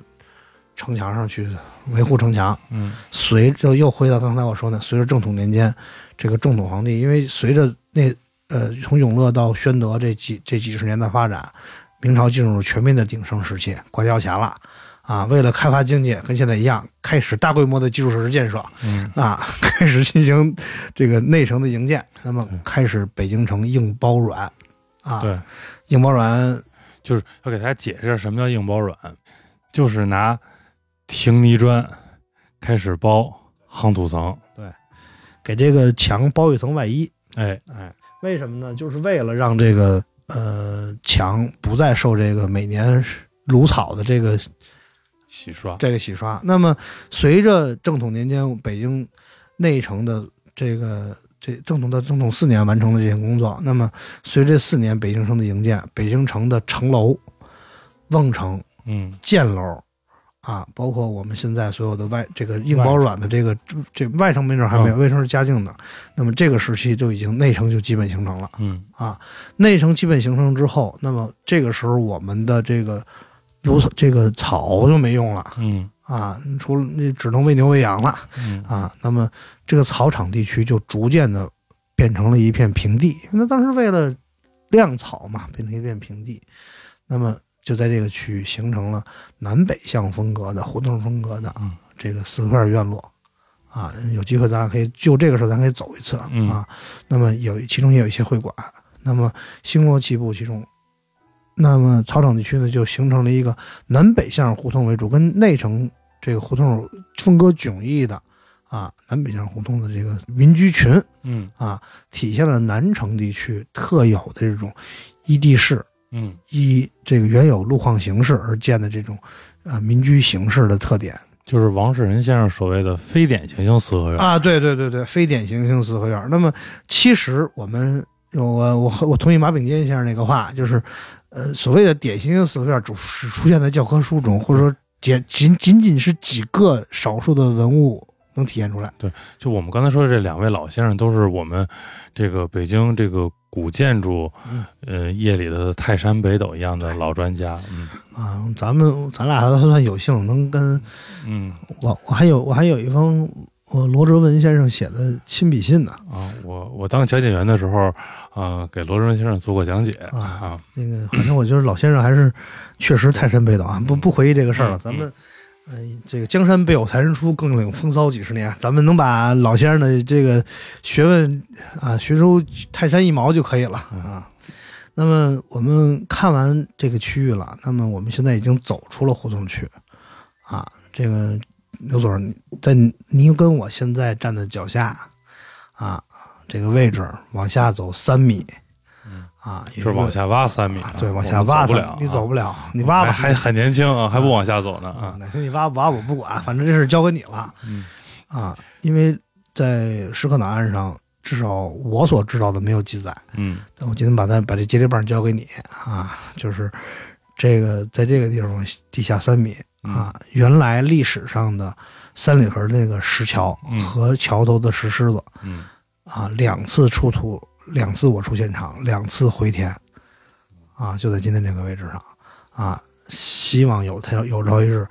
Speaker 2: 城墙上去维护城墙。
Speaker 3: 嗯
Speaker 2: 随着又回到刚才我说的，随着正统年间，这个正统皇帝，因为随着那呃从永乐到宣德这几这几十年的发展，明朝进入全面的鼎盛时期，管要钱了啊，为了开发经济，跟现在一样，开始大规模的基础设施建设
Speaker 3: 嗯，
Speaker 2: 啊， 开始进行这个内城的营建，那么开始北京城硬包软啊，
Speaker 3: 对，
Speaker 2: 硬包软
Speaker 3: 就是要给大家解释一下什么叫硬包软，就是拿停泥砖开始包夯土层，
Speaker 2: 给这个墙包一层外衣，
Speaker 3: 哎，
Speaker 2: 哎，为什么呢？就是为了让这个呃墙不再受这个每年芦草的这个
Speaker 3: 洗刷，
Speaker 2: 这个洗刷。那么随着正统年间北京内城的这个这正统到正统四年完成的这些工作，那么随着四年北京城的营建，北京城的城楼、瓮城、
Speaker 3: 嗯，
Speaker 2: 箭楼。啊，包括我们现在所有的外这个硬包软的这个这外城没准还没有，外城是嘉靖的，那么这个时期就已经内城就基本形成了。
Speaker 3: 嗯，
Speaker 2: 啊，内城基本形成之后，那么这个时候我们的这个芦草这个草就没用了
Speaker 3: 嗯，
Speaker 2: 啊，除了那只能喂牛喂羊了
Speaker 3: 嗯，
Speaker 2: 啊。那么这个草场地区就逐渐的变成了一片平地。那当时为了晾草嘛，变成一片平地，那么就在这个区域形成了南北向风格的胡同风格的啊
Speaker 3: 嗯
Speaker 2: 这个四合院院落。啊，有机会咱俩可以就这个事儿，咱可以走一次、
Speaker 3: 嗯
Speaker 2: 啊。那么有其中也有一些会馆，那么星罗棋布其中，那么草场地区呢就形成了一个南北向胡同为主，跟内城这个胡同风格迥异的啊南北向胡同的这个民居群
Speaker 3: 嗯，
Speaker 2: 啊，体现了南城地区特有的这种依地势、
Speaker 3: 嗯，
Speaker 2: 依这个原有路况形式而建的这种呃民居形式的特点。
Speaker 3: 就是王世仁先生所谓的非典型性四合院，
Speaker 2: 啊，对对对对，非典型性四合院儿。那么其实我们有我我我同意马炳坚先生那个话，就是呃，所谓的典型性四合院儿只只出现在教科书中，或者说仅仅仅仅是几个少数的文物能体现出来。
Speaker 3: 就我们刚才说的这两位老先生，都是我们这个北京这个古建筑，
Speaker 2: 嗯
Speaker 3: 呃，业里的泰山北斗一样的老专家。嗯
Speaker 2: 啊，咱们咱俩还算有幸能跟
Speaker 3: 嗯
Speaker 2: 我我还有我还有一封我罗哲文先生写的亲笔信呢。
Speaker 3: 啊，我我当讲解员的时候，呃，给罗振先生做过讲解
Speaker 2: 啊
Speaker 3: 啊。
Speaker 2: 那个，反正我觉得老先生还是确实泰山北斗啊，不不回忆这个事儿了。
Speaker 3: 嗯
Speaker 2: 咱们，呃，这个江山北有才人出，更领风骚几十年。咱们能把老先生的这个学问啊学出泰山一毛就可以了
Speaker 3: 嗯
Speaker 2: 啊。那么我们看完这个区域了，那么我们现在已经走出了胡同区啊。这个刘总，你在您跟我现在站的脚下啊这个位置往下走三米。啊，也
Speaker 3: 嗯是
Speaker 2: 个
Speaker 3: 往下挖三米、
Speaker 2: 啊
Speaker 3: 啊，
Speaker 2: 对，往
Speaker 3: 我
Speaker 2: 下
Speaker 3: 们
Speaker 2: 挖
Speaker 3: 走
Speaker 2: 三
Speaker 3: 不了，
Speaker 2: 你走不
Speaker 3: 了，
Speaker 2: 了，你挖吧，
Speaker 3: 还还很年轻啊，还不往下走呢
Speaker 2: 啊，
Speaker 3: 啊。
Speaker 2: 哪天你挖不挖我不管，反正这事儿交给你了
Speaker 3: 嗯
Speaker 2: 啊，因为在石刻档案上，至少我所知道的没有记载。
Speaker 3: 嗯
Speaker 2: 但我今天把它把这接力棒交给你啊，就是这个在这个地方地下三米
Speaker 3: 嗯
Speaker 2: 啊，原来历史上的三里河那个石桥
Speaker 3: 嗯
Speaker 2: 和桥头的石狮子
Speaker 3: 嗯，
Speaker 2: 啊，两次出土，两次我出现场，两次回填，啊，就在今天这个位置上，啊，希望有它有朝一日，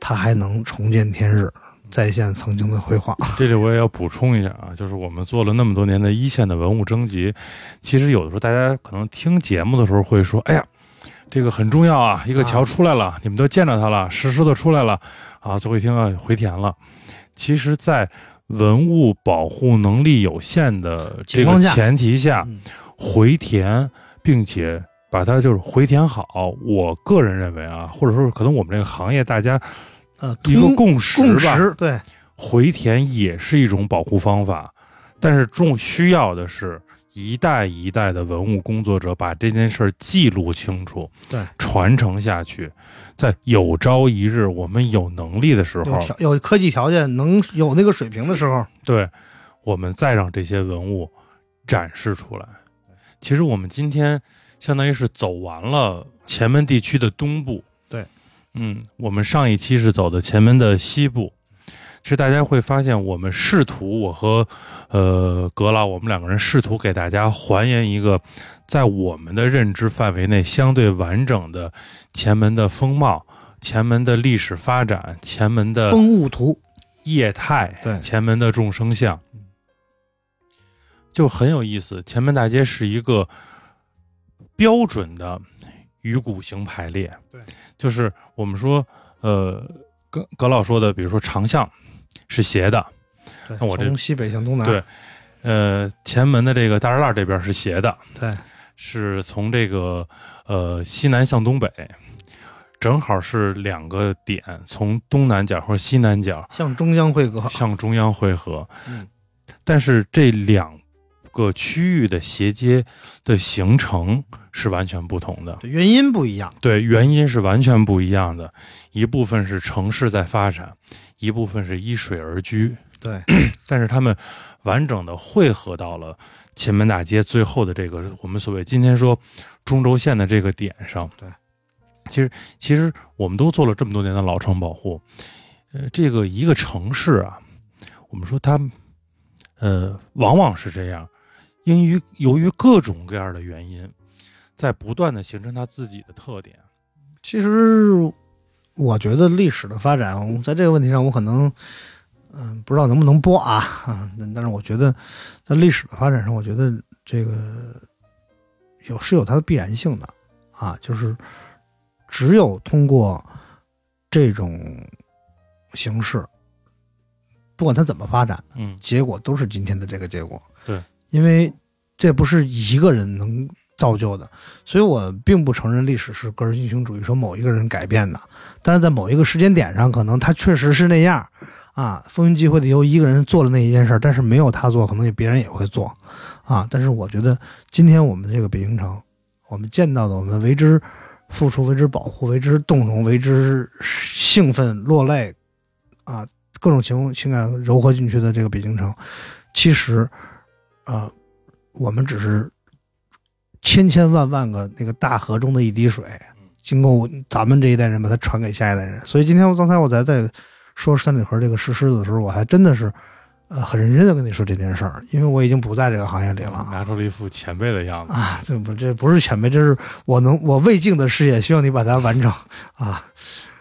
Speaker 2: 它还能重见天日，再现曾经的辉煌。
Speaker 3: 嗯这里我也要补充一下啊，就是我们做了那么多年的一线的文物征集，其实有的时候大家可能听节目的时候会说，哎呀，这个很重要啊，一个桥出来了，你们都见着它了，石狮子出来了，啊，最后一听啊回填了。其实，在文物保护能力有限的这
Speaker 2: 情况
Speaker 3: 个
Speaker 2: 下
Speaker 3: 前提下，
Speaker 2: 嗯
Speaker 3: 回填，并且把它就是回填好。我个人认为啊，或者说可能我们这个行业大家
Speaker 2: 呃，
Speaker 3: 一个
Speaker 2: 通
Speaker 3: 共识吧，
Speaker 2: 共识，对，
Speaker 3: 回填也是一种保护方法，但是重需要的是一代一代的文物工作者把这件事儿记录清楚，
Speaker 2: 对，
Speaker 3: 传承下去，在有朝一日我们有能力的时
Speaker 2: 有
Speaker 3: 候，
Speaker 2: 条有科技条件，能有那个水平的时候，
Speaker 3: 对，我们再让这些文物展示出来。其实我们今天相当于是走完了前门地区的东部，
Speaker 2: 对，
Speaker 3: 嗯，我们上一期是走的前门的西部。其实大家会发现，我们试图，我和呃格老，我们两个人试图给大家还原一个在我们的认知范围内相对完整的前门的风貌、前门的历史发展、前门的
Speaker 2: 风物图，
Speaker 3: 业态，
Speaker 2: 对
Speaker 3: 前门的众生相，就很有意思。前门大街是一个标准的鱼骨形排列，
Speaker 2: 对，
Speaker 3: 就是我们说，呃，葛葛老说的，比如说长巷是斜的，
Speaker 2: 对
Speaker 3: 那我这
Speaker 2: 从西北向东南，
Speaker 3: 对呃，前门的这个大栅栏这边是斜的，
Speaker 2: 对
Speaker 3: 是从这个呃西南向东北，正好是两个点，从东南角或西南角
Speaker 2: 向中央汇合，
Speaker 3: 向中央汇合。
Speaker 2: 嗯
Speaker 3: 但是这两个区域的斜接的形成是完全不同的，
Speaker 2: 对原因不一样，
Speaker 3: 对，原因是完全不一样的。一部分是城市在发展，一部分是依水而居，
Speaker 2: 对，
Speaker 3: 但是他们完整的汇合到了前门大街最后的这个我们所谓今天说中轴线的这个点上。
Speaker 2: 对，
Speaker 3: 其实其实我们都做了这么多年的老城保护，呃，这个一个城市啊，我们说它，呃，往往是这样，因于由于各种各样的原因，在不断的形成它自己的特点。
Speaker 2: 其实我觉得历史的发展，我在这个问题上，我可能嗯、不知道能不能播啊啊，但但是我觉得在历史的发展上，我觉得这个有是有它的必然性的啊，就是只有通过这种形式，不管它怎么发展，
Speaker 3: 嗯，
Speaker 2: 结果都是今天的这个结果。
Speaker 3: 对，
Speaker 2: 因为这不是一个人能造就的，所以我并不承认历史是个人英雄主义说某一个人改变的，但是在某一个时间点上，可能他确实是那样啊。风云际会的由一个人做了那一件事儿，但是没有他做，可能也别人也会做啊。但是我觉得今天我们这个北京城，我们见到的，我们为之。付出为之保护，为之动容，为之兴奋、落泪，啊，各种情情感糅合进去的这个北京城，其实，呃，我们只是千千万万个那个大河中的一滴水，经过我咱们这一代人把它传给下一代人。所以今天我刚才我在在说三里河这个石狮子的时候，我还真的是呃很认真的跟你说这件事儿，因为我已经不在这个行业里了。
Speaker 3: 拿出了一副前辈的样子。
Speaker 2: 啊，这不这不是前辈，这是我能我未尽的事业，希望你把它完成啊！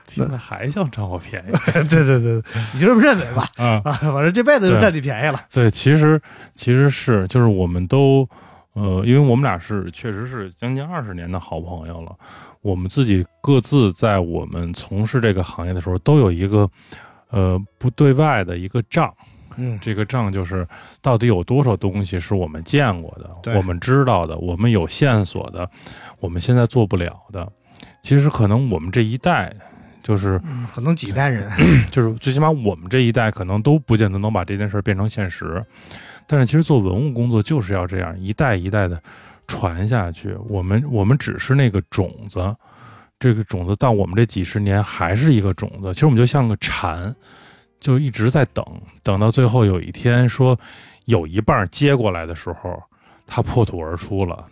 Speaker 3: 听着还像占我便宜
Speaker 2: 对对对，对你就这么认为吧
Speaker 3: 啊！
Speaker 2: 啊，反正这辈子就占你便宜了。
Speaker 3: 对，其实其实是就是我们都，呃，因为我们俩是确实是将近二十年的好朋友了，我们自己各自在我们从事这个行业的时候都有一个，呃，不对外的一个账。
Speaker 2: 嗯，
Speaker 3: 这个账就是到底有多少东西是我们见过的、
Speaker 2: 对
Speaker 3: 我们知道的、我们有线索的、我们现在做不了的。其实可能我们这一代，就是
Speaker 2: 嗯可能几代人，
Speaker 3: 就是最起码我们这一代可能都不见得能把这件事儿变成现实，但是其实做文物工作就是要这样一代一代的传下去。我们我们只是那个种子，这个种子到我们这几十年还是一个种子。其实我们就像个蝉，就一直在等，等到最后有一天说有一半儿接过来的时候，它破土而出了。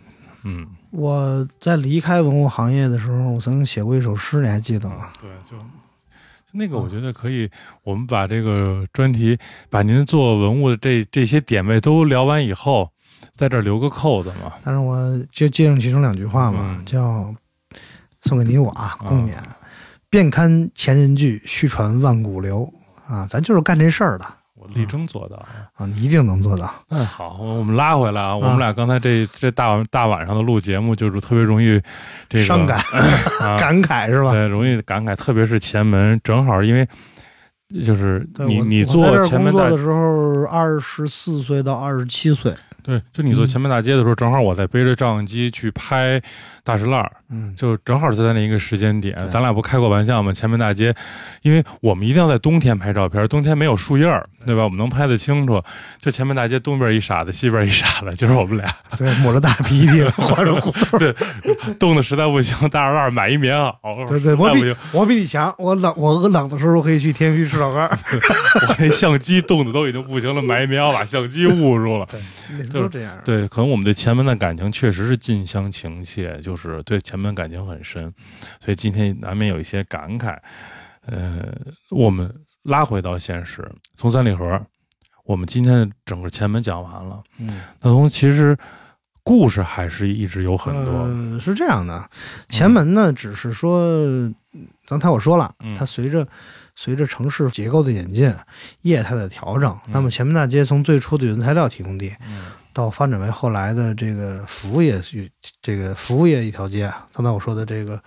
Speaker 3: 嗯，
Speaker 2: 我在离开文物行业的时候，我曾经写过一首诗，你还记得吗？
Speaker 3: 对，就那
Speaker 2: 嗯
Speaker 3: 个，我觉得可以，我们把这个专题，把您做文物的这这些点位都聊完以后，在这儿留个扣子嘛。
Speaker 2: 但是我就借用其中两句话嘛，
Speaker 3: 嗯
Speaker 2: 叫“送给你我啊，
Speaker 3: 啊
Speaker 2: 共勉，遍刊前人句，续传万古流”啊，咱就是干这事儿的
Speaker 3: 我
Speaker 2: 嗯
Speaker 3: 力争做到。
Speaker 2: 啊，你一定能做到。
Speaker 3: 那好，我们拉回来啊，
Speaker 2: 嗯
Speaker 3: 我们俩刚才这这大晚大晚上的录节目，就是特别容易这个
Speaker 2: 伤感、
Speaker 3: 啊，
Speaker 2: 感慨是吧？
Speaker 3: 对，容易感慨，特别是前门，正好因为就是
Speaker 2: 对
Speaker 3: 你
Speaker 2: 我
Speaker 3: 你
Speaker 2: 我在
Speaker 3: 做
Speaker 2: 这儿
Speaker 3: 前
Speaker 2: 工
Speaker 3: 门大
Speaker 2: 作的时候，二十四岁到二十七岁，
Speaker 3: 对，就你做
Speaker 2: 嗯
Speaker 3: 前门大街的时候，正好我在背着照相机去拍大石烂儿。
Speaker 2: 嗯，
Speaker 3: 就正好是在那一个时间点，
Speaker 2: 对
Speaker 3: 咱俩不开过玩笑吗？前门大街，因为我们一定要在冬天拍照片，冬天没有树叶儿，对吧？我们能拍得清楚。就前门大街东边一傻子，西边一傻子， 就是我们俩
Speaker 2: 对，抹着大鼻 涕，画着胡同儿，
Speaker 3: 冻得实在不行，大二二买一棉袄，
Speaker 2: 对对，
Speaker 3: 实在
Speaker 2: 我
Speaker 3: 不
Speaker 2: 比
Speaker 3: 行，
Speaker 2: 我比你强，我冷，我冷的时候可以去天津吃烤干儿，
Speaker 3: 我 那相机冻得都已经不行了，买一棉袄把相机捂住了。
Speaker 2: 那时候都这样。
Speaker 3: 对，可能我们对前门的感情确实是近乡情怯，就是对前门感情很深，所以今天难免有一些感慨。呃，我们拉回到现实，从三里河，我们今天的整个前门讲完了，
Speaker 2: 嗯。
Speaker 3: 那从其实故事还是一直有很多，
Speaker 2: 嗯、是这样的，前门呢，只是说，嗯刚才我说了，
Speaker 3: 嗯
Speaker 2: 它随着随着城市结构的演进、业态的调整，
Speaker 3: 嗯
Speaker 2: 那么前门大街从最初的原材料提供地，
Speaker 3: 嗯
Speaker 2: 到发展为后来的这个服务业与这个服务业一条街，刚才我说的这个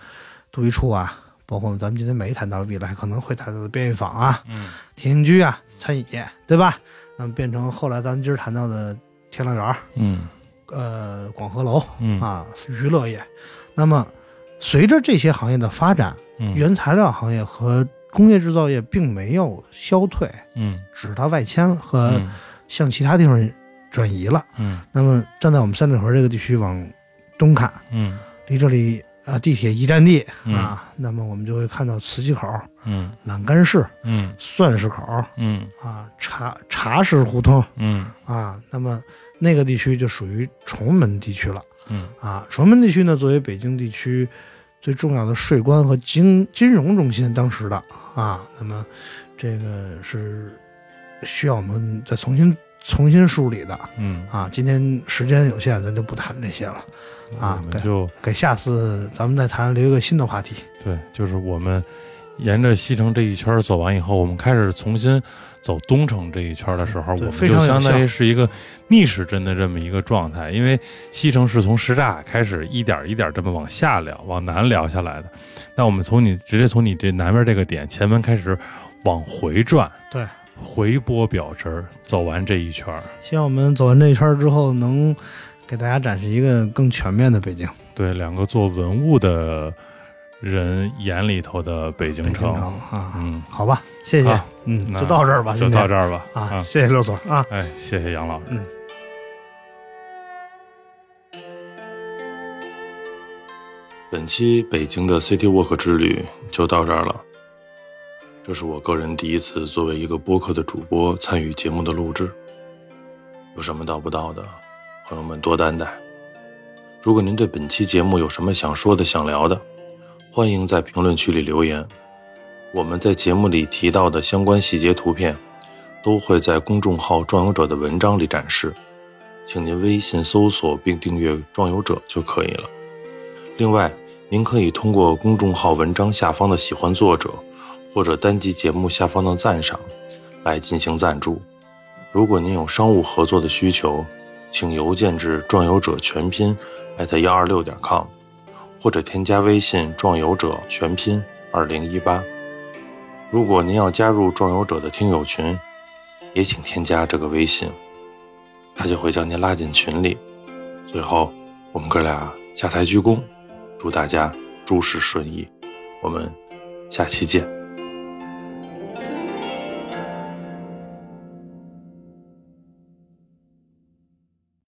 Speaker 2: 杜一处啊、包括咱们今天没谈到未来可能会谈到的便浴坊啊、
Speaker 3: 嗯
Speaker 2: 铁行居啊、餐饮业，对吧？那么变成后来咱们今儿谈到的天乐园儿、
Speaker 3: 嗯
Speaker 2: 呃广和楼
Speaker 3: 嗯
Speaker 2: 啊、娱乐业。那么随着这些行业的发展，
Speaker 3: 嗯
Speaker 2: 原材料行业和工业制造业并没有消退，
Speaker 3: 嗯
Speaker 2: 只是它外迁了和
Speaker 3: 嗯
Speaker 2: 向其他地方转移了。
Speaker 3: 嗯
Speaker 2: 那么站在我们三里屯这个地区往东看，
Speaker 3: 嗯
Speaker 2: 离这里啊地铁一站地
Speaker 3: 嗯
Speaker 2: 啊，那么我们就会看到磁器口、
Speaker 3: 嗯
Speaker 2: 栏杆市、
Speaker 3: 嗯
Speaker 2: 蒜市口
Speaker 3: 嗯
Speaker 2: 啊、茶茶市胡同
Speaker 3: 嗯
Speaker 2: 啊，那么那个地区就属于崇文门地区了
Speaker 3: 嗯
Speaker 2: 啊。崇文门地区呢，作为北京地区最重要的税关和金金融中心，当时的啊，那么这个是需要我们再重新重新梳理的。
Speaker 3: 嗯
Speaker 2: 啊，今天时间有限，咱就不谈这些了，啊
Speaker 3: 我们
Speaker 2: 对
Speaker 3: 就
Speaker 2: 给下次咱们再谈，留一个新的话题。
Speaker 3: 对，就是我们沿着西城这一圈儿走完以后，我们开始重新走东城这一圈儿的时候，我
Speaker 2: 对
Speaker 3: 们
Speaker 2: 非
Speaker 3: 就
Speaker 2: 常有
Speaker 3: 相当于
Speaker 2: 效
Speaker 3: 是一个逆时针的这么一个状态，因为西城是从什刹开始一点儿一点儿这么往下聊，往南聊下来的。那我们从你直接从你这南边这个点前门开始往回转，
Speaker 2: 对，
Speaker 3: 回拨表针儿走完这一圈儿。
Speaker 2: 希望我们走完这一圈儿之后，能给大家展示一个更全面的北京。
Speaker 3: 对，两个做文物的人眼里头的北京
Speaker 2: 北
Speaker 3: 城，
Speaker 2: 京城啊，
Speaker 3: 嗯，
Speaker 2: 好吧，谢谢
Speaker 3: 好，
Speaker 2: 嗯，
Speaker 3: 那
Speaker 2: 就到这儿吧，
Speaker 3: 就
Speaker 2: 今
Speaker 3: 到
Speaker 2: 天
Speaker 3: 这儿吧。嗯
Speaker 2: 啊，谢谢刘总啊。
Speaker 3: 哎，谢谢杨老师。本期北京的 City Walk 之旅就到这儿了。这是我个人第一次作为一个播客的主播参与节目的录制，有什么到不到的，朋友们多担待。如果您对本期节目有什么想说的、想聊的，欢迎在评论区里留言。我们在节目里提到的相关细节图片，都会在公众号“壮游者”的文章里展示，请您微信搜索并订阅“壮游者”就可以了。另外，您可以通过公众号文章下方的喜欢作者，或者单集节目下方的赞赏来进行赞助。如果您有商务合作的需求，请邮件至壮游者全拼艾特幺二六点 com，或者添加微信壮游者全拼二零一八。如果您要加入壮游者的听友群，也请添加这个微信，他就会将您拉进群里。最后，我们哥俩下台鞠躬，祝大家诸事顺意，我们下期见。